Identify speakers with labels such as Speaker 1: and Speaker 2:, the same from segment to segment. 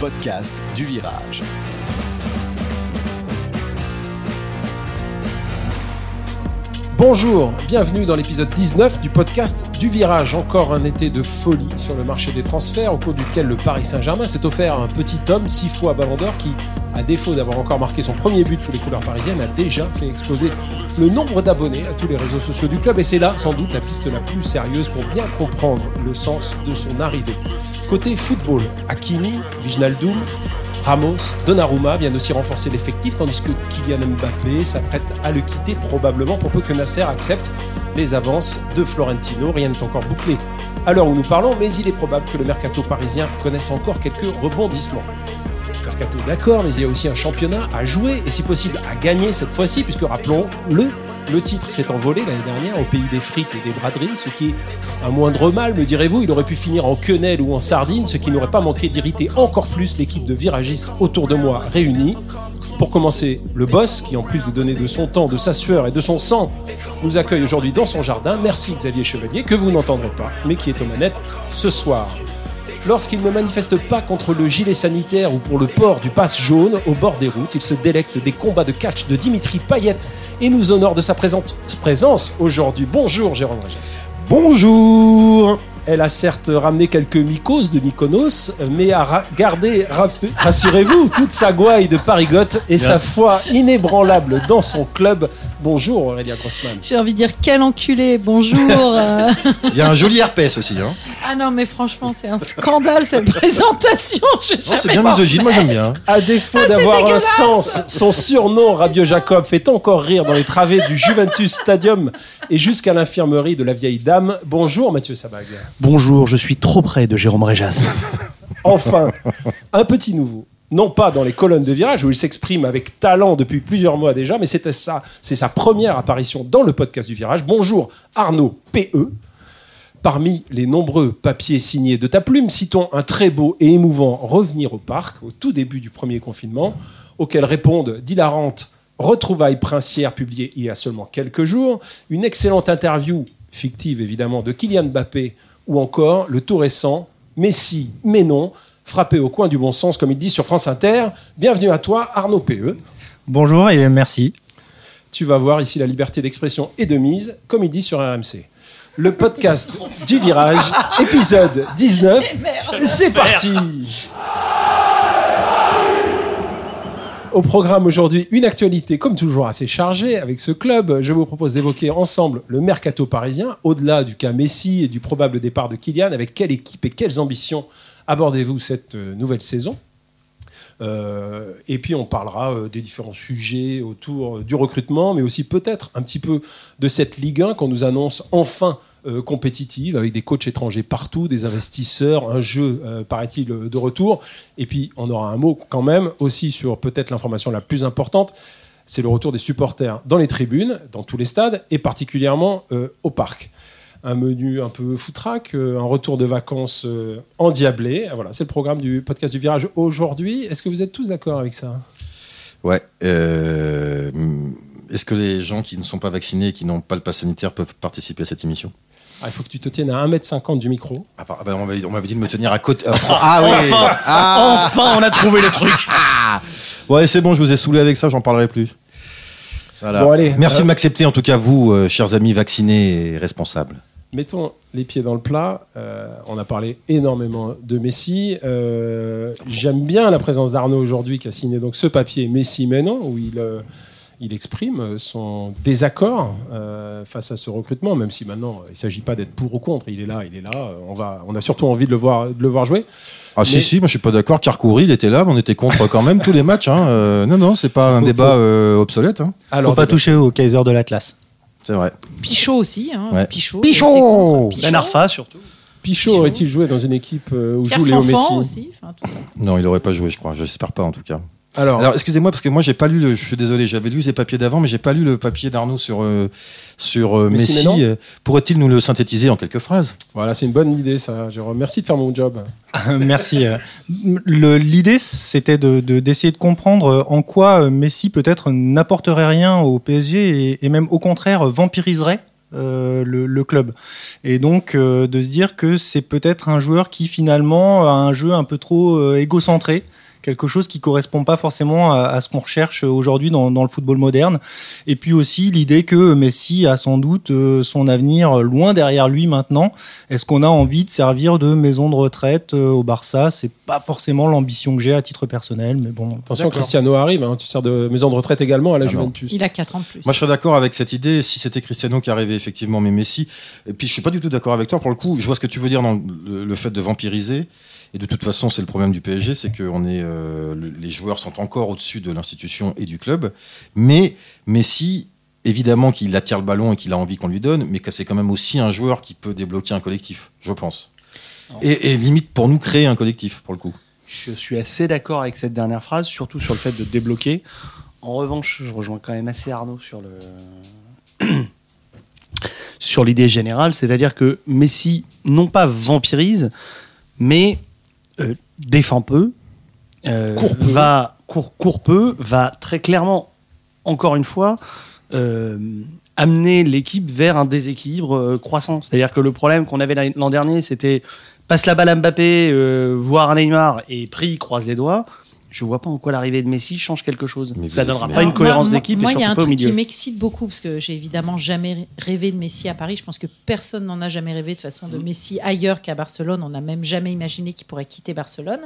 Speaker 1: podcast du virage.
Speaker 2: Bonjour, bienvenue dans l'épisode 19 du podcast du virage. Encore un été de folie sur le marché des transferts au cours duquel le Paris Saint-Germain s'est offert un petit homme six fois ballon d'or qui, à défaut d'avoir encore marqué son premier but sous les couleurs parisiennes, a déjà fait exploser le nombre d'abonnés à tous les réseaux sociaux du club et c'est là sans doute la piste la plus sérieuse pour bien comprendre le sens de son arrivée. Côté football, Hakimi, Viginaldoum, Ramos, Donnarumma viennent aussi renforcer l'effectif, tandis que Kylian Mbappé s'apprête à le quitter probablement pour peu que Nasser accepte les avances de Florentino. Rien n'est encore bouclé à l'heure où nous parlons, mais il est probable que le mercato parisien connaisse encore quelques rebondissements. Mercato d'accord, mais il y a aussi un championnat à jouer et si possible à gagner cette fois-ci, puisque rappelons-le, le titre s'est envolé l'année dernière au pays des frites et des braderies, ce qui est un moindre mal, me direz-vous. Il aurait pu finir en quenelle ou en sardine, ce qui n'aurait pas manqué d'irriter encore plus l'équipe de viragistes autour de moi réunis. Pour commencer, le boss, qui en plus de donner de son temps, de sa sueur et de son sang, nous accueille aujourd'hui dans son jardin. Merci Xavier Chevalier, que vous n'entendrez pas, mais qui est aux manettes ce soir lorsqu'il ne manifeste pas contre le gilet sanitaire ou pour le port du passe jaune au bord des routes. Il se délecte des combats de catch de Dimitri Payet et nous honore de sa présente- présence aujourd'hui. Bonjour Jérôme Régis.
Speaker 3: Bonjour
Speaker 2: Elle a certes ramené quelques mycoses de Mykonos, mais a ra- gardé, ra- euh, rassurez-vous, toute sa gouaille de parigote et sa foi inébranlable dans son club. Bonjour Aurélia Grossman.
Speaker 4: J'ai envie de dire quel enculé, bonjour. euh.
Speaker 3: Il y a un joli herpès aussi. Hein.
Speaker 4: ah non, mais franchement, c'est un scandale cette présentation. Je
Speaker 3: Non, c'est bien misogyne, moi j'aime bien.
Speaker 2: À défaut
Speaker 4: Ah, c'est
Speaker 2: d'avoir un
Speaker 4: dégueulasse
Speaker 2: sens, son surnom Rabio Jacob fait encore rire dans les travées du Juventus Stadium et jusqu'à l'infirmerie de la vieille dame. Bonjour Mathieu Sabag.
Speaker 5: Bonjour, je suis trop près de Jérôme Réjas.
Speaker 2: Enfin, un petit nouveau. Non pas dans les colonnes de virage où il s'exprime avec talent depuis plusieurs mois déjà, mais c'était ça, c'est sa première apparition dans le podcast du virage. Bonjour Arnaud E. PE. Parmi les nombreux papiers signés de ta plume, citons un très beau et émouvant Revenir au parc au tout début du premier confinement, auquel répondent d'hilarantes retrouvailles princières publiées il y a seulement quelques jours, une excellente interview, fictive évidemment, de Kylian Mbappé, ou encore le tout récent Messi, mais non, frappé au coin du bon sens, comme il dit sur France Inter. Bienvenue à toi, Arnaud E. PE.
Speaker 5: Bonjour et merci.
Speaker 2: Tu vas voir ici la liberté d'expression et de mise, comme il dit sur RMC. Le podcast du virage, épisode 19. C'est parti Au programme aujourd'hui, une actualité comme toujours assez chargée avec ce club. Je vous propose d'évoquer ensemble le mercato parisien, au-delà du cas Messi et du probable départ de Kylian. Avec quelle équipe et quelles ambitions abordez-vous cette euh, nouvelle saison Euh, Et puis on parlera euh, des différents sujets autour euh, du recrutement, mais aussi peut-être un petit peu de cette Ligue 1 qu'on nous annonce enfin euh, compétitive, avec des coachs étrangers partout, des investisseurs, un jeu, euh, paraît-il, euh, de retour. Et puis, on aura un mot quand même aussi sur peut-être l'information la plus importante, c'est le retour des supporters dans les tribunes, dans tous les stades, et particulièrement euh, au parc. Un menu un peu foutraque, euh, un retour de vacances euh, endiablé. Voilà, c'est le programme du podcast du Virage aujourd'hui. Est-ce que vous êtes tous d'accord avec ça
Speaker 3: Ouais. euh, hum, Est-ce que les gens qui ne sont pas vaccinés et qui n'ont pas le pass sanitaire peuvent participer à cette émission
Speaker 2: Ah, Il faut que tu te tiennes à 1m50 du micro.
Speaker 3: ah, par- ah bah, On m'avait on m'avait dit de me tenir à côté. Ah, ah oui ah,
Speaker 5: Enfin, on a trouvé le truc.
Speaker 3: Ouais, c'est bon, je vous ai saoulé avec ça, j'en parlerai plus. Voilà.
Speaker 2: Bon, allez.
Speaker 3: Merci
Speaker 2: Euh,
Speaker 3: de m'accepter, en tout cas, vous, euh, chers amis vaccinés et responsables.
Speaker 2: Mettons les pieds dans le plat. Euh, on a parlé énormément de Messi. Euh, J'aime bien la présence d'Arnaud aujourd'hui qui a signé donc ce papier Messi mais non où il euh, il exprime son désaccord euh, face à ce recrutement, même si maintenant il ne s'agit pas d'être pour ou contre. Il est là, il est là. Euh, On va, on a surtout envie de le voir, de le voir jouer.
Speaker 3: Ah
Speaker 2: Mais-
Speaker 3: si si, moi je suis pas d'accord. Carcouri, il était là, mais on était contre quand même tous les matchs. Hein. Euh, non non, c'est pas un
Speaker 2: Faut-
Speaker 3: débat
Speaker 2: faut-
Speaker 3: euh, obsolète. Hein.
Speaker 5: Faut pas toucher au Kaiser de l'Atlas.
Speaker 3: C'est vrai.
Speaker 4: Pichot aussi. Hein.
Speaker 3: Ouais.
Speaker 4: Pichot.
Speaker 3: Pichot
Speaker 4: j'étais contre.
Speaker 5: Ben Arfa, surtout.
Speaker 2: Pichot
Speaker 4: Pichot.
Speaker 2: aurait-il joué dans une équipe euh, où
Speaker 4: Pierre
Speaker 2: joue Léo Messi
Speaker 4: Fanfan aussi. enfin, tout ça.
Speaker 3: Non, il aurait pas joué, je crois. J'espère pas en tout cas.
Speaker 2: Alors,
Speaker 3: Alors excusez-moi parce que moi j'ai pas lu. Le... Je suis désolé, j'avais lu ces papiers d'avant, mais j'ai pas lu le papier d'Arnaud sur euh, sur euh,
Speaker 2: Messi,
Speaker 3: Messi.
Speaker 2: mais non.
Speaker 3: Euh, Pourrait-il nous le synthétiser en quelques phrases
Speaker 2: voilà, c'est une bonne idée ça, Jérôme. Merci de faire mon job.
Speaker 5: Merci. euh. Le- L'idée, c'était de- de- d'essayer de, comprendre euh, en quoi euh, Messi peut-être n'apporterait rien au PSG et, et même au contraire euh, vampiriserait euh, le, le club. Et donc euh, de se dire que c'est peut-être un joueur qui finalement a un jeu un peu trop euh, égocentré, quelque chose qui correspond pas forcément à, à ce qu'on recherche aujourd'hui dans, dans le football moderne. Et puis aussi l'idée que Messi a sans doute euh, son avenir loin derrière lui maintenant. Est-ce qu'on a envie de servir de maison de retraite euh, au Barça C'est pas forcément l'ambition que j'ai à titre personnel, mais bon.
Speaker 2: Attention,
Speaker 3: D'accord.
Speaker 2: Cristiano arrive, hein, tu sers de maison de retraite également à la
Speaker 3: Ah non.
Speaker 2: Juventus.
Speaker 4: Il a 4 ans de plus.
Speaker 3: Moi, je serais d'accord avec cette idée si c'était Cristiano qui arrivait effectivement, mais Messi. Et puis, je suis pas du tout d'accord avec toi pour le coup. Je vois ce que tu veux dire dans le, le fait de vampiriser. Et de toute façon, c'est le problème du PSG, c'est que on est, euh, le- les joueurs sont encore au-dessus de l'institution et du club. Mais Messi, évidemment, qu'il attire le ballon et qu'il a envie qu'on lui donne, mais que c'est quand même aussi un joueur qui peut débloquer un collectif, je pense. Et, et limite pour nous créer un collectif pour le coup.
Speaker 6: Je suis assez d'accord avec cette dernière phrase, surtout sur le fait de débloquer. En revanche, je rejoins quand même assez Arnaud sur le sur l'idée générale, c'est-à-dire que Messi non pas vampirise, mais euh, défend peu, euh,
Speaker 2: Court peu.
Speaker 6: va court, court peu, va très clairement encore une fois euh, amener l'équipe vers un déséquilibre euh, croissant. C'est-à-dire que le problème qu'on avait l'an- l'an dernier, c'était passe la balle à Mbappé, euh, voire à Neymar, et pris, croise les doigts. Je vois pas en quoi l'arrivée de Messi change quelque chose.
Speaker 3: Mais
Speaker 6: ça
Speaker 3: vous-
Speaker 6: donnera
Speaker 3: mais-
Speaker 6: pas une
Speaker 4: Alors,
Speaker 6: cohérence
Speaker 4: moi-
Speaker 6: d'équipe et
Speaker 4: Moi, il y a
Speaker 6: surtout
Speaker 4: un
Speaker 6: pas au
Speaker 4: truc
Speaker 6: milieu.
Speaker 4: qui m'excite beaucoup parce que j'ai évidemment jamais rêvé de Messi à Paris. Je pense que personne n'en a jamais rêvé de façon de Messi ailleurs qu'à Barcelone. On n'a même jamais imaginé qu'il pourrait quitter Barcelone.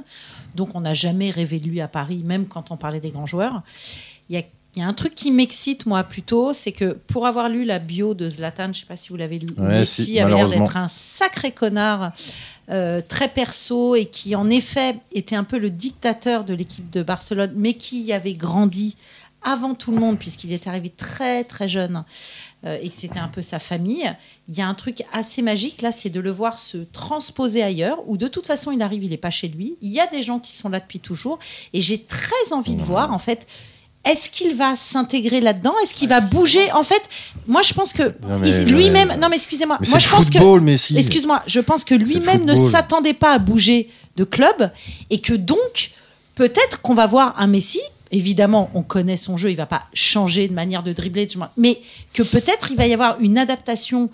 Speaker 4: Donc, on n'a jamais rêvé de lui à Paris, même quand on parlait des grands joueurs. Il y a il y a un truc qui m'excite, moi, plutôt, c'est que pour avoir lu la bio de Zlatan, je ne sais pas si vous l'avez lu, où
Speaker 3: Ouais,
Speaker 4: Messi
Speaker 3: si,
Speaker 4: avait l'air
Speaker 3: malheureusement.
Speaker 4: d'être un sacré connard euh, très perso et qui en effet était un peu le dictateur de l'équipe de Barcelone, mais qui y avait grandi avant tout le monde puisqu'il est arrivé très très jeune euh, et que c'était un peu sa famille. Il y a un truc assez magique là, c'est de le voir se transposer ailleurs où de toute façon il arrive, il n'est pas chez lui. Il y a des gens qui sont là depuis toujours et j'ai très envie de voir en fait. Est-ce qu'il va s'intégrer là-dedans Est-ce qu'il va bouger En fait, moi je pense que
Speaker 3: Non, mais-
Speaker 4: il- lui-même.
Speaker 3: mais-
Speaker 4: Non mais excusez-moi.
Speaker 3: Mais
Speaker 4: Moi
Speaker 3: c'est
Speaker 4: je
Speaker 3: le
Speaker 4: pense que
Speaker 3: football, Messi.
Speaker 4: Excuse-moi, je pense que lui-même ne
Speaker 3: football.
Speaker 4: s'attendait pas à bouger de club et que donc, peut-être qu'on va voir un Messi. Évidemment, on connaît son jeu, il va pas changer de manière de dribbler, de chemin, mais que peut-être il va y avoir une adaptation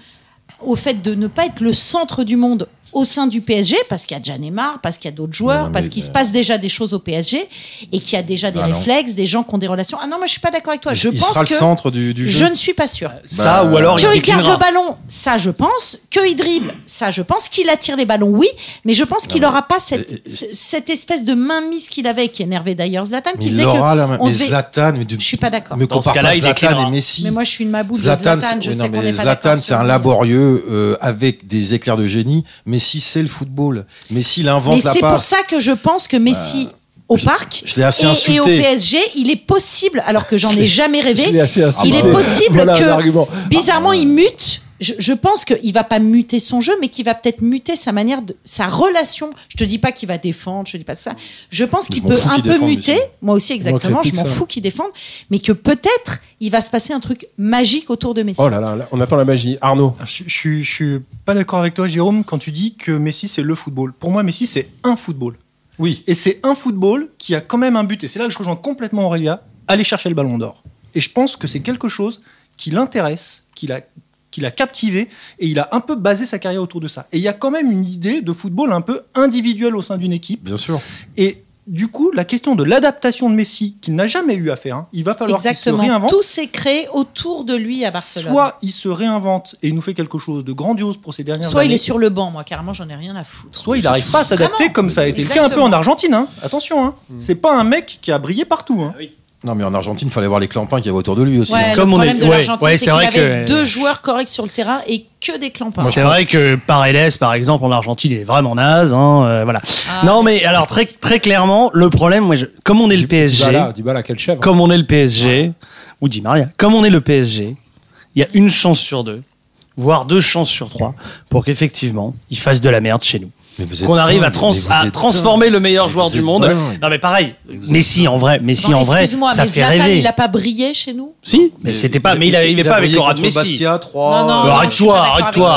Speaker 4: au fait de ne pas être le centre du monde au sein du PSG, parce qu'il y a déjà Neymar, parce qu'il y a d'autres
Speaker 3: Non,
Speaker 4: joueurs,
Speaker 3: mais,
Speaker 4: parce qu'il se
Speaker 3: euh,
Speaker 4: passe déjà des choses au PSG et qu'il y a déjà des
Speaker 3: Ah non.
Speaker 4: réflexes, des gens qui ont des relations. Ah non, moi je suis pas d'accord avec toi. Je
Speaker 3: il
Speaker 4: pense
Speaker 3: sera
Speaker 4: que
Speaker 3: le centre du, du
Speaker 4: je
Speaker 3: jeu.
Speaker 4: ne suis pas sûr.
Speaker 6: Ça,
Speaker 3: Bah,
Speaker 6: ou alors
Speaker 4: Que
Speaker 6: il
Speaker 4: il garde
Speaker 6: déclinera.
Speaker 4: le ballon, ça je pense. Que il dribble, ça je pense. Qu'il attire les ballons, oui. Mais je pense qu'il
Speaker 3: mais-
Speaker 4: n'aura pas
Speaker 3: et-
Speaker 4: cette,
Speaker 3: et-
Speaker 4: ce- cette espèce de mainmise qu'il avait, qui énervait d'ailleurs Zlatan,
Speaker 3: Mais
Speaker 4: qui
Speaker 3: il
Speaker 4: faisait que.
Speaker 3: l'aura, là, mais
Speaker 4: on devait-
Speaker 3: Zlatan, mais du-
Speaker 4: Je suis pas d'accord.
Speaker 3: Mais
Speaker 6: Dans ce
Speaker 3: compare
Speaker 6: cas-là,
Speaker 3: pas
Speaker 6: il
Speaker 3: Zlatan
Speaker 6: déclinera.
Speaker 3: et Messi.
Speaker 4: Mais moi je suis une maboule
Speaker 3: Zlatan,
Speaker 4: de Zlatan,
Speaker 3: c'est-
Speaker 4: je
Speaker 3: oui,
Speaker 4: sais
Speaker 3: non,
Speaker 4: qu'on
Speaker 3: mais
Speaker 4: n'est pas
Speaker 3: Zlatan,
Speaker 4: d'accord
Speaker 3: c'est
Speaker 4: sur
Speaker 3: un
Speaker 4: lui.
Speaker 3: laborieux euh, avec des éclairs de génie. Messi, c'est le football. Messi, il invente
Speaker 4: Mais
Speaker 3: la
Speaker 4: c'est
Speaker 3: passe. Bah,
Speaker 4: pour ça que je pense que Messi au parc
Speaker 3: Je l'ai assez
Speaker 4: et,
Speaker 3: insulté.
Speaker 4: et au PSG, il est possible, alors que j'en ai jamais
Speaker 2: Je l'ai
Speaker 4: rêvé,
Speaker 2: assez
Speaker 3: Il
Speaker 2: insulté.
Speaker 3: est
Speaker 4: possible
Speaker 2: Voilà
Speaker 4: que-
Speaker 2: un argument.
Speaker 3: Ah,
Speaker 4: bizarrement il mute. Je, je pense qu'il va pas muter son jeu, mais qu'il va peut-être muter sa manière de sa relation. Je te dis pas qu'il va défendre, je te dis pas de ça. Je pense
Speaker 3: Je
Speaker 4: qu'il
Speaker 3: m'en
Speaker 4: peut
Speaker 3: fous
Speaker 4: un
Speaker 3: qu'il
Speaker 4: peu
Speaker 3: défende,
Speaker 4: muter.
Speaker 3: monsieur.
Speaker 4: Moi aussi exactement,
Speaker 2: c'est
Speaker 4: je
Speaker 2: plus
Speaker 4: m'en
Speaker 2: ça.
Speaker 4: fous qu'il défende, mais que peut-être il va se passer un truc magique autour de Messi.
Speaker 2: Oh là là, là, on attend la magie. Arnaud,
Speaker 5: Alors, Je, je suis- je suis pas d'accord avec toi, Jérôme, quand tu dis que Messi c'est le football. Pour moi, Messi c'est un football.
Speaker 3: Oui.
Speaker 5: Et c'est un football qui a quand même un but. Et c'est là que je rejoins complètement Aurélia, aller chercher le ballon d'or. Et je pense que c'est quelque chose qui l'intéresse, qui l'a qui l'a captivé et il a un peu basé sa carrière autour de ça. Et il y a quand même une idée de football un peu individuelle au sein d'une équipe.
Speaker 3: Bien sûr.
Speaker 5: Et du coup, la question de l'adaptation de Messi, qu'il n'a jamais eu à faire, hein, il va falloir qu'il se
Speaker 4: Exactement.
Speaker 5: réinvente.
Speaker 4: Tout s'est créé autour de lui à Barcelone.
Speaker 5: Soit il se réinvente et il nous fait quelque chose de grandiose pour ces dernières
Speaker 4: Soit
Speaker 5: années.
Speaker 4: il est sur le banc, moi carrément j'en ai rien à foutre.
Speaker 5: Soit il n'arrive pas à s'adapter
Speaker 4: Vraiment.
Speaker 5: comme ça a été le cas un peu
Speaker 4: Exactement.
Speaker 5: en Argentine. hein. Attention, hein. c'est pas un mec qui a brillé partout. hein.
Speaker 3: Non, mais en Argentine, il fallait voir les clampins qu'il y avait autour de lui aussi.
Speaker 4: Ouais,
Speaker 3: hein.
Speaker 6: Comme
Speaker 4: le
Speaker 6: on
Speaker 4: problème
Speaker 6: est-
Speaker 4: de
Speaker 6: ouais,
Speaker 4: l'Argentine,
Speaker 6: ouais,
Speaker 4: c'est
Speaker 6: c'est
Speaker 4: qu'il
Speaker 6: vrai
Speaker 4: avait
Speaker 6: que-
Speaker 4: deux joueurs corrects sur le terrain et que des clampins.
Speaker 6: C'est vrai que Paredes, par exemple, en Argentine, il est vraiment naze. hein, euh, voilà.
Speaker 4: Ah,
Speaker 6: non, mais alors très très clairement, le problème, moi, je- comme on est le PSG,
Speaker 2: Dybala, Dybala, quel chèvre.
Speaker 6: comme on est le PSG, ou Di Maria, comme on est le PSG, il y a une chance sur deux, voire deux chances sur trois, pour qu'effectivement, il fasse de la merde chez nous.
Speaker 3: Mais vous êtes
Speaker 6: qu'on arrive à,
Speaker 3: dingue,
Speaker 6: trans-
Speaker 3: mais vous
Speaker 6: à
Speaker 3: êtes
Speaker 6: transformer le meilleur
Speaker 3: Mais
Speaker 6: joueur
Speaker 3: vous
Speaker 6: du
Speaker 3: êtes
Speaker 6: monde.
Speaker 3: dingue.
Speaker 6: Non mais pareil,
Speaker 3: vous êtes
Speaker 6: Messi en vrai, Messi en vrai,
Speaker 4: Excuse-moi,
Speaker 6: ça
Speaker 4: mais
Speaker 6: fait
Speaker 4: Zlatan,
Speaker 6: rêver.
Speaker 4: il a pas brillé chez nous
Speaker 6: Si, mais
Speaker 3: dingue.
Speaker 6: c'était pas, mais il, avait- il avait
Speaker 3: a
Speaker 6: pas avec
Speaker 3: brillé
Speaker 6: le rat de
Speaker 3: contre
Speaker 6: Messi.
Speaker 3: Bastia 3.
Speaker 4: Non, non,
Speaker 6: Alors,
Speaker 4: non, je suis
Speaker 6: arrête-toi,
Speaker 4: pas d'accord
Speaker 6: arrête-toi,
Speaker 4: avec toi.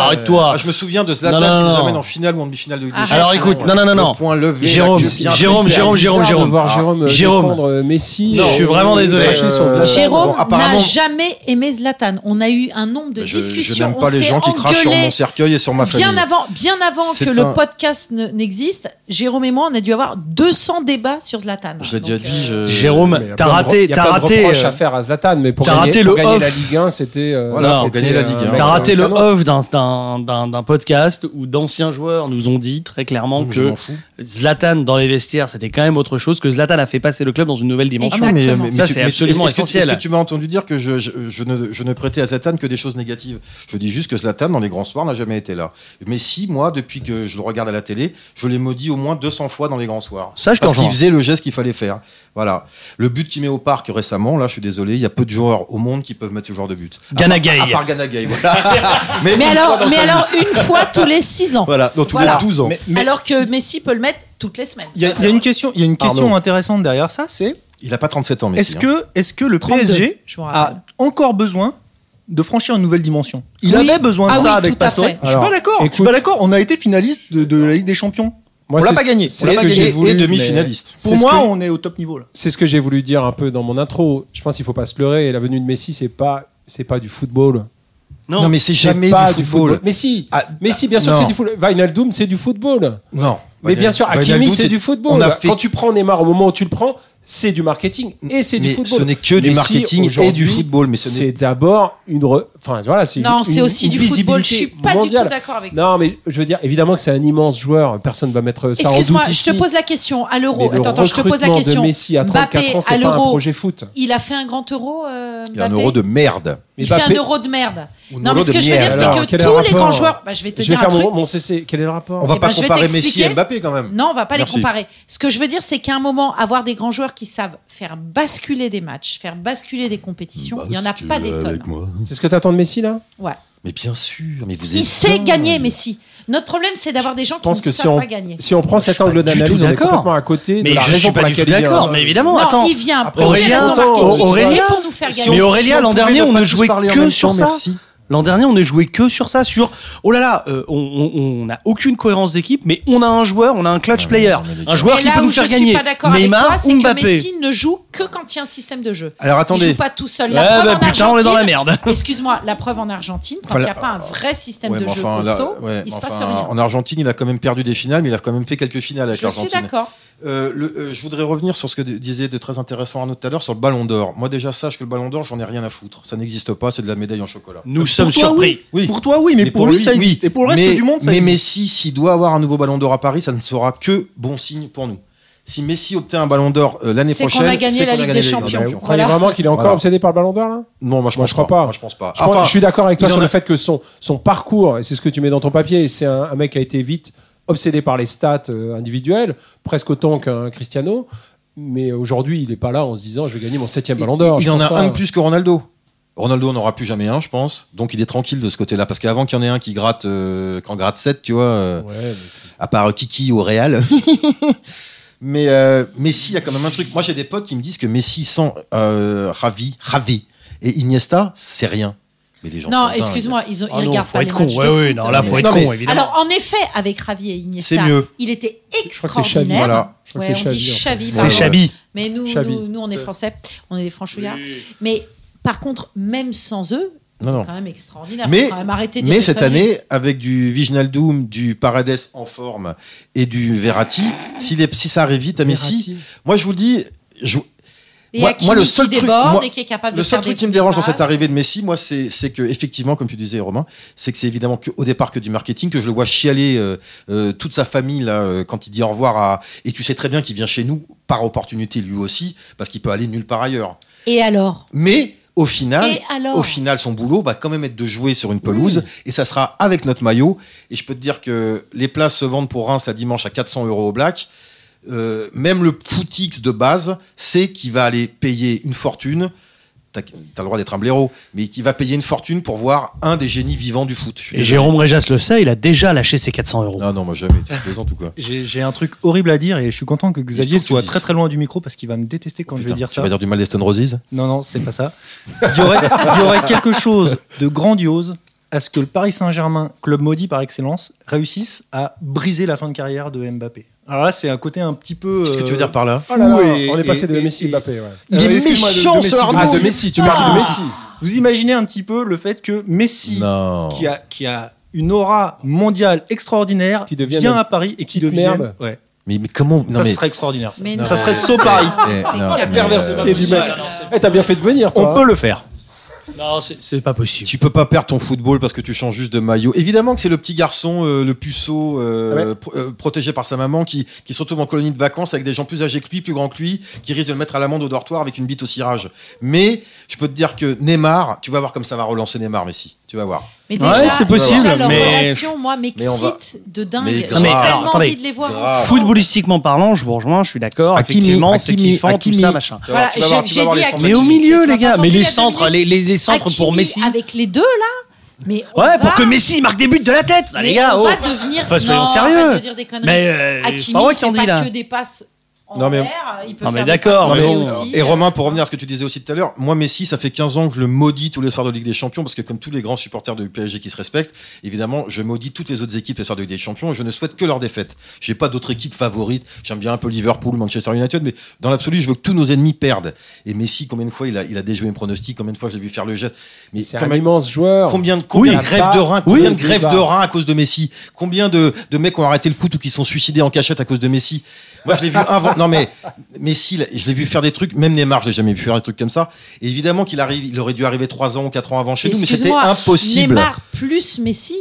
Speaker 6: arrête-toi.
Speaker 3: Ah, je me souviens de Zlatan
Speaker 6: Non, non,
Speaker 3: qui nous
Speaker 6: non.
Speaker 3: amène en finale ou en demi-finale de Ligue des
Speaker 4: Arrête.
Speaker 3: Champions.
Speaker 6: Alors écoute, non non non non.
Speaker 3: Le point levé,
Speaker 6: Jérôme,
Speaker 3: la queue bien
Speaker 6: Jérôme,
Speaker 3: baissée.
Speaker 6: Jérôme,
Speaker 2: C'est bizarre
Speaker 6: Jérôme,
Speaker 2: de
Speaker 6: Jérôme. Ah,
Speaker 2: voir Jérôme, euh,
Speaker 6: Jérôme.
Speaker 2: défendre euh, Messi.
Speaker 6: Non, je suis vraiment désolé.
Speaker 2: Cracher sur
Speaker 3: Euh,
Speaker 2: Zlatan.
Speaker 4: Jérôme
Speaker 3: Bon, apparemment-
Speaker 4: n'a jamais aimé Zlatan. On a eu un nombre de
Speaker 3: Je,
Speaker 4: discussions.
Speaker 3: je n'aime
Speaker 4: on
Speaker 3: pas les
Speaker 4: s'est
Speaker 3: gens qui crachent sur
Speaker 4: engueulés
Speaker 3: mon cercueil et sur ma famille.
Speaker 4: Bien avant, bien avant
Speaker 3: C'est
Speaker 4: que le
Speaker 3: un-
Speaker 4: podcast ne- n'existe, Jérôme et moi, on a dû avoir 200 débats sur Zlatan.
Speaker 3: Je l'ai
Speaker 4: Donc,
Speaker 3: déjà
Speaker 4: euh,
Speaker 3: dit. je-
Speaker 6: Jérôme,
Speaker 2: Mais il y a
Speaker 6: t'as
Speaker 2: plein de-
Speaker 6: raté,
Speaker 2: il y a
Speaker 6: t'as
Speaker 2: plein de
Speaker 6: raté,
Speaker 2: reproches
Speaker 6: euh,
Speaker 2: à faire à Zlatan, mais pour
Speaker 6: t'as
Speaker 2: gagner,
Speaker 6: raté
Speaker 2: pour
Speaker 6: le
Speaker 2: gagner la
Speaker 6: off.
Speaker 2: Ligue 1, c'était. euh,
Speaker 3: Voilà,
Speaker 2: c'était,
Speaker 3: pour gagner la
Speaker 2: euh,
Speaker 3: Ligue hein.
Speaker 2: un
Speaker 3: 1.
Speaker 2: mec
Speaker 6: T'as
Speaker 3: Ouais,
Speaker 6: raté le
Speaker 2: canon.
Speaker 6: off d'un- d'un d'un- d'un podcast où d'anciens joueurs nous ont dit très clairement
Speaker 3: Non, mais je
Speaker 6: que
Speaker 3: m'en fous.
Speaker 6: Zlatan dans les vestiaires, c'était quand même autre chose, que Zlatan a fait passer le club dans une nouvelle
Speaker 3: Ah
Speaker 6: dimension.
Speaker 3: non, mais-
Speaker 4: Exactement.
Speaker 3: mais- mais
Speaker 6: Ça,
Speaker 3: tu-
Speaker 6: c'est
Speaker 3: mais tu-
Speaker 6: absolument
Speaker 3: est-ce que-
Speaker 6: essentiel.
Speaker 3: Est-ce que tu m'as entendu dire que je, je, je ne, je ne prêtais à Zlatan que des choses négatives Je dis juste que Zlatan, dans les grands soirs, n'a jamais été là. Mais si, moi, depuis que je le regarde à la télé, je l'ai maudit au moins 200 fois dans les grands soirs.
Speaker 6: Ça, je te
Speaker 3: Parce qu'il
Speaker 6: rejoins.
Speaker 3: faisait le geste qu'il fallait faire. Voilà. Le but qu'il met au parc récemment, là, je suis désolé, il y a peu de joueurs au monde qui peuvent mettre ce genre de but. À
Speaker 6: Gana
Speaker 3: part-
Speaker 6: Gueye.
Speaker 3: Ah, À part Gana Gueye, voilà.
Speaker 4: euh, Mais
Speaker 3: une fois
Speaker 4: alors,
Speaker 3: dans
Speaker 4: mais
Speaker 3: sa vie.
Speaker 4: alors une fois tous les 6 ans.
Speaker 3: Voilà, dans tous
Speaker 4: Voilà.
Speaker 3: les 12 ans.
Speaker 5: Mais- mais-
Speaker 4: Alors que Messi peut le mettre toutes les semaines.
Speaker 5: Il y, a- il y a une question, il y a une question intéressante derrière ça, c'est
Speaker 3: Il n'a pas 37 ans, hein. mais
Speaker 5: est-ce que, est que le
Speaker 4: 32,
Speaker 5: PSG
Speaker 4: je me rappelle.
Speaker 5: a encore besoin de franchir une nouvelle dimension Il
Speaker 4: Oui.
Speaker 5: avait besoin de
Speaker 4: Ah
Speaker 5: ça
Speaker 4: oui,
Speaker 5: avec
Speaker 4: tout à
Speaker 5: Pastore.
Speaker 4: fait.
Speaker 5: Je suis pas
Speaker 2: Alors,
Speaker 5: d'accord. Je suis
Speaker 2: écoute.
Speaker 5: pas d'accord. On a été finaliste de, de la Ligue des Champions.
Speaker 2: Moi,
Speaker 5: on l'a
Speaker 2: c'est-
Speaker 5: pas gagné.
Speaker 2: c'est
Speaker 5: On l'a
Speaker 2: ce
Speaker 5: pas
Speaker 2: que
Speaker 5: gagné.
Speaker 2: j'ai
Speaker 3: et,
Speaker 2: voulu,
Speaker 3: et
Speaker 2: mais-
Speaker 3: demi-finaliste.
Speaker 2: C'est
Speaker 5: Pour
Speaker 2: ce
Speaker 5: moi,
Speaker 2: que-
Speaker 5: on est au top niveau là.
Speaker 2: C'est ce que j'ai voulu dire un peu dans mon intro. Je pense qu'il faut pas se leurrer. La venue de Messi, c'est pas c'est pas du football.
Speaker 3: Non, mais c'est jamais du
Speaker 2: pas
Speaker 3: football.
Speaker 2: Mais si,
Speaker 3: Ah,
Speaker 2: mais si, bien sûr, que
Speaker 3: non.
Speaker 2: c'est du football. Vinaldoom, c'est du football.
Speaker 3: Non.
Speaker 2: Mais bien sûr, Hakimi,
Speaker 3: Wijnaldum,
Speaker 2: c'est du football.
Speaker 3: On a fait
Speaker 2: Quand tu prends Neymar au moment où tu le prends, c'est du marketing et c'est du
Speaker 3: Mais
Speaker 2: football.
Speaker 3: ce n'est que du
Speaker 2: Messi,
Speaker 3: marketing et
Speaker 2: aujourd'hui,
Speaker 3: du football, mais ce n'est-
Speaker 2: c'est d'abord une, re- enfin voilà, c'est
Speaker 4: Non,
Speaker 2: une-
Speaker 4: c'est
Speaker 2: une-
Speaker 4: aussi
Speaker 2: une
Speaker 4: du football. Je
Speaker 2: visibilité
Speaker 4: suis pas
Speaker 2: mondiale.
Speaker 4: du tout d'accord avec toi.
Speaker 2: Non, mais je veux dire, évidemment que c'est un immense joueur. Personne va mettre ça en doute
Speaker 4: Excuse-moi, je
Speaker 2: ici.
Speaker 4: te pose la question à l'euro.
Speaker 2: Mais le
Speaker 4: Attends, attends, je te pose la
Speaker 2: recrutement
Speaker 4: question.
Speaker 2: de Messi à 34
Speaker 4: Mbappé,
Speaker 2: ans,
Speaker 4: à
Speaker 2: c'est pas un
Speaker 4: l'euro,
Speaker 2: projet foot.
Speaker 4: il a fait un grand euro. euh,
Speaker 3: Il y a un
Speaker 4: Mbappé
Speaker 3: euro de merde.
Speaker 4: Il
Speaker 2: Mbappé-
Speaker 4: fait un euro de merde.
Speaker 3: Ou un
Speaker 4: Non,
Speaker 3: euro
Speaker 4: mais ce
Speaker 3: de
Speaker 4: que je veux
Speaker 3: miel.
Speaker 4: dire, c'est
Speaker 2: Eh, Alors,
Speaker 4: que
Speaker 2: quel est
Speaker 4: tous
Speaker 2: le
Speaker 4: les
Speaker 2: rapport
Speaker 4: grands joueurs. Bah, je vais te
Speaker 2: Je vais
Speaker 4: dire un
Speaker 2: faire
Speaker 4: truc.
Speaker 2: mon, mon CC. Quel est le rapport
Speaker 3: On va
Speaker 4: Eh
Speaker 3: pas
Speaker 4: ben, je vais
Speaker 3: comparer Messi
Speaker 4: t'expliquer.
Speaker 3: et Mbappé quand même.
Speaker 4: Non, on va pas
Speaker 3: Merci.
Speaker 4: les comparer. Ce que je veux dire, c'est qu'à un moment, avoir des grands joueurs qui savent faire basculer des matchs, faire basculer des compétitions, il y en a pas des tonnes.
Speaker 2: C'est ce que t'attends de Messi là
Speaker 4: Ouais.
Speaker 3: Mais bien sûr, mais vous
Speaker 4: Il
Speaker 3: êtes
Speaker 4: sait
Speaker 3: dingue.
Speaker 4: gagner, Messi. Notre problème, c'est d'avoir des gens qui ne
Speaker 2: pense que
Speaker 4: savent
Speaker 2: si on,
Speaker 4: pas gagner.
Speaker 2: si on prend cet
Speaker 6: pas
Speaker 2: angle
Speaker 6: du tout
Speaker 2: d'analyse, on est
Speaker 6: d'accord.
Speaker 2: complètement à côté de
Speaker 6: Mais
Speaker 2: la
Speaker 6: je
Speaker 2: raison
Speaker 6: suis
Speaker 2: pour
Speaker 6: pas du tout
Speaker 2: laquelle il est
Speaker 6: d'accord.
Speaker 2: un-
Speaker 6: Mais évidemment,
Speaker 4: Non,
Speaker 6: attends.
Speaker 4: il vient
Speaker 2: Après,
Speaker 4: pour des
Speaker 6: Aurélien,
Speaker 4: raisons
Speaker 2: attends,
Speaker 4: marketing,
Speaker 6: Aurélien,
Speaker 4: mais pour nous faire
Speaker 6: si
Speaker 4: gagner.
Speaker 6: Mais
Speaker 3: on-
Speaker 6: Aurélien,
Speaker 3: on
Speaker 6: l'an
Speaker 3: pouvait
Speaker 6: dernier,
Speaker 3: ne
Speaker 6: on
Speaker 3: pas
Speaker 6: ne
Speaker 3: tous
Speaker 6: jouait
Speaker 3: parler en
Speaker 6: que
Speaker 3: même
Speaker 6: sur
Speaker 3: temps,
Speaker 6: ça.
Speaker 3: merci.
Speaker 6: L'an dernier, on est joué que sur ça, sur oh là là, euh, on- on on n'a aucune cohérence d'équipe, mais on a un joueur, on a un clutch player,
Speaker 3: mais les gars.
Speaker 6: un joueur
Speaker 4: Et
Speaker 6: qui
Speaker 4: là
Speaker 6: peut
Speaker 4: où
Speaker 6: nous
Speaker 4: je
Speaker 6: faire
Speaker 4: suis
Speaker 6: gagner.
Speaker 4: pas d'accord avec toi,
Speaker 6: Neymar
Speaker 4: c'est
Speaker 6: ou
Speaker 4: que
Speaker 6: Mbappé.
Speaker 4: Messi ne joue que quand il y a un système de jeu.
Speaker 3: Alors
Speaker 4: Il
Speaker 3: attendez.
Speaker 4: joue pas tout seul.
Speaker 6: Ouais,
Speaker 4: La preuve
Speaker 6: bah
Speaker 4: en
Speaker 6: putain, on est dans la
Speaker 4: Argentine-
Speaker 6: merde.
Speaker 4: Excuse-moi, la preuve en Argentine, quand
Speaker 3: Enfin,
Speaker 4: il n'y a
Speaker 3: la-
Speaker 4: pas un vrai système
Speaker 3: Ouais,
Speaker 4: de
Speaker 3: mais
Speaker 4: jeu
Speaker 3: enfin, là,
Speaker 4: costaud,
Speaker 3: ouais,
Speaker 4: il se
Speaker 3: mais
Speaker 4: passe
Speaker 3: enfin,
Speaker 4: rien.
Speaker 3: En Argentine, il a quand même perdu des finales, mais il a quand même fait quelques finales avec
Speaker 4: Je suis
Speaker 3: l'Argentine.
Speaker 4: d'accord.
Speaker 3: Euh, le- euh, je voudrais revenir sur ce que d- disait de très intéressant Arnaud tout à l'heure sur le Ballon d'Or. Moi déjà sache que le Ballon d'Or, j'en ai rien à foutre. Ça n'existe pas, c'est de la médaille en chocolat.
Speaker 6: Nous
Speaker 5: Pour
Speaker 6: sommes
Speaker 5: toi,
Speaker 6: surpris.
Speaker 3: Oui.
Speaker 5: Pour toi, oui, mais, pour, lui, ça existe.
Speaker 3: oui.
Speaker 5: Et pour le reste
Speaker 3: Mais-
Speaker 5: du monde, ça
Speaker 3: Mais
Speaker 5: existe.
Speaker 3: Messi, s'il doit avoir un nouveau Ballon d'Or à Paris, ça ne sera que bon signe pour nous. Si Messi obtient un Ballon d'Or euh, l'année
Speaker 4: C'est qu'on
Speaker 3: prochaine,
Speaker 4: a gagné
Speaker 3: c'est
Speaker 4: la
Speaker 3: qu'on a
Speaker 4: Ligue
Speaker 3: gagné
Speaker 4: des
Speaker 3: la
Speaker 2: Vous
Speaker 4: Champions.
Speaker 2: Bah croyez
Speaker 4: Voilà.
Speaker 2: vraiment qu'il est encore
Speaker 3: Voilà.
Speaker 2: obsédé par le Ballon d'Or là
Speaker 3: Non, moi je,
Speaker 2: Moi,
Speaker 3: pense
Speaker 2: je crois pas.
Speaker 3: Moi, je pense pas.
Speaker 2: je, pense-
Speaker 3: Enfin,
Speaker 2: je suis d'accord avec toi
Speaker 3: il
Speaker 2: sur
Speaker 3: en
Speaker 2: le
Speaker 3: a-
Speaker 2: fait que son, son parcours, et c'est ce que tu mets dans ton papier, et c'est un, un mec qui a été vite obsédé par les stats euh, individuelles, presque autant qu'un Cristiano. Mais aujourd'hui, il n'est pas là en se disant je vais gagner mon septième ballon d'or.
Speaker 3: Il, il
Speaker 2: Je
Speaker 3: en
Speaker 2: pense
Speaker 3: a
Speaker 2: pas.
Speaker 3: un de plus que Ronaldo. Ronaldo n'en aura plus jamais un, je pense. Donc il est tranquille de ce côté-là. Parce qu'avant qu'il y en ait un qui gratte, euh, qu'en gratte 7, tu vois, euh,
Speaker 2: Ouais, mais-
Speaker 3: à part euh, Kiki au Real. mais euh, Messi, il y a quand même un truc. Moi, j'ai des potes qui me disent que Messi sans euh, Ravi, Ravi et Iniesta, c'est rien. Mais les gens sont
Speaker 4: Non,
Speaker 3: dingues.
Speaker 4: excuse-moi, ils, ont, ils
Speaker 6: Ah non,
Speaker 4: regardent
Speaker 6: faut
Speaker 4: pas
Speaker 6: être
Speaker 4: les
Speaker 6: con.
Speaker 4: matchs
Speaker 6: Ouais,
Speaker 4: de
Speaker 6: ouais,
Speaker 4: foot.
Speaker 6: non, là, faut
Speaker 3: Mais-
Speaker 6: être
Speaker 3: non,
Speaker 6: con,
Speaker 3: mais-
Speaker 6: évidemment.
Speaker 4: Alors, en effet, avec Ravi et Iniesta,
Speaker 3: C'est mieux.
Speaker 4: il était
Speaker 2: crois que c'est Xavi,
Speaker 4: extraordinaire.
Speaker 3: Voilà.
Speaker 2: Je crois que
Speaker 4: Ouais,
Speaker 2: c'est
Speaker 4: on dit
Speaker 2: Xavi, en fait.
Speaker 4: Xavi,
Speaker 3: C'est
Speaker 6: C'est
Speaker 4: pardon.
Speaker 3: Xavi.
Speaker 6: Chabi.
Speaker 4: Mais nous,
Speaker 2: Xavi.
Speaker 4: nous, nous, on est français, on est des franchouillards. Mais par contre, même sans eux,
Speaker 3: Non, non.
Speaker 4: c'est quand même extraordinaire.
Speaker 3: Mais-
Speaker 4: Faut quand même arrêter de dire
Speaker 3: Mais
Speaker 4: que
Speaker 3: cette
Speaker 4: Fabi-
Speaker 3: année, avec du Viginaldoum, du Paredes en forme et du Verratti, si, les- si ça arrive vite à Messi,
Speaker 2: Verratti.
Speaker 3: moi je vous le dis, je,
Speaker 4: Et
Speaker 3: Moi-
Speaker 4: Hakimi
Speaker 3: moi, le seul
Speaker 4: qui
Speaker 3: truc-
Speaker 4: déborde
Speaker 3: moi,
Speaker 4: et qui est capable
Speaker 3: Le
Speaker 4: de
Speaker 3: seul
Speaker 4: faire
Speaker 3: truc
Speaker 4: des
Speaker 3: qui me dérange dans
Speaker 4: passes.
Speaker 3: cette arrivée de Messi, moi, c'est c'est que effectivement, comme tu disais, Romain, c'est que c'est évidemment que au départ que du marketing, que je le vois chialer euh, euh, toute sa famille là euh, quand il dit au revoir à. Et tu sais très bien qu'il vient chez nous par opportunité lui aussi, parce qu'il peut aller nulle part ailleurs.
Speaker 4: Et alors
Speaker 3: Mais au final,
Speaker 4: Et alors
Speaker 3: au final, son boulot va quand même être de jouer sur une pelouse, et ça sera avec notre maillot. Et je peux te dire que les places se vendent pour Reims à dimanche à 400 euros au black. Euh, même le Poutix de base sait qu'il va aller payer une fortune t'as t'as le droit d'être un blaireau, mais qui va payer une fortune pour voir un des génies vivants du foot. Je suis
Speaker 6: Et
Speaker 3: désolé.
Speaker 6: Jérôme Réjas le sait, il a déjà lâché ses 400 euros.
Speaker 3: Non, non, moi jamais. Tu plaisantes ou quoi
Speaker 5: J'ai j'ai un truc horrible à dire et je suis content que Xavier
Speaker 3: faut que tu
Speaker 5: soit
Speaker 3: dises. Oh,
Speaker 5: très très loin du micro parce qu'il va me détester quand je vais
Speaker 3: Putain,
Speaker 5: dire
Speaker 3: tu
Speaker 5: ça. Euh,
Speaker 3: vas dire du mal des Stone Roses
Speaker 5: Non, non, c'est pas ça. Il y, aurait, il y aurait quelque chose de grandiose à ce que le Paris Saint-Germain, club maudit par excellence, réussisse à briser la fin de carrière de Mbappé. Alors là, c'est un côté un petit peu.
Speaker 3: Qu'est-ce que tu veux
Speaker 5: euh,
Speaker 3: dire par là
Speaker 2: Oh là là,
Speaker 5: fou et-
Speaker 2: on est passé de
Speaker 5: et-
Speaker 2: Messi à
Speaker 5: et-
Speaker 2: Mbappé. Ouais.
Speaker 5: Il est excuse-moi, de- méchant, de ce Messi. Arnaud.
Speaker 2: Ah,
Speaker 5: de
Speaker 2: Messi, tu
Speaker 4: parles de
Speaker 2: Messi.
Speaker 5: Vous imaginez un petit peu le fait que Messi,
Speaker 3: Non.
Speaker 5: qui, a, qui a une aura mondiale extraordinaire,
Speaker 2: Qui devienne
Speaker 5: vient
Speaker 2: une
Speaker 5: à Paris et qui
Speaker 2: petite
Speaker 5: devient.
Speaker 2: merde.
Speaker 5: Ouais.
Speaker 3: Mais, mais comment Non,
Speaker 5: ça
Speaker 3: mais.
Speaker 5: serait extraordinaire. Ça,
Speaker 4: Mais
Speaker 5: Ça
Speaker 4: non.
Speaker 5: serait saut Paris.
Speaker 3: Eh,
Speaker 4: C'est
Speaker 3: non,
Speaker 4: qui a
Speaker 3: mais,
Speaker 2: Perversité
Speaker 3: euh,
Speaker 2: du mec. Eh, t'as bien fait de venir, toi.
Speaker 5: On peut le faire.
Speaker 6: Non, c'est c'est pas possible.
Speaker 3: Tu peux pas perdre ton football parce que tu changes juste de maillot. Évidemment que c'est le petit garçon, euh, le puceau,
Speaker 6: Ah
Speaker 3: euh, pro- euh, protégé par sa maman, qui, qui se retrouve en colonie de vacances avec des gens plus âgés que lui, plus grands que lui, qui risquent de le mettre à l'amende au dortoir avec une bite au cirage. Mais je peux te dire que Neymar, tu vas voir comme ça va relancer Neymar, Messi. Tu vas voir.
Speaker 4: Mais
Speaker 6: Ouais,
Speaker 4: déjà,
Speaker 6: c'est possible,
Speaker 4: déjà, leur
Speaker 6: mais-
Speaker 4: relation, moi,
Speaker 3: Mais on va-
Speaker 4: m'excite de dingue.
Speaker 3: Mais
Speaker 4: J'ai
Speaker 3: grave.
Speaker 4: tellement
Speaker 3: Mais
Speaker 6: alors, attendez.
Speaker 4: envie de les voir.
Speaker 3: Grave.
Speaker 4: ensemble.
Speaker 6: Footballistiquement parlant, je vous rejoins, je suis d'accord.
Speaker 3: Hakimi,
Speaker 6: Effectivement, c'est
Speaker 3: Hakimi,
Speaker 6: kiffant, tout
Speaker 3: Hakimi.
Speaker 6: ça, machin.
Speaker 3: Tu vas voir,
Speaker 4: Voilà,
Speaker 3: tu vas voir,
Speaker 4: Ah, j'ai-
Speaker 3: tu vas
Speaker 4: j'ai
Speaker 3: voir
Speaker 4: dit
Speaker 3: les
Speaker 4: à
Speaker 3: centres
Speaker 4: Hakimi.
Speaker 6: Mais
Speaker 3: qui-
Speaker 6: au milieu,
Speaker 4: Tu
Speaker 6: les
Speaker 4: l'as
Speaker 6: gars,
Speaker 4: pas
Speaker 6: mais
Speaker 4: entendu,
Speaker 6: les
Speaker 4: la
Speaker 6: centres, les,
Speaker 4: Dominique
Speaker 6: les, les centres pour
Speaker 4: Hakimi
Speaker 6: Messi.
Speaker 4: Avec les deux, là. Mais on
Speaker 6: Ouais,
Speaker 4: va-
Speaker 6: pour que Messi marque des buts de la tête, là,
Speaker 4: mais
Speaker 6: les gars.
Speaker 4: on
Speaker 6: oh.
Speaker 4: va devenir.
Speaker 6: Enfin, soyons
Speaker 4: non,
Speaker 6: sérieux.
Speaker 4: arrête de dire des conneries.
Speaker 6: Mais euh,
Speaker 4: Hakimi,
Speaker 6: pas moi
Speaker 4: il
Speaker 6: qui en
Speaker 4: fait
Speaker 6: dis
Speaker 4: pas
Speaker 6: là.
Speaker 4: que des passes en
Speaker 3: Non, mais-
Speaker 4: l'air. Il peut
Speaker 6: Non, mais
Speaker 4: faire des
Speaker 6: d'accord,
Speaker 4: passes
Speaker 3: mais
Speaker 4: en
Speaker 3: on-
Speaker 4: l'air aussi. euh,
Speaker 3: Et Romain, pour revenir à ce que tu disais aussi tout à l'heure, moi Messi, ça fait 15 ans que je le maudis tous les soirs de Ligue des Champions, parce que comme tous les grands supporters du PSG qui se respectent, évidemment, je maudis toutes les autres équipes les soirs de Ligue des Champions, et je ne souhaite que leur défaite. J'ai pas d'autres équipes favorites, j'aime bien un peu Liverpool, Manchester United, mais dans l'absolu, je veux que tous nos ennemis perdent. Et Messi, combien de fois il a, il a déjoué mes pronostics, combien de fois je l'ai vu faire le geste, mais
Speaker 2: C'est
Speaker 3: quand
Speaker 2: un
Speaker 3: même-
Speaker 2: immense joueur.
Speaker 3: Combien de, combien
Speaker 2: Oui.
Speaker 3: de grèves de reins,
Speaker 2: Oui.
Speaker 3: combien de
Speaker 2: Oui.
Speaker 3: grèves de reins à cause de Messi, combien de, de mecs ont arrêté le foot ou qui sont suicidés en cachette à cause de Messi. Moi, je l'ai vu avant. Non mais Messi, là, je l'ai vu faire des trucs. Même Neymar, j'ai jamais vu faire des trucs comme ça. Et évidemment qu'il arrive, il aurait dû arriver trois ans ou quatre ans avant chez nous, mais c'était
Speaker 4: Excuse-moi,
Speaker 3: impossible.
Speaker 4: Neymar plus Messi.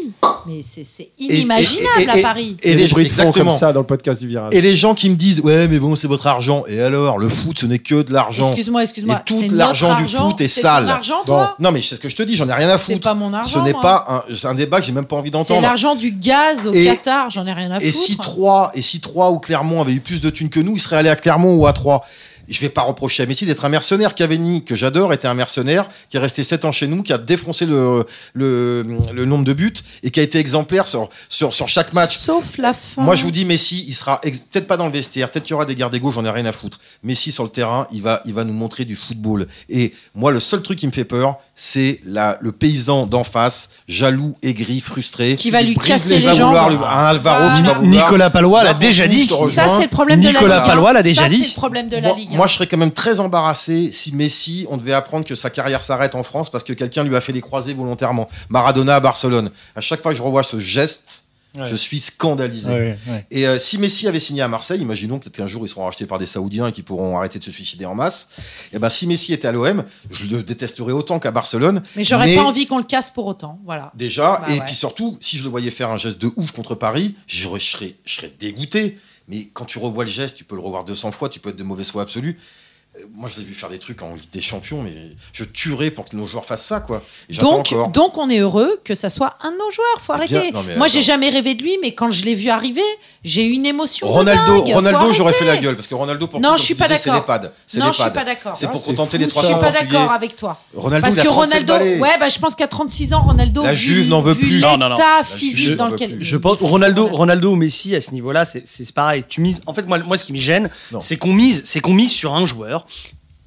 Speaker 4: Mais c'est- c'est
Speaker 3: Et- et-
Speaker 4: inimaginable
Speaker 3: et- et-
Speaker 4: à Paris.
Speaker 3: Et,
Speaker 2: Et
Speaker 3: les
Speaker 2: les bruits de fond comme
Speaker 3: exactement.
Speaker 2: ça dans le podcast du virage.
Speaker 3: Et les gens qui me disent ouais mais bon c'est votre argent. Et alors le foot ce n'est que de l'argent.
Speaker 4: Excuse-moi, excuse-moi.
Speaker 3: Et tout
Speaker 4: c'est notre
Speaker 3: l'argent du
Speaker 4: argent,
Speaker 3: foot est
Speaker 4: c'est
Speaker 3: sale.
Speaker 4: ton argent, toi
Speaker 3: Non mais c'est ce que je te dis, j'en ai rien à
Speaker 4: C'est
Speaker 3: foutre.
Speaker 4: pas mon argent.
Speaker 3: Ce n'est
Speaker 4: moi.
Speaker 3: pas un, c'est un débat que j'ai même pas envie
Speaker 4: C'est
Speaker 3: d'entendre.
Speaker 4: l'argent du gaz au
Speaker 3: Et-
Speaker 4: Qatar, j'en ai rien à foutre.
Speaker 3: Et si Troyes, et si Troyes ou Clermont avaient eu plus de thunes que nous, ils seraient allés à Clermont ou à Troyes. Je vais pas reprocher à Messi d'être un mercenaire. Cavani, que j'adore, était un mercenaire qui est resté 7 ans chez nous, qui a défoncé le, le, le nombre de buts et qui a été exemplaire sur, sur, sur chaque match.
Speaker 4: Sauf la fin.
Speaker 3: Moi, je vous dis, Messi, il sera ex- peut-être pas dans le vestiaire, peut-être qu'il y aura des gardes égaux, j'en ai rien à foutre. Messi sur le terrain, il va, il va nous montrer du football. Et moi, le seul truc qui me fait peur, c'est la, le paysan d'en face, jaloux, aigri, frustré,
Speaker 4: Qui va lui
Speaker 3: brise
Speaker 4: casser
Speaker 3: va
Speaker 4: les jambes. Ah.
Speaker 3: vouloir lui- un Alvaro qui va
Speaker 4: Voilà.
Speaker 3: vouloir.
Speaker 6: Nicolas Palois l'a
Speaker 3: N'importe
Speaker 6: déjà
Speaker 3: où
Speaker 6: dit.
Speaker 3: se rejoint.
Speaker 4: Ça, c'est le problème de la
Speaker 6: Nicolas
Speaker 4: Ligue. hein.
Speaker 6: Palois l'a déjà
Speaker 4: Ça,
Speaker 6: dit.
Speaker 4: C'est le problème de la
Speaker 3: Moi,
Speaker 4: Ligue.
Speaker 3: moi,
Speaker 4: hein.
Speaker 3: je serais quand même très embarrassé si Messi, on devait apprendre que sa carrière s'arrête en France parce que quelqu'un lui a fait les croisés volontairement. Maradona à Barcelone. À chaque fois que je revois ce geste,
Speaker 5: Ouais.
Speaker 3: je suis scandalisé.
Speaker 5: Ouais, ouais.
Speaker 3: Et euh, si Messi avait signé à Marseille, imaginons peut-être qu'un jour ils seront rachetés par des Saoudiens et qu'ils pourront arrêter de se suicider en masse. Et ben si Messi était à l'OM, je le détesterais autant qu'à Barcelone.
Speaker 4: Mais j'aurais
Speaker 3: mais-
Speaker 4: pas envie qu'on le casse pour autant. Voilà.
Speaker 3: Déjà,
Speaker 4: Bah
Speaker 3: et
Speaker 4: ouais.
Speaker 3: puis surtout, si je le voyais faire un geste de ouf contre Paris, j'aurais- je serais, je serais dégoûté. Mais quand tu revois le geste, tu peux le revoir 200 fois, tu peux être de mauvaise foi absolue. Euh, Moi, je l'ai vu faire des trucs en Ligue des Champions, mais je tuerais pour que nos joueurs fassent ça, quoi. Et j'attends
Speaker 4: Donc,
Speaker 3: encore.
Speaker 4: donc, on est heureux que ça soit un de nos joueurs. Faut
Speaker 3: Eh bien,
Speaker 4: arrêter.
Speaker 3: non, mais
Speaker 4: Moi,
Speaker 3: attends.
Speaker 4: j'ai jamais rêvé de lui, mais quand je l'ai vu arriver, j'ai eu une émotion. de
Speaker 3: Ronaldo,
Speaker 4: dingue. Faut
Speaker 3: Ronaldo, j'aurais fait
Speaker 4: arrêter.
Speaker 3: la gueule parce que Ronaldo, pour
Speaker 4: Non,
Speaker 3: comme
Speaker 4: je suis
Speaker 3: tu
Speaker 4: pas
Speaker 3: disais, c'est
Speaker 4: d'accord.
Speaker 3: l'EHPAD. C'est
Speaker 4: Non, je suis
Speaker 3: l'EHPAD.
Speaker 4: pas d'accord.
Speaker 3: C'est
Speaker 2: Ah,
Speaker 3: pour
Speaker 2: c'est
Speaker 3: contenter
Speaker 2: fou,
Speaker 3: les
Speaker 2: ça.
Speaker 4: Je
Speaker 3: 300
Speaker 4: suis pas
Speaker 3: Portugais.
Speaker 4: d'accord avec toi.
Speaker 3: Ronaldo,
Speaker 4: Parce
Speaker 3: il a
Speaker 4: que
Speaker 3: 37
Speaker 4: Ronaldo,
Speaker 3: balais.
Speaker 4: ouais, bah, je pense qu'à 36 ans, Ronaldo,
Speaker 3: La
Speaker 4: vu-
Speaker 3: Juve n'en veut
Speaker 4: vu
Speaker 3: plus.
Speaker 6: Non, non, non.
Speaker 4: l'état
Speaker 3: La Juve
Speaker 4: physique
Speaker 3: n'en
Speaker 4: dans
Speaker 3: veut
Speaker 4: lequel.
Speaker 3: plus.
Speaker 4: il
Speaker 6: Je
Speaker 4: est
Speaker 6: pense
Speaker 4: fou,
Speaker 6: Ronaldo, Ronaldo ou Messi à ce niveau-là, c'est c'est pareil. Tu mises. En fait, moi, moi, ce qui me gêne,
Speaker 3: Non.
Speaker 6: c'est qu'on mise, c'est qu'on mise sur un joueur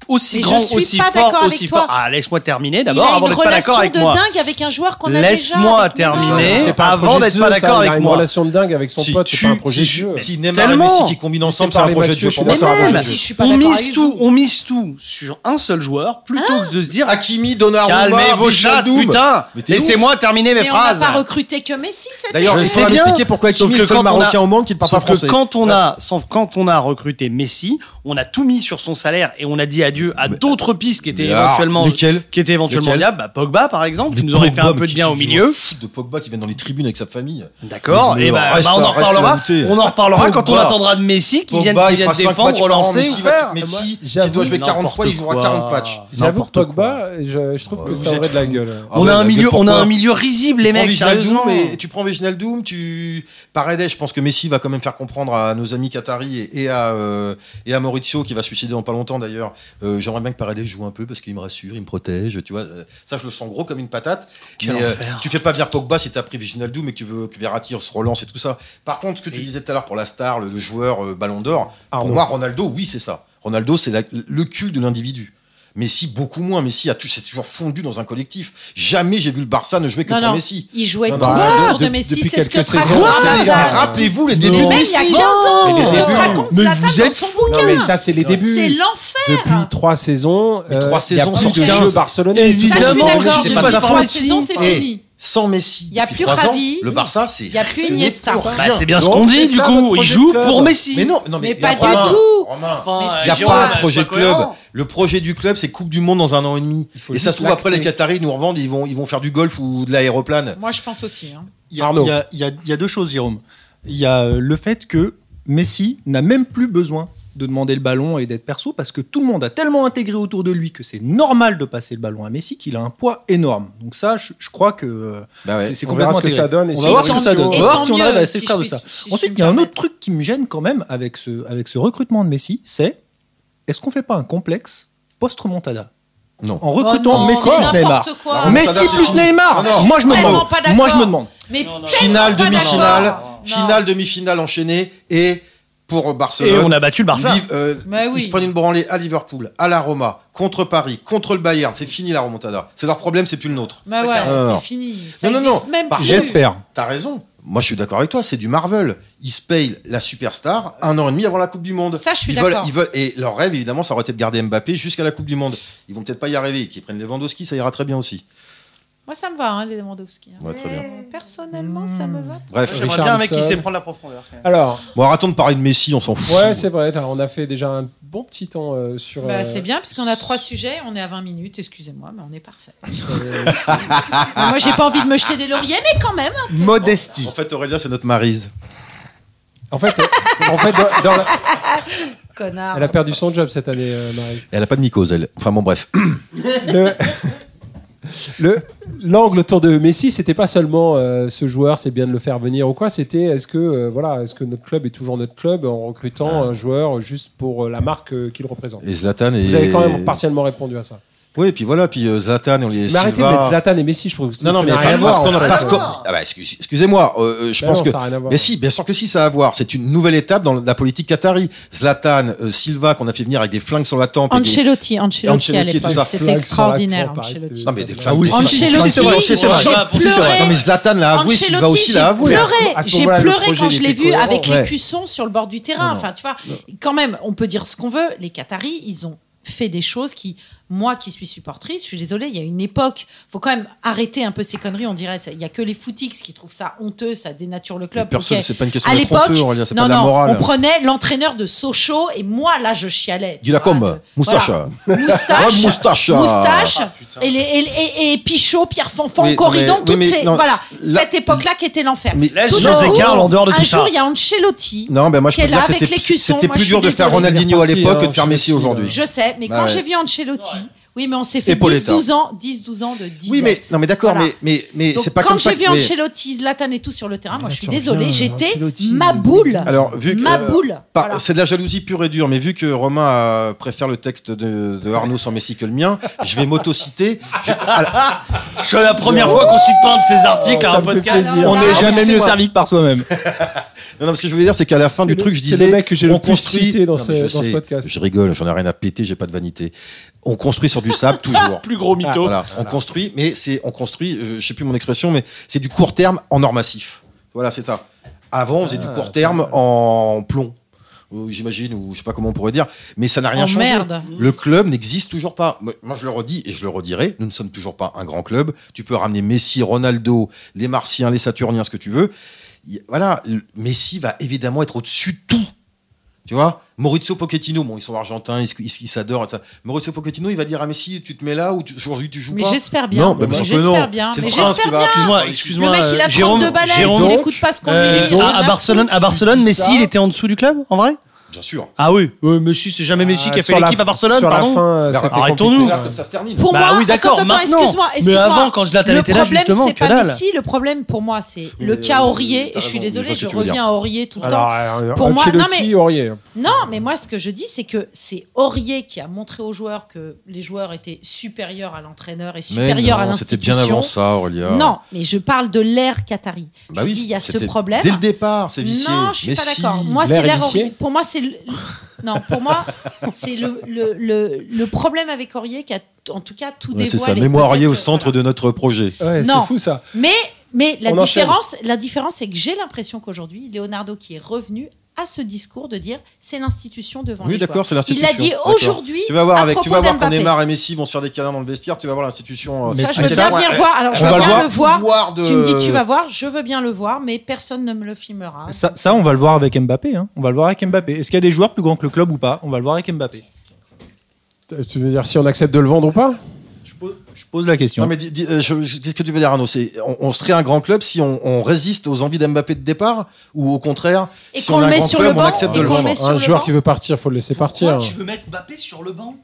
Speaker 6: aussi
Speaker 4: Mais je
Speaker 6: grand,
Speaker 4: suis
Speaker 6: aussi
Speaker 4: pas
Speaker 6: fort,
Speaker 4: d'accord avec
Speaker 6: aussi
Speaker 4: toi.
Speaker 6: fort. Ah, laisse-moi terminer
Speaker 4: Il
Speaker 6: d'abord
Speaker 4: a une
Speaker 6: avant d'être pas
Speaker 4: relation
Speaker 6: d'accord avec
Speaker 4: de
Speaker 6: moi.
Speaker 4: dingue avec un joueur qu'on a déjà.
Speaker 6: Laisse-moi
Speaker 4: avec Neymar.
Speaker 6: terminer
Speaker 2: C'est pas un
Speaker 6: avant
Speaker 2: projet de
Speaker 6: d'être
Speaker 2: jeu,
Speaker 6: pas
Speaker 2: ça. Il
Speaker 6: d'accord
Speaker 2: a
Speaker 6: avec
Speaker 2: une
Speaker 6: moi.
Speaker 2: relation de dingue avec son
Speaker 3: Si
Speaker 2: pote, c'est
Speaker 6: tu-
Speaker 2: pas un projet
Speaker 6: si
Speaker 2: de jeu.
Speaker 3: Si Neymar et
Speaker 6: Tellement.
Speaker 3: Messi qui combinent ensemble, c'est
Speaker 2: par
Speaker 3: un
Speaker 2: les
Speaker 3: projet de
Speaker 2: matchs,
Speaker 3: jeu.
Speaker 2: je
Speaker 3: Pour
Speaker 2: suis
Speaker 3: moi, c'est un
Speaker 6: d'accord.
Speaker 3: projet
Speaker 4: Même
Speaker 3: de
Speaker 6: Mais
Speaker 3: jeu.
Speaker 4: si je suis pas
Speaker 6: On
Speaker 4: d'accord
Speaker 6: mise
Speaker 4: avec
Speaker 6: tout,
Speaker 4: vous. Ah.
Speaker 6: on mise tout sur un seul joueur plutôt que de se dire
Speaker 3: Hakimi, Donnarumma,
Speaker 6: calmez vos chats,
Speaker 3: Wijnaldum.
Speaker 6: putain.
Speaker 3: Mais t'es
Speaker 6: Laissez-moi terminer mes
Speaker 4: Mais on n'a
Speaker 6: phrases.
Speaker 4: pas recruté que Messi cette
Speaker 3: D'ailleurs,
Speaker 6: Je
Speaker 3: il
Speaker 4: année.
Speaker 6: sais
Speaker 3: faudra
Speaker 6: bien.
Speaker 3: m'expliquer pourquoi
Speaker 6: Sauf
Speaker 3: Hakimi est
Speaker 6: que
Speaker 3: le seul
Speaker 6: quand on a-
Speaker 3: Marocain au monde qui ne parle pas
Speaker 6: Sauf que
Speaker 3: français.
Speaker 6: quand on a, sauf quand on a recruté Messi, on a tout mis sur son salaire et on a dit adieu à d'autres pistes qui étaient
Speaker 3: Mais alors,
Speaker 6: éventuellement,
Speaker 3: Ah, lesquelles
Speaker 6: qui étaient éventuellement
Speaker 3: Lesquelles
Speaker 6: liables. Bah, Pogba par exemple, qui nous aurait fait un peu de bien au milieu.
Speaker 3: De Pogba qui vient dans les tribunes avec sa famille.
Speaker 6: D'accord.
Speaker 3: Mais
Speaker 6: Et bah,
Speaker 3: reste-
Speaker 6: bah, on en
Speaker 3: reste
Speaker 6: reparlera.
Speaker 3: voûté.
Speaker 6: On en reparlera
Speaker 3: Pogba.
Speaker 6: quand on attendra de Messi qui vient,
Speaker 3: Pogba,
Speaker 6: qui
Speaker 3: il
Speaker 6: vient
Speaker 3: fera
Speaker 6: de
Speaker 3: 5
Speaker 6: défendre,
Speaker 3: matchs par an.
Speaker 6: relancer.
Speaker 3: Messi,
Speaker 6: ou
Speaker 3: va-
Speaker 6: faire.
Speaker 3: Messi, s'il doit jouer 40 fois, il jouera 40 matchs.
Speaker 2: J'avoue que
Speaker 6: N'importe quoi.
Speaker 2: Pogba, je, je trouve que
Speaker 3: Ouais,
Speaker 2: ça
Speaker 3: vous
Speaker 2: aurait
Speaker 3: êtes
Speaker 2: de la
Speaker 3: fous.
Speaker 2: gueule.
Speaker 3: Ah
Speaker 6: on
Speaker 3: ouais,
Speaker 6: a un
Speaker 3: mais
Speaker 6: milieu, on a
Speaker 3: pourquoi
Speaker 6: un milieu risible, les
Speaker 3: Tu prends
Speaker 6: mecs.
Speaker 3: Wijnaldum
Speaker 6: Sérieusement.
Speaker 3: et tu prends Viginaldoum, tu Paredes, je pense que Messi va quand même faire comprendre à nos amis Qataris et, et à euh, et à Maurizio qui va se suicider dans pas longtemps d'ailleurs, euh, Euh, J'aimerais bien que Paredes joue un peu parce qu'il me rassure, il me protège. Tu vois, Euh, ça, je le sens gros comme une patate.
Speaker 6: Quel
Speaker 3: mais, euh,
Speaker 6: enfer.
Speaker 3: tu fais pas venir Pogba si t'as pris Viginaldo, mais que tu veux que Verratti se relance et tout ça. Par contre, ce que tu
Speaker 6: Et-
Speaker 3: disais tout à l'heure pour la star, le, le joueur euh, Ballon d'Or, pour
Speaker 2: Arnaud.
Speaker 3: moi, Ronaldo, oui, c'est ça. Ronaldo, c'est la- le cul de l'individu. Messi, beaucoup moins. Messi a tout- s'est toujours fondu dans un collectif. Jamais j'ai vu le Barça ne jouer que
Speaker 4: Non,
Speaker 3: pour
Speaker 4: non.
Speaker 3: Messi.
Speaker 4: Il jouait
Speaker 3: Non,
Speaker 4: tout
Speaker 3: non,
Speaker 2: bah,
Speaker 4: autour de
Speaker 2: de-
Speaker 4: Messi,
Speaker 2: depuis
Speaker 4: c'est ce que
Speaker 2: quelques
Speaker 4: te
Speaker 2: saisons,
Speaker 4: raconte
Speaker 2: c'est-
Speaker 4: Zlatan.
Speaker 2: Ah,
Speaker 3: Rappelez-vous les débuts
Speaker 6: Non.
Speaker 3: de
Speaker 4: Même il y a
Speaker 3: Messi.
Speaker 4: 15 ans,
Speaker 2: Mais
Speaker 4: c'est ce
Speaker 2: les
Speaker 4: que te
Speaker 2: débuts.
Speaker 4: raconte
Speaker 6: Mais
Speaker 4: Zlatan
Speaker 6: vous
Speaker 4: dans
Speaker 6: êtes
Speaker 4: son
Speaker 6: fous.
Speaker 2: Non,
Speaker 4: bouquin.
Speaker 2: mais ça, c'est les
Speaker 4: C'est
Speaker 2: débuts.
Speaker 4: l'enfer.
Speaker 2: Depuis trois saisons,
Speaker 3: Mais trois
Speaker 2: il y a
Speaker 3: saisons,
Speaker 2: plus
Speaker 4: c'est
Speaker 2: de
Speaker 4: quinze.
Speaker 2: jeux barcelonais.
Speaker 4: Ça, je suis
Speaker 6: Évidemment,
Speaker 4: d'accord.
Speaker 3: c'est
Speaker 4: Depuis
Speaker 3: pas de
Speaker 4: trois
Speaker 6: Formule
Speaker 4: saisons, c'est
Speaker 3: Et
Speaker 4: fini.
Speaker 3: Eh, sans Messi,
Speaker 4: Il y a
Speaker 3: depuis
Speaker 4: plus
Speaker 3: trois ans,
Speaker 4: Ravi.
Speaker 3: le Barça, c'est
Speaker 4: Il n'y a plus
Speaker 3: c'est
Speaker 4: Iniesta.
Speaker 3: pour rien.
Speaker 6: Bah, c'est bien ce
Speaker 2: Donc,
Speaker 6: qu'on
Speaker 2: c'est
Speaker 6: dit, du
Speaker 2: ça, votre
Speaker 6: coup. Il
Speaker 2: projet
Speaker 6: joue
Speaker 2: club.
Speaker 6: pour Messi.
Speaker 3: Mais non, non, mais,
Speaker 4: Mais pas du
Speaker 3: Romain,
Speaker 4: tout.
Speaker 3: Romain,
Speaker 6: Enfin,
Speaker 4: Mais
Speaker 3: Il n'y a
Speaker 4: Giroud,
Speaker 3: pas de
Speaker 4: sois
Speaker 3: projet
Speaker 6: soit
Speaker 3: club.
Speaker 6: cohérent.
Speaker 3: Le projet du club, c'est Coupe du Monde dans un an et demi.
Speaker 2: Il faut
Speaker 3: Et ça se
Speaker 2: juste
Speaker 3: trouve, après, les
Speaker 2: l'acter.
Speaker 3: Qataris nous revendent, ils vont, ils vont faire du golf ou de l'aéroplane.
Speaker 4: Moi, je pense aussi. hein.
Speaker 5: Il y, a,
Speaker 2: Arnaud.
Speaker 5: il y a- il y a- il y a deux choses, Jérôme. Il y a euh, le fait que Messi n'a même plus besoin de demander le ballon et d'être perso parce que tout le monde a tellement intégré autour de lui que c'est normal de passer le ballon à Messi qu'il a un poids énorme. Donc ça, je, je crois que euh, c'est- c'est
Speaker 2: Bah On verra
Speaker 5: complètement
Speaker 2: ce que
Speaker 5: intégré.
Speaker 2: ça donne. et
Speaker 5: On
Speaker 2: si
Speaker 5: va voir
Speaker 4: Et
Speaker 5: ce que
Speaker 4: tant
Speaker 5: ça donne.
Speaker 4: mieux,
Speaker 5: On va voir si on arrive à
Speaker 4: si je
Speaker 5: s'extraire de
Speaker 4: puis-
Speaker 5: ça.
Speaker 4: si je
Speaker 5: Ensuite,
Speaker 4: puis
Speaker 5: il y a
Speaker 4: me
Speaker 5: un autre
Speaker 4: permettre.
Speaker 5: truc qui me gêne quand même avec ce, avec ce recrutement de Messi, c'est est-ce qu'on fait pas un complexe post-remontada
Speaker 3: Non.
Speaker 5: En
Speaker 4: Oh
Speaker 5: recrutant
Speaker 4: non,
Speaker 5: Messi
Speaker 4: mais
Speaker 5: plus Neymar.
Speaker 4: n'importe quoi.
Speaker 3: La remontada,
Speaker 5: Messi
Speaker 3: c'est
Speaker 5: plus
Speaker 3: fini.
Speaker 5: Neymar.
Speaker 3: Non, non.
Speaker 5: Moi je me
Speaker 4: Tellement
Speaker 5: demande.
Speaker 4: pas d'accord.
Speaker 5: Moi je me demande.
Speaker 4: Mais
Speaker 6: Non, non,
Speaker 4: tellement
Speaker 3: Finale,
Speaker 4: pas
Speaker 3: demi-finale,
Speaker 4: d'accord.
Speaker 3: finale, demi-finale enchaînée et pour Barcelone.
Speaker 6: Et on a battu le Barça.
Speaker 3: Liv- euh, Ils
Speaker 4: Mais Bah oui.
Speaker 3: se prennent une branlée à Liverpool, à la Roma, contre Paris, contre le Bayern. C'est fini la remontada. C'est leur problème, c'est plus le nôtre.
Speaker 4: Bah ouais,
Speaker 3: Alors.
Speaker 4: c'est fini. Ça
Speaker 3: Non, non,
Speaker 4: existe
Speaker 3: non.
Speaker 4: même
Speaker 3: Par-
Speaker 4: plus.
Speaker 5: J'espère.
Speaker 3: T'as raison. Moi, je suis d'accord avec toi. C'est du Marvel. Ils se payent la superstar un an et demi avant la Coupe du Monde.
Speaker 4: Ça, je suis
Speaker 3: Ils veulent-
Speaker 4: d'accord.
Speaker 3: Ils veulent et leur rêve, évidemment, ça aurait été de garder Mbappé jusqu'à la Coupe du Monde. Ils vont peut-être pas y arriver. Qu'ils prennent Lewandowski, ça ira très bien aussi.
Speaker 4: Moi, ça me va, hein, les Lewandowski. hein.
Speaker 3: Ouais, très bien.
Speaker 4: Personnellement, ça me
Speaker 2: Mmh.
Speaker 4: va.
Speaker 3: Bref.
Speaker 6: J'aimerais
Speaker 2: Richard
Speaker 6: bien un mec qui
Speaker 2: Hanson.
Speaker 6: sait prendre la profondeur. quand même.
Speaker 2: Alors,
Speaker 3: Bon, arrêtons de parler de Messi, on s'en fout.
Speaker 2: ouais, c'est vrai. t'as- On a fait déjà un bon petit temps euh, sur.
Speaker 4: Bah,
Speaker 2: euh,
Speaker 4: c'est bien, puisqu'on a trois sujets, on est à 20 minutes, excusez-moi, mais on est parfait.
Speaker 2: sur les-
Speaker 4: Mais moi, j'ai pas envie de me jeter des lauriers, mais quand même.
Speaker 5: Modestie.
Speaker 3: En fait, Aurélia, c'est notre Marise.
Speaker 2: En fait, euh, en fait, dans- dans la-
Speaker 4: Connard.
Speaker 2: elle a perdu son job cette année, euh, Marie.
Speaker 3: Elle a pas de mycose, elle. Enfin bon, bref.
Speaker 2: le le- l'angle autour de Messi c'était pas seulement euh, ce joueur c'est bien de le faire venir ou quoi c'était est-ce que euh, voilà est-ce que notre club est toujours notre club en recrutant un joueur juste pour euh, la marque euh, qu'il représente
Speaker 3: Et Zlatan et.
Speaker 2: vous avez quand même partiellement répondu à ça
Speaker 3: Oui, et puis voilà, puis euh, Zlatan, on les.
Speaker 2: mais arrêtez de
Speaker 3: Silva.
Speaker 2: mettre Zlatan et Messi je trouve que ça-
Speaker 3: Non, non,
Speaker 2: ça
Speaker 3: mais
Speaker 2: n'a rien à
Speaker 3: enfin,
Speaker 2: voir
Speaker 3: parce qu'on
Speaker 2: en fait.
Speaker 3: parce qu'on-
Speaker 2: Bah
Speaker 3: Ah bah, excuse- excusez-moi, euh, je
Speaker 2: non,
Speaker 3: pense que.
Speaker 2: ça a rien à voir.
Speaker 3: Mais si, bien sûr que si, ça a à voir. C'est une nouvelle étape dans la politique qatari. Zlatan, euh, Silva, qu'on a fait venir avec des flingues sur la tempe. et des-
Speaker 4: Ancelotti, Ancelotti à
Speaker 3: Ancelotti et tout ça.
Speaker 4: l'époque,
Speaker 2: Flag sur
Speaker 4: c'était
Speaker 2: la
Speaker 4: extraordinaire,
Speaker 2: tempe,
Speaker 4: Ancelotti.
Speaker 3: Non, mais des
Speaker 2: Ah
Speaker 3: flingues.
Speaker 2: oui,
Speaker 3: des
Speaker 4: Ancelotti,
Speaker 3: flingues- des flingues- c'est vrai, c'est vrai.
Speaker 4: j'ai
Speaker 6: c'est vrai.
Speaker 4: pleuré.
Speaker 3: Non, mais Zlatan
Speaker 2: Ah
Speaker 3: l'a avoué, Silva
Speaker 4: Ancelotti,
Speaker 3: aussi l'a
Speaker 4: j'ai
Speaker 3: avoué. hein.
Speaker 4: pleuré,
Speaker 2: hein. À ce
Speaker 4: j'ai
Speaker 2: moment-là, le
Speaker 4: pleuré
Speaker 2: projet
Speaker 4: quand je
Speaker 2: n'était
Speaker 4: l'ai vu
Speaker 2: cohérent.
Speaker 4: avec
Speaker 3: Ouais.
Speaker 4: les cuissons sur le bord du terrain. Enfin, tu vois, quand même, on peut dire ce qu'on veut. Les Qataris, ils ont fait des choses qui, moi qui suis supportrice, je suis désolée, il y a une époque. faut quand même arrêter un peu ces conneries. On dirait, ça- il y a que les footix qui trouvent ça honteux, ça dénature le
Speaker 3: Mais
Speaker 4: club.
Speaker 3: Personne,
Speaker 4: Ok.
Speaker 3: c'est pas une question
Speaker 4: À
Speaker 3: de
Speaker 4: l'époque,
Speaker 3: trompeux, Aurélien, c'est pas
Speaker 4: non,
Speaker 3: de la
Speaker 4: non, on
Speaker 3: morale.
Speaker 4: prenait l'entraîneur de Sochaux et moi, là, je chialais.
Speaker 3: Du la
Speaker 4: Voilà,
Speaker 3: combe,
Speaker 4: de-
Speaker 3: moustache.
Speaker 4: voilà. Moustache.
Speaker 3: Ah, moustache.
Speaker 4: Moustache.
Speaker 6: Ah, putain.
Speaker 4: et, les, et, et- et Pichot, Pierre Fanfan,
Speaker 3: Oui,
Speaker 4: Corridon,
Speaker 3: mais-
Speaker 4: toutes
Speaker 3: oui, mais
Speaker 4: ces.
Speaker 3: non,
Speaker 4: voilà,
Speaker 3: là-
Speaker 4: cette époque-là qui était l'enfer.
Speaker 3: Mais
Speaker 6: Laisse
Speaker 4: Tout
Speaker 6: nos
Speaker 4: d'un coup,
Speaker 6: écarts en dehors de
Speaker 4: un
Speaker 6: tout
Speaker 4: jour,
Speaker 6: ça.
Speaker 4: il y a Ancelotti.
Speaker 3: Non, ben moi je peux
Speaker 4: Qu'elle
Speaker 3: te dire
Speaker 4: a
Speaker 3: que
Speaker 4: avec
Speaker 3: c'était
Speaker 4: les cuissons,
Speaker 3: c'était
Speaker 4: moi,
Speaker 3: plus
Speaker 4: je
Speaker 3: dur
Speaker 4: suis
Speaker 3: de faire
Speaker 4: désolée.
Speaker 3: Ronaldinho à
Speaker 2: Il est parti,
Speaker 3: l'époque
Speaker 2: hein,
Speaker 3: que de faire Messi
Speaker 2: Ancelotti,
Speaker 3: aujourd'hui.
Speaker 4: Je sais, mais
Speaker 3: Bah
Speaker 4: quand
Speaker 3: ouais.
Speaker 4: j'ai vu Ancelotti, oui, mais on s'est fait
Speaker 3: Pauletta.
Speaker 4: 10-12 ans, 10-12 ans de 10
Speaker 3: Oui, mais non, mais d'accord,
Speaker 4: Voilà.
Speaker 3: mais mais mais
Speaker 4: Donc,
Speaker 3: c'est pas
Speaker 4: quand
Speaker 3: comme ça.
Speaker 4: j'ai vu
Speaker 3: que- mais-
Speaker 4: Ancelotti, Zlatan et tout sur le terrain, moi je
Speaker 2: tu
Speaker 4: suis
Speaker 2: reviens,
Speaker 3: hein,
Speaker 4: désolée, j'étais
Speaker 2: Ancelotti,
Speaker 4: ma boule.
Speaker 3: Alors, vu que,
Speaker 4: ma
Speaker 3: euh,
Speaker 4: boule.
Speaker 3: Par-
Speaker 4: Voilà.
Speaker 3: C'est de la jalousie pure et dure, mais vu que Romain euh, préfère le texte de, de Arnaud sans Messi que le mien, je vais m'auto-citer. Je- alors,
Speaker 6: C'est la première fois qu'on cite pas un de ces articles
Speaker 2: ça
Speaker 6: à un
Speaker 2: me fait
Speaker 6: podcast.
Speaker 2: plaisir.
Speaker 5: On
Speaker 3: Ah,
Speaker 5: n'est jamais
Speaker 3: c'est
Speaker 5: mieux
Speaker 3: moi.
Speaker 5: servi que par soi-même.
Speaker 3: non, non, parce que je voulais dire, c'est qu'à la fin
Speaker 2: C'est
Speaker 3: du
Speaker 2: le-
Speaker 3: truc, je
Speaker 2: c'est le
Speaker 3: disais.
Speaker 2: mec que j'ai le
Speaker 3: on
Speaker 2: plus cité dans
Speaker 3: Non,
Speaker 2: ce-
Speaker 3: mais je
Speaker 2: dans ce
Speaker 3: sais,
Speaker 2: podcast.
Speaker 3: Je rigole, j'en ai rien à péter, j'ai pas de vanité. On construit sur du sable toujours.
Speaker 6: Plus gros mytho.
Speaker 3: Ah, Voilà, on construit, mais c'est on construit, euh, je, je sais plus mon expression, mais c'est du court terme en or massif. Voilà, c'est ça. Avant, on faisait du
Speaker 2: Ah,
Speaker 3: court terme en plomb, ou j'imagine, ou je sais pas comment on pourrait dire, mais ça n'a rien
Speaker 4: En
Speaker 3: changé.
Speaker 4: Oh, merde.
Speaker 3: Le club n'existe toujours pas. Moi, moi, je le redis et je le redirai. Nous ne sommes toujours pas un grand club. Tu peux ramener Messi, Ronaldo, les Martiens, les Saturniens, ce que tu veux. Il- Voilà, le- Messi va évidemment être au-dessus de tout. Tu vois Maurizio Pochettino, bon, ils sont argentins, ils, se- ils, ils s'adorent. et ça. Maurizio Pochettino, il va dire à Messi, tu te mets là ou tu- aujourd'hui tu joues
Speaker 4: Mais
Speaker 3: pas
Speaker 4: j'espère bien.
Speaker 3: Non, bah,
Speaker 4: Mais
Speaker 3: bien sûr que non.
Speaker 4: j'espère bien.
Speaker 3: C'est
Speaker 4: Mais
Speaker 3: le prince qui
Speaker 4: j'espère
Speaker 3: va-
Speaker 4: bien.
Speaker 6: Excuse-moi,
Speaker 3: Le
Speaker 4: Le
Speaker 6: excuse-moi.
Speaker 4: mec, il a
Speaker 6: euh, Jérôme,
Speaker 4: 32 balaises,
Speaker 6: Jérôme,
Speaker 4: il écoute pas ce qu'on
Speaker 6: euh,
Speaker 4: lui dit.
Speaker 6: à, à Barcelone, à Barcelone,
Speaker 2: tu dis
Speaker 6: Messi,
Speaker 2: ça
Speaker 6: il était en dessous du club, en vrai
Speaker 3: Bien sûr.
Speaker 6: Ah oui, oui, Messi, c'est jamais Messi qui a fait l'équipe à Barcelone,
Speaker 2: sur
Speaker 6: pardon.
Speaker 2: La fin, euh,
Speaker 3: Alors,
Speaker 2: c'était
Speaker 6: arrêtons-nous.
Speaker 2: compliqué,
Speaker 3: Là,
Speaker 2: ouais.
Speaker 3: comme ça se termine.
Speaker 4: Pour
Speaker 6: Bah
Speaker 4: moi,
Speaker 6: oui,
Speaker 4: attends,
Speaker 6: d'accord,
Speaker 4: attends,
Speaker 6: maintenant.
Speaker 4: excuse-moi,
Speaker 6: Mais
Speaker 4: excuse-moi.
Speaker 6: avant, quand Zlatan
Speaker 4: le
Speaker 6: était là,
Speaker 4: problème,
Speaker 6: justement,
Speaker 4: c'est
Speaker 6: que
Speaker 4: pas
Speaker 6: dalle.
Speaker 4: Messi. Le problème, pour moi, c'est le
Speaker 3: Mais,
Speaker 4: cas
Speaker 3: euh,
Speaker 4: Aurier.
Speaker 3: t'as
Speaker 4: Et je suis
Speaker 3: raison, je
Speaker 4: désolée,
Speaker 3: vois ce
Speaker 4: je
Speaker 3: que tu veux dire.
Speaker 4: reviens à Aurier tout le temps.
Speaker 2: Alors,
Speaker 4: Pour
Speaker 2: pour
Speaker 4: moi, non, mais-
Speaker 2: Aurier. hein.
Speaker 4: Non, mais moi, ce que je dis, c'est que c'est Aurier qui a montré aux joueurs que les joueurs étaient supérieurs à l'entraîneur et
Speaker 3: Mais
Speaker 4: supérieurs à
Speaker 3: non, c'était bien avant
Speaker 4: l'institution.
Speaker 3: ça, Aurélia.
Speaker 4: Non, mais je parle de l'ère Qatari.
Speaker 3: Bah
Speaker 4: je
Speaker 3: oui,
Speaker 4: dis, il y a ce
Speaker 3: c'était
Speaker 4: problème.
Speaker 3: Dès le départ, c'est vicié.
Speaker 4: Non, je suis
Speaker 3: Mais
Speaker 4: pas
Speaker 3: si.
Speaker 4: d'accord. Moi,
Speaker 2: L'air
Speaker 4: c'est
Speaker 2: est
Speaker 4: l'air
Speaker 2: vicié
Speaker 4: Aurier. Pour moi, c'est le... non. Pour moi, c'est le, le, le, le problème avec Aurier qui a, en tout cas, tout
Speaker 3: Ouais,
Speaker 4: dévoilé.
Speaker 3: c'est ça, mémoire liée au
Speaker 4: Peut-être que-
Speaker 3: centre de notre projet.
Speaker 2: Ouais,
Speaker 4: Non.
Speaker 2: c'est fou ça.
Speaker 4: Mais, mais la,
Speaker 2: On enchaîne.
Speaker 4: différence, la différence, c'est que j'ai l'impression qu'aujourd'hui, Leonardo qui est revenu à ce discours de dire c'est l'institution devant
Speaker 3: Oui,
Speaker 4: les
Speaker 3: d'accord,
Speaker 4: joueurs.
Speaker 3: c'est
Speaker 4: Il l'a
Speaker 3: l'institution.
Speaker 4: dit
Speaker 3: D'accord.
Speaker 4: aujourd'hui.
Speaker 3: Tu vas voir
Speaker 4: à
Speaker 3: avec, tu
Speaker 4: propos
Speaker 3: vas voir quand
Speaker 4: d'Mbappé.
Speaker 3: Neymar et Messi vont se faire des câlins dans le vestiaire. Tu vas voir l'institution. euh,
Speaker 4: Ça,
Speaker 3: à
Speaker 4: je veux
Speaker 3: quel
Speaker 4: bien
Speaker 3: point
Speaker 4: venir
Speaker 3: elle-
Speaker 4: voir. Alors,
Speaker 3: elle
Speaker 4: je
Speaker 3: va
Speaker 4: veux bien
Speaker 3: avoir
Speaker 4: le voir.
Speaker 3: pouvoir de-
Speaker 4: Tu me dis tu vas voir, je veux bien le voir, mais personne ne me le filmera.
Speaker 5: Ça, ça, on va le voir avec Mbappé. hein. On va le voir avec Mbappé. Est-ce qu'il y a des joueurs plus grands que le club ou pas On va le voir avec Mbappé.
Speaker 2: Euh, Tu veux dire si on accepte de le vendre ou pas
Speaker 5: Je pose, je pose la question.
Speaker 3: Non mais dis, dis- euh, je- je- qu'est-ce que tu veux dire Arnaud C'est on, on serait un grand club si on, on résiste aux envies d'Mbappé de départ ou au contraire
Speaker 4: Et
Speaker 3: si
Speaker 4: qu'on
Speaker 3: on
Speaker 4: le
Speaker 3: est un
Speaker 4: met
Speaker 3: grand
Speaker 4: sur
Speaker 3: club
Speaker 4: le
Speaker 3: on
Speaker 4: banc,
Speaker 3: accepte
Speaker 4: et
Speaker 3: de le
Speaker 4: qu'on le
Speaker 3: vendre.
Speaker 4: met sur
Speaker 2: Un
Speaker 4: le
Speaker 2: joueur
Speaker 4: banc.
Speaker 2: qui veut partir, faut le laisser partir.
Speaker 6: Pourquoi tu veux mettre Mbappé sur le banc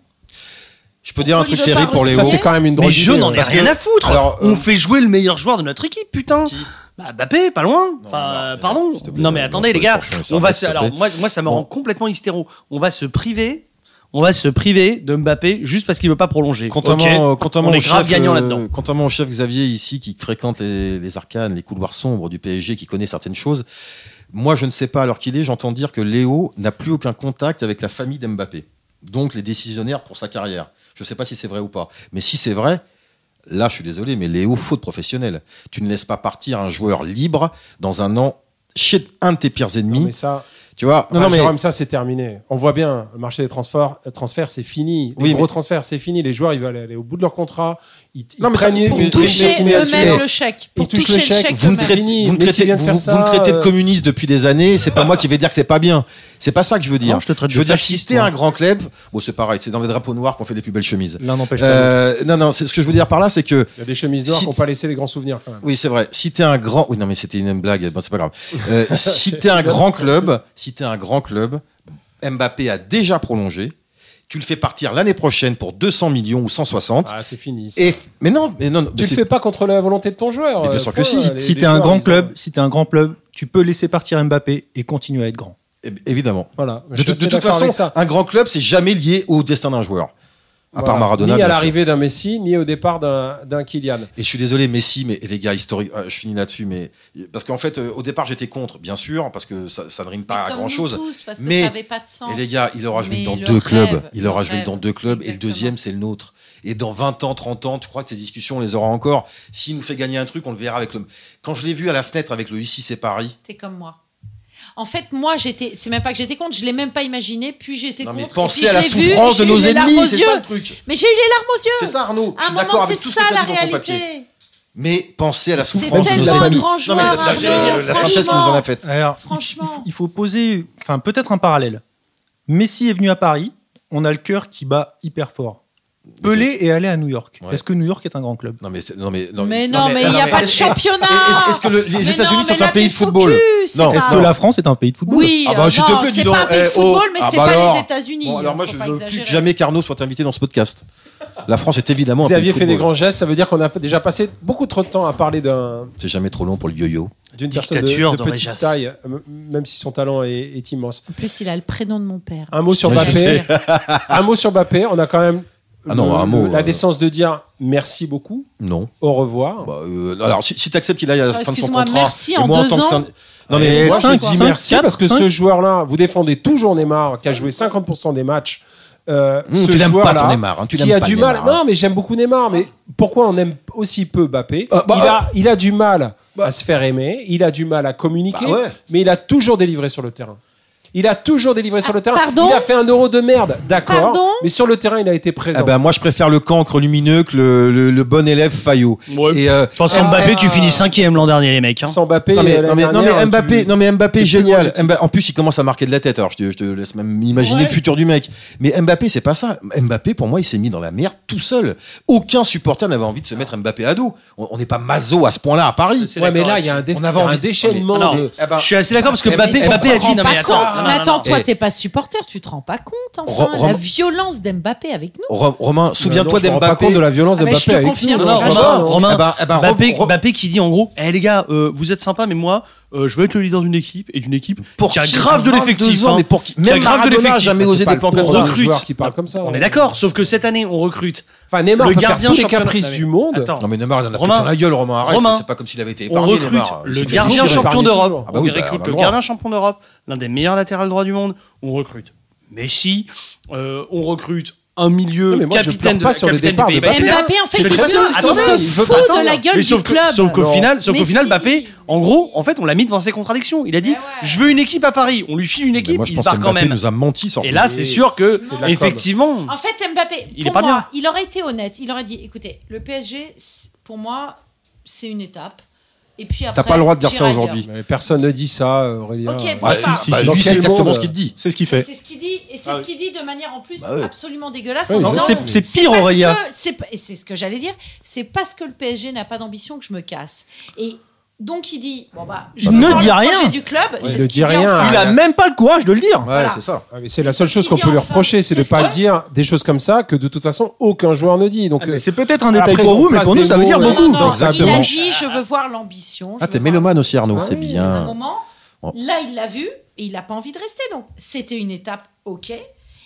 Speaker 3: Je peux dire un
Speaker 4: Oliver
Speaker 3: truc Thierry pour les
Speaker 4: Barros,
Speaker 2: Ça
Speaker 3: hauts.
Speaker 2: c'est quand même une drôle
Speaker 6: Mais je
Speaker 2: d'idée, hein.
Speaker 6: n'en ai
Speaker 2: ouais.
Speaker 3: Parce
Speaker 6: rien
Speaker 3: que-
Speaker 6: à foutre.
Speaker 3: alors, euh,
Speaker 6: On fait jouer le meilleur joueur de notre équipe, putain.
Speaker 3: Qui
Speaker 6: Bah, Mbappé, pas loin. Enfin, euh,
Speaker 3: non,
Speaker 6: pardon.
Speaker 3: s'il te plaît,
Speaker 6: Non, mais
Speaker 3: non,
Speaker 6: attendez,
Speaker 3: non,
Speaker 6: les
Speaker 3: les
Speaker 6: gars,
Speaker 3: prochains, ça
Speaker 6: on va
Speaker 3: reste
Speaker 6: se.
Speaker 3: Mbappé.
Speaker 6: Alors, moi, moi, ça me
Speaker 3: Bon.
Speaker 6: rend complètement hystéro. On va se priver. On va se priver de Mbappé juste parce qu'il veut pas prolonger. Ok.
Speaker 3: Contrairement, euh, contrairement
Speaker 6: on est
Speaker 3: au
Speaker 6: grave
Speaker 3: chef,
Speaker 6: gagnant
Speaker 3: euh,
Speaker 6: là-dedans.
Speaker 3: contrairement au chef Xavier ici qui fréquente les, les arcanes, les couloirs sombres du PSG, qui connaît certaines choses. Moi, je ne sais pas à l'heure qu'il est. J'entends dire que Léo n'a plus aucun contact avec la famille d'Mbappé, donc les décisionnaires pour sa carrière. Je ne sais pas si c'est vrai ou pas, mais si c'est vrai. Là, je suis désolé, mais Léo, faute professionnelle. Tu ne laisses pas partir un joueur libre dans un an chez un de tes pires ennemis.
Speaker 2: Non, mais ça,
Speaker 3: Tu vois
Speaker 2: non, Jérôme, ça c'est terminé. On voit bien, le marché des transferts, euh, transferts c'est fini. Les
Speaker 3: Oui,
Speaker 2: gros
Speaker 3: mais-
Speaker 2: transferts, c'est fini. Les joueurs, ils veulent aller au bout de leur contrat. Ils, ils
Speaker 3: Non, mais ça-
Speaker 2: prennent-
Speaker 4: Pour
Speaker 3: Mais-
Speaker 2: ils
Speaker 4: toucher
Speaker 2: prennent les
Speaker 4: eux-mêmes
Speaker 2: signalements.
Speaker 4: le chèque. Pour
Speaker 2: touchent
Speaker 4: toucher
Speaker 2: le
Speaker 4: le
Speaker 2: chèque,
Speaker 4: chèque
Speaker 3: vous me
Speaker 4: eux-mêmes.
Speaker 3: traitez,
Speaker 2: Fini.
Speaker 3: vous me
Speaker 2: Messi
Speaker 3: traitez-
Speaker 2: vient de faire
Speaker 3: vous-
Speaker 2: ça,
Speaker 3: vous me traitez de
Speaker 2: euh.
Speaker 3: communiste depuis des années. C'est pas moi qui vais dire que c'est pas bien. C'est pas ça que je veux dire.
Speaker 6: Non, je te traite de
Speaker 3: veux dire que si
Speaker 6: fasciste,
Speaker 3: c'était
Speaker 6: moi.
Speaker 3: un grand club, bon, c'est pareil. C'est dans les drapeaux noirs qu'on fait les plus belles chemises.
Speaker 5: L'un n'empêche pas l'autre.
Speaker 3: Euh, non, non. C'est ce que je veux dire par là, c'est que
Speaker 2: Il y a des chemises noires
Speaker 3: Si-
Speaker 2: qui n'ont pas laissé les grands souvenirs quand même.
Speaker 3: oui, c'est vrai. Si t'es un grand, oui, non, mais c'était une blague. Bon, c'est pas grave. Euh, si t'es un grand club, si t'es un grand club, Mbappé a déjà prolongé. Tu le fais partir l'année prochaine pour 200 millions ou 160.
Speaker 2: Ah, c'est fini. ça.
Speaker 3: Et mais non, mais non, non, mais
Speaker 2: tu le
Speaker 3: c'est-
Speaker 2: fais pas contre la volonté de ton joueur.
Speaker 3: Mais bien
Speaker 2: euh,
Speaker 3: sûr que
Speaker 2: point,
Speaker 3: si.
Speaker 2: les-
Speaker 5: si
Speaker 2: les
Speaker 5: t'es un
Speaker 2: joueurs,
Speaker 5: grand
Speaker 2: ils ont-
Speaker 5: club, si t'es un grand club, tu peux laisser partir Mbappé et continuer à être grand.
Speaker 3: évidemment.
Speaker 2: Voilà.
Speaker 3: De, toute- de toute façon,
Speaker 2: ça.
Speaker 3: un grand club, c'est jamais lié au destin d'un joueur. À part
Speaker 2: Voilà. Ni
Speaker 3: Maradona.
Speaker 2: à
Speaker 3: bien sûr.
Speaker 2: l'arrivée d'un Messi, ni au départ d'un d'un Kylian.
Speaker 3: Et je suis désolé, Messi, mais et les gars, historique, euh, je finis là-dessus, mais parce qu'en fait, euh, au départ, j'étais contre, bien sûr, parce que ça, ça ne rime pas à
Speaker 4: Comme
Speaker 3: grand
Speaker 4: nous
Speaker 3: chose.
Speaker 4: tous, parce que
Speaker 3: Mais-
Speaker 4: ça avait pas de sens.
Speaker 3: Et les gars, il aura joué
Speaker 4: Mais
Speaker 3: dans
Speaker 4: le
Speaker 3: deux
Speaker 4: rêve,
Speaker 3: clubs. Il aura
Speaker 4: le
Speaker 3: joué
Speaker 4: rêve,
Speaker 3: dans deux clubs, et le
Speaker 4: exactement.
Speaker 3: deuxième, c'est le nôtre. Et dans 20 ans, 30 ans, tu crois que ces discussions, on les aura encore S'il nous fait gagner un truc, on le verra avec le. Quand je l'ai vu à la fenêtre avec le ici, c'est Paris.
Speaker 4: T'es comme moi. En fait, moi, j'étais. C'est même pas que j'étais contre. Je l'ai même pas imaginé. Puis j'étais
Speaker 3: Non,
Speaker 4: contre.
Speaker 3: mais
Speaker 4: et
Speaker 3: pensez
Speaker 4: puis
Speaker 3: à la
Speaker 4: je l'ai vu,
Speaker 3: souffrance
Speaker 4: et
Speaker 3: de
Speaker 4: j'ai eu
Speaker 3: nos
Speaker 4: les larmes
Speaker 3: ennemis,
Speaker 4: aux
Speaker 3: c'est
Speaker 4: yeux.
Speaker 3: ça le truc.
Speaker 4: Mais j'ai eu les larmes aux yeux.
Speaker 3: C'est ça, Arnaud. Je
Speaker 4: À un
Speaker 3: suis d'accord
Speaker 4: moment, c'est
Speaker 3: avec tout ce
Speaker 4: ça
Speaker 3: que tu
Speaker 4: la
Speaker 3: as dit dans ton papier.
Speaker 4: réalité.
Speaker 3: Mais pensez à la
Speaker 4: C'est
Speaker 3: souffrance de nos
Speaker 2: tellement un
Speaker 3: ennemis.
Speaker 4: grand joueur, hein.
Speaker 3: non, mais la- la,
Speaker 4: Arnaud,
Speaker 3: la synthèse qu'on nous en a faite.
Speaker 5: Alors, il-
Speaker 4: Franchement.
Speaker 5: il, faut- il faut poser, enfin peut-être un parallèle. Messi est venu à Paris, on a le cœur qui bat hyper fort. Pelé est allé à New York.
Speaker 3: Ouais.
Speaker 5: Est-ce que New York est un grand club
Speaker 3: Non mais c'est- non mais
Speaker 4: Mais non, mais il n'y a pas de
Speaker 3: est-ce-
Speaker 4: championnat.
Speaker 3: est-ce- Est-ce que le- les
Speaker 4: Mais non,
Speaker 3: États-Unis
Speaker 4: mais
Speaker 3: sont
Speaker 4: là,
Speaker 3: un pays
Speaker 4: t'es
Speaker 3: de football
Speaker 4: foutu,
Speaker 3: Non.
Speaker 4: c'est
Speaker 5: Est-ce
Speaker 4: pas-
Speaker 5: que la France est un pays de football
Speaker 4: Ah, Oui,
Speaker 3: Ah bah,
Speaker 4: euh,
Speaker 3: s'il te
Speaker 4: non,
Speaker 3: plaît, dis
Speaker 4: c'est
Speaker 3: donc,
Speaker 4: pas un pays
Speaker 3: eh,
Speaker 4: de football,
Speaker 3: oh,
Speaker 4: mais
Speaker 3: ah
Speaker 4: c'est
Speaker 3: bah
Speaker 4: pas
Speaker 3: alors.
Speaker 4: les États-Unis.
Speaker 3: Bon, alors moi,
Speaker 4: faut
Speaker 3: je
Speaker 4: pas
Speaker 3: veux plus
Speaker 4: exagérer.
Speaker 3: que jamais qu'Arnaud soit invité dans ce podcast. La France est évidemment un pays
Speaker 2: Xavier
Speaker 3: de
Speaker 2: fait
Speaker 3: football.
Speaker 2: des grands gestes, ça veut dire qu'on a fait- déjà passé beaucoup trop de temps à parler d'un-
Speaker 3: C'est jamais trop long pour le yo-yo.
Speaker 2: d'une personne de,
Speaker 6: Dictature
Speaker 2: de
Speaker 6: dans
Speaker 2: petite
Speaker 6: Réjas.
Speaker 2: taille, euh, m- même si son talent est, est immense.
Speaker 4: En plus, il a le prénom de mon père.
Speaker 3: Hein,
Speaker 2: Un mot sur
Speaker 3: Oui, je
Speaker 2: Mbappé. Un mot sur Mbappé. On a quand même
Speaker 3: Ah non, un mot,
Speaker 2: la
Speaker 3: euh,
Speaker 2: décence de dire merci beaucoup,
Speaker 3: Non.
Speaker 2: au revoir.
Speaker 3: Bah, euh, alors si, si t'acceptes qu'il aille à la
Speaker 4: Ah,
Speaker 3: fin de son
Speaker 4: excuse-moi,
Speaker 3: contrat.
Speaker 4: merci,
Speaker 3: et
Speaker 4: en
Speaker 3: moi,
Speaker 4: deux
Speaker 3: tant que
Speaker 4: ans.
Speaker 3: syn- Non
Speaker 2: Et
Speaker 3: mais
Speaker 2: moi,
Speaker 5: moi,
Speaker 2: je
Speaker 5: cinq,
Speaker 2: dis
Speaker 5: cinq,
Speaker 2: merci
Speaker 5: quatre,
Speaker 2: parce que
Speaker 5: cinq.
Speaker 2: ce joueur-là, vous défendez toujours Neymar, qui a joué 50% des matchs. Euh,
Speaker 3: Mmh,
Speaker 2: ce
Speaker 3: tu l'aimes pas
Speaker 2: joueur-là,
Speaker 3: ton Neymar. hein, tu
Speaker 2: qui
Speaker 3: l'aimes
Speaker 2: a
Speaker 3: pas,
Speaker 2: du mal.
Speaker 3: Neymar, hein.
Speaker 2: Non, mais j'aime beaucoup Neymar, mais pourquoi on aime aussi peu Mbappé
Speaker 3: Ah, bah,
Speaker 2: il, a, il a du mal
Speaker 3: Bah.
Speaker 2: à se faire aimer, il a du mal à communiquer,
Speaker 3: Bah ouais.
Speaker 2: mais il a toujours délivré sur le terrain. Il a toujours délivré sur
Speaker 4: Ah,
Speaker 2: le terrain.
Speaker 4: pardon
Speaker 2: il a fait un euro de merde, d'accord,
Speaker 4: Pardon
Speaker 2: mais sur le terrain, il a été présent.
Speaker 3: Ah bah, moi je préfère le cancre lumineux que le, le- le bon élève Fayot.
Speaker 6: Ouais.
Speaker 3: Et euh,
Speaker 6: Je pense qu'à
Speaker 2: Ah.
Speaker 6: Mbappé, tu finis cinquième l'an dernier, les mecs. hein.
Speaker 2: Sans Mbappé,
Speaker 3: Non mais,
Speaker 2: l'année
Speaker 3: non, mais, non, mais
Speaker 2: dernière,
Speaker 3: Mbappé,
Speaker 2: tu-
Speaker 3: non mais Mbappé
Speaker 2: tu-
Speaker 3: génial.
Speaker 2: tu-
Speaker 3: Mba- en plus, il commence à marquer de la tête. Alors je te, je te laisse même imaginer
Speaker 2: Ouais.
Speaker 3: le futur du mec. Mais Mbappé, c'est pas ça. Mbappé, pour moi, il s'est mis dans la merde tout seul. Aucun supporter n'avait envie de se mettre Mbappé à dos. On on n'est pas mazo à ce point-là à Paris.
Speaker 6: C'est
Speaker 2: Ouais, mais
Speaker 6: d'accord,
Speaker 2: là, il y a un, dé-
Speaker 3: On avait
Speaker 2: il y a un
Speaker 3: envie de-
Speaker 2: déchaînement.
Speaker 6: Alors,
Speaker 2: de-
Speaker 3: Ah bah,
Speaker 6: Je suis assez d'accord parce que
Speaker 3: Mais
Speaker 6: Mbappé,
Speaker 3: mais
Speaker 6: Mbappé a dit
Speaker 3: comprends
Speaker 6: non mais
Speaker 3: pas
Speaker 6: attends,
Speaker 3: ça.
Speaker 6: non,
Speaker 4: mais
Speaker 6: non,
Speaker 4: attends,
Speaker 6: non.
Speaker 4: toi,
Speaker 3: Et-
Speaker 4: t'es pas supporter, tu te rends pas compte, enfin,
Speaker 3: Ro-
Speaker 4: la
Speaker 3: Rom-
Speaker 4: violence d'Mbappé avec nous.
Speaker 3: Ro- Romain, souviens-toi
Speaker 2: Non, je me rends pas
Speaker 3: d'Mbappé.
Speaker 2: compte de la violence
Speaker 4: Ah, mais je
Speaker 2: d'Mbappé
Speaker 4: te
Speaker 2: avec nous.
Speaker 4: confirme,
Speaker 2: Non,
Speaker 6: Non, non,
Speaker 4: Romain,
Speaker 6: Romain,
Speaker 3: Romain,
Speaker 6: Romain,
Speaker 3: eh ben- eh ben, Ro-
Speaker 6: Mbappé,
Speaker 3: Ro-
Speaker 6: Mbappé qui dit en gros, eh les gars, euh, vous êtes sympas, mais moi, euh, je veux être le leader d'une équipe et d'une équipe
Speaker 3: pour
Speaker 6: qui a
Speaker 3: qui
Speaker 6: grave de
Speaker 3: 22
Speaker 6: l'effectif.
Speaker 3: ans,
Speaker 6: hein.
Speaker 3: mais pour qui-
Speaker 6: Qui a
Speaker 3: Même
Speaker 6: grave de
Speaker 3: Maradona n'a
Speaker 6: l'effectif,
Speaker 3: jamais
Speaker 6: ça,
Speaker 3: osé des plans comme
Speaker 6: On
Speaker 3: ça.
Speaker 6: recrute.
Speaker 2: qui parle comme ça.
Speaker 6: On est d'accord, sauf que cette année, on recrute.
Speaker 2: Enfin, Neymar
Speaker 6: Le
Speaker 2: peut faire
Speaker 6: gardien
Speaker 2: tous les
Speaker 6: championnat-
Speaker 2: caprices
Speaker 6: Non, mais-
Speaker 2: du monde.
Speaker 6: Attends.
Speaker 3: Non mais Neymar, il en a pris
Speaker 6: Romain.
Speaker 3: dans la gueule, Romain. Arrête,
Speaker 6: Romain.
Speaker 3: c'est pas comme s'il avait été
Speaker 6: On
Speaker 3: épargné.
Speaker 6: recrute
Speaker 3: Neymar. Il
Speaker 6: le
Speaker 3: s'est fait
Speaker 6: gardien
Speaker 3: toujours
Speaker 6: champion
Speaker 2: épargner
Speaker 6: d'Europe.
Speaker 2: toujours.
Speaker 3: Ah bah
Speaker 6: on
Speaker 3: oui, bah,
Speaker 6: recrute
Speaker 3: on a
Speaker 6: le
Speaker 3: le droit.
Speaker 6: gardien champion d'Europe, l'un des meilleurs latérales droits du monde. On recrute Messi, euh, on recrute un milieu
Speaker 2: Non, mais moi, je pleure
Speaker 6: capitaine de
Speaker 2: pas sur les
Speaker 6: capitaine
Speaker 2: départs de
Speaker 6: des Pays-Bas,
Speaker 2: Mbappé.
Speaker 6: etc.
Speaker 4: Mbappé, en fait,
Speaker 6: Bah, C'est
Speaker 4: il
Speaker 6: très
Speaker 4: se,
Speaker 6: simple,
Speaker 4: il
Speaker 6: attends,
Speaker 4: se
Speaker 6: non,
Speaker 2: il veut
Speaker 4: fout
Speaker 2: pas
Speaker 4: de la
Speaker 2: attendre.
Speaker 4: gueule
Speaker 6: Mais
Speaker 4: du
Speaker 6: sauf que,
Speaker 4: club.
Speaker 6: sauf qu'au
Speaker 2: Non.
Speaker 6: final, sauf qu'au
Speaker 4: Mais
Speaker 6: final,
Speaker 4: si.
Speaker 6: Mbappé, en gros, en fait, on l'a mis devant ses contradictions. Il a dit,
Speaker 4: Mais ouais.
Speaker 6: je veux une équipe à Paris. On lui file une
Speaker 3: Mais
Speaker 6: équipe,
Speaker 3: Moi, je
Speaker 6: il se
Speaker 3: pense que
Speaker 6: barre quand
Speaker 3: Mbappé
Speaker 6: même.
Speaker 3: nous a menti sur
Speaker 6: Et
Speaker 3: tout.
Speaker 6: là, c'est sûr que,
Speaker 2: C'est de la
Speaker 6: effectivement,
Speaker 4: En fait, Mbappé,
Speaker 6: Il
Speaker 4: pour
Speaker 6: est pas
Speaker 4: moi,
Speaker 6: bien.
Speaker 4: il aurait été honnête. Il aurait dit écoutez, le PSG, c'est- pour moi, c'est une étape. Et puis après.
Speaker 3: T'as pas le droit de dire
Speaker 4: j'irai
Speaker 3: ça aujourd'hui.
Speaker 2: Mais Personne ne dit ça, Aurélien.
Speaker 4: Ok,
Speaker 3: Ah,
Speaker 4: Ouais,
Speaker 3: si,
Speaker 4: bah,
Speaker 3: si,
Speaker 2: bah,
Speaker 3: si,
Speaker 2: dans
Speaker 3: lui,
Speaker 2: quel
Speaker 3: c'est exactement
Speaker 2: monde
Speaker 3: ce qu'il dit.
Speaker 5: euh, C'est ce qu'il
Speaker 4: ailleurs.
Speaker 5: fait.
Speaker 4: C'est ce qu'il dit, et c'est
Speaker 5: Ah
Speaker 4: ce
Speaker 5: oui.
Speaker 4: qu'il dit de manière en plus
Speaker 3: Bah oui.
Speaker 4: absolument dégueulasse.
Speaker 2: Oui,
Speaker 4: en
Speaker 2: mais
Speaker 4: disant,
Speaker 5: C'est c'est pire,
Speaker 4: parce
Speaker 5: Aurélia.
Speaker 4: que- c'est p- Et c'est ce que j'allais dire. C'est parce que le PSG n'a pas d'ambition que je me casse. Et donc il dit bon bah, je
Speaker 5: Ne
Speaker 4: me sors
Speaker 5: dis
Speaker 4: le
Speaker 5: rien.
Speaker 4: projet Du club, c'est
Speaker 2: ne
Speaker 4: ce qu'il
Speaker 2: dis
Speaker 4: dit
Speaker 2: rien.
Speaker 4: enfin.
Speaker 5: Il a même pas le courage de le dire.
Speaker 3: Ouais,
Speaker 4: Voilà.
Speaker 3: c'est ça.
Speaker 2: Ah, mais c'est la seule chose
Speaker 4: ce
Speaker 2: qu'on
Speaker 4: qu'il
Speaker 2: peut
Speaker 4: dit
Speaker 2: lui
Speaker 4: enfin.
Speaker 2: reprocher, c'est de
Speaker 4: C'est ce
Speaker 2: pas
Speaker 4: que-
Speaker 2: dire des choses comme ça que de toute façon aucun joueur ne dit. Donc,
Speaker 5: Ah, mais
Speaker 2: euh,
Speaker 5: C'est peut-être un
Speaker 2: Après,
Speaker 5: détail pour
Speaker 2: on
Speaker 5: vous, mais
Speaker 2: place
Speaker 5: pour nous,
Speaker 2: des
Speaker 5: ça veut
Speaker 2: mots,
Speaker 5: dire
Speaker 2: euh,
Speaker 5: beaucoup.
Speaker 4: Non, non, non, Il
Speaker 3: Exactement.
Speaker 4: a dit je veux voir l'ambition. je
Speaker 3: Ah,
Speaker 4: veux
Speaker 3: t'es
Speaker 4: voir-
Speaker 3: mélomane Oh. aussi, Arnaud.
Speaker 2: Ah
Speaker 3: c'est
Speaker 2: oui,
Speaker 4: à un
Speaker 3: bien.
Speaker 4: moment.
Speaker 3: Bon.
Speaker 4: Là, il l'a vu et il n'a pas envie de rester. Donc, c'était une étape, ok.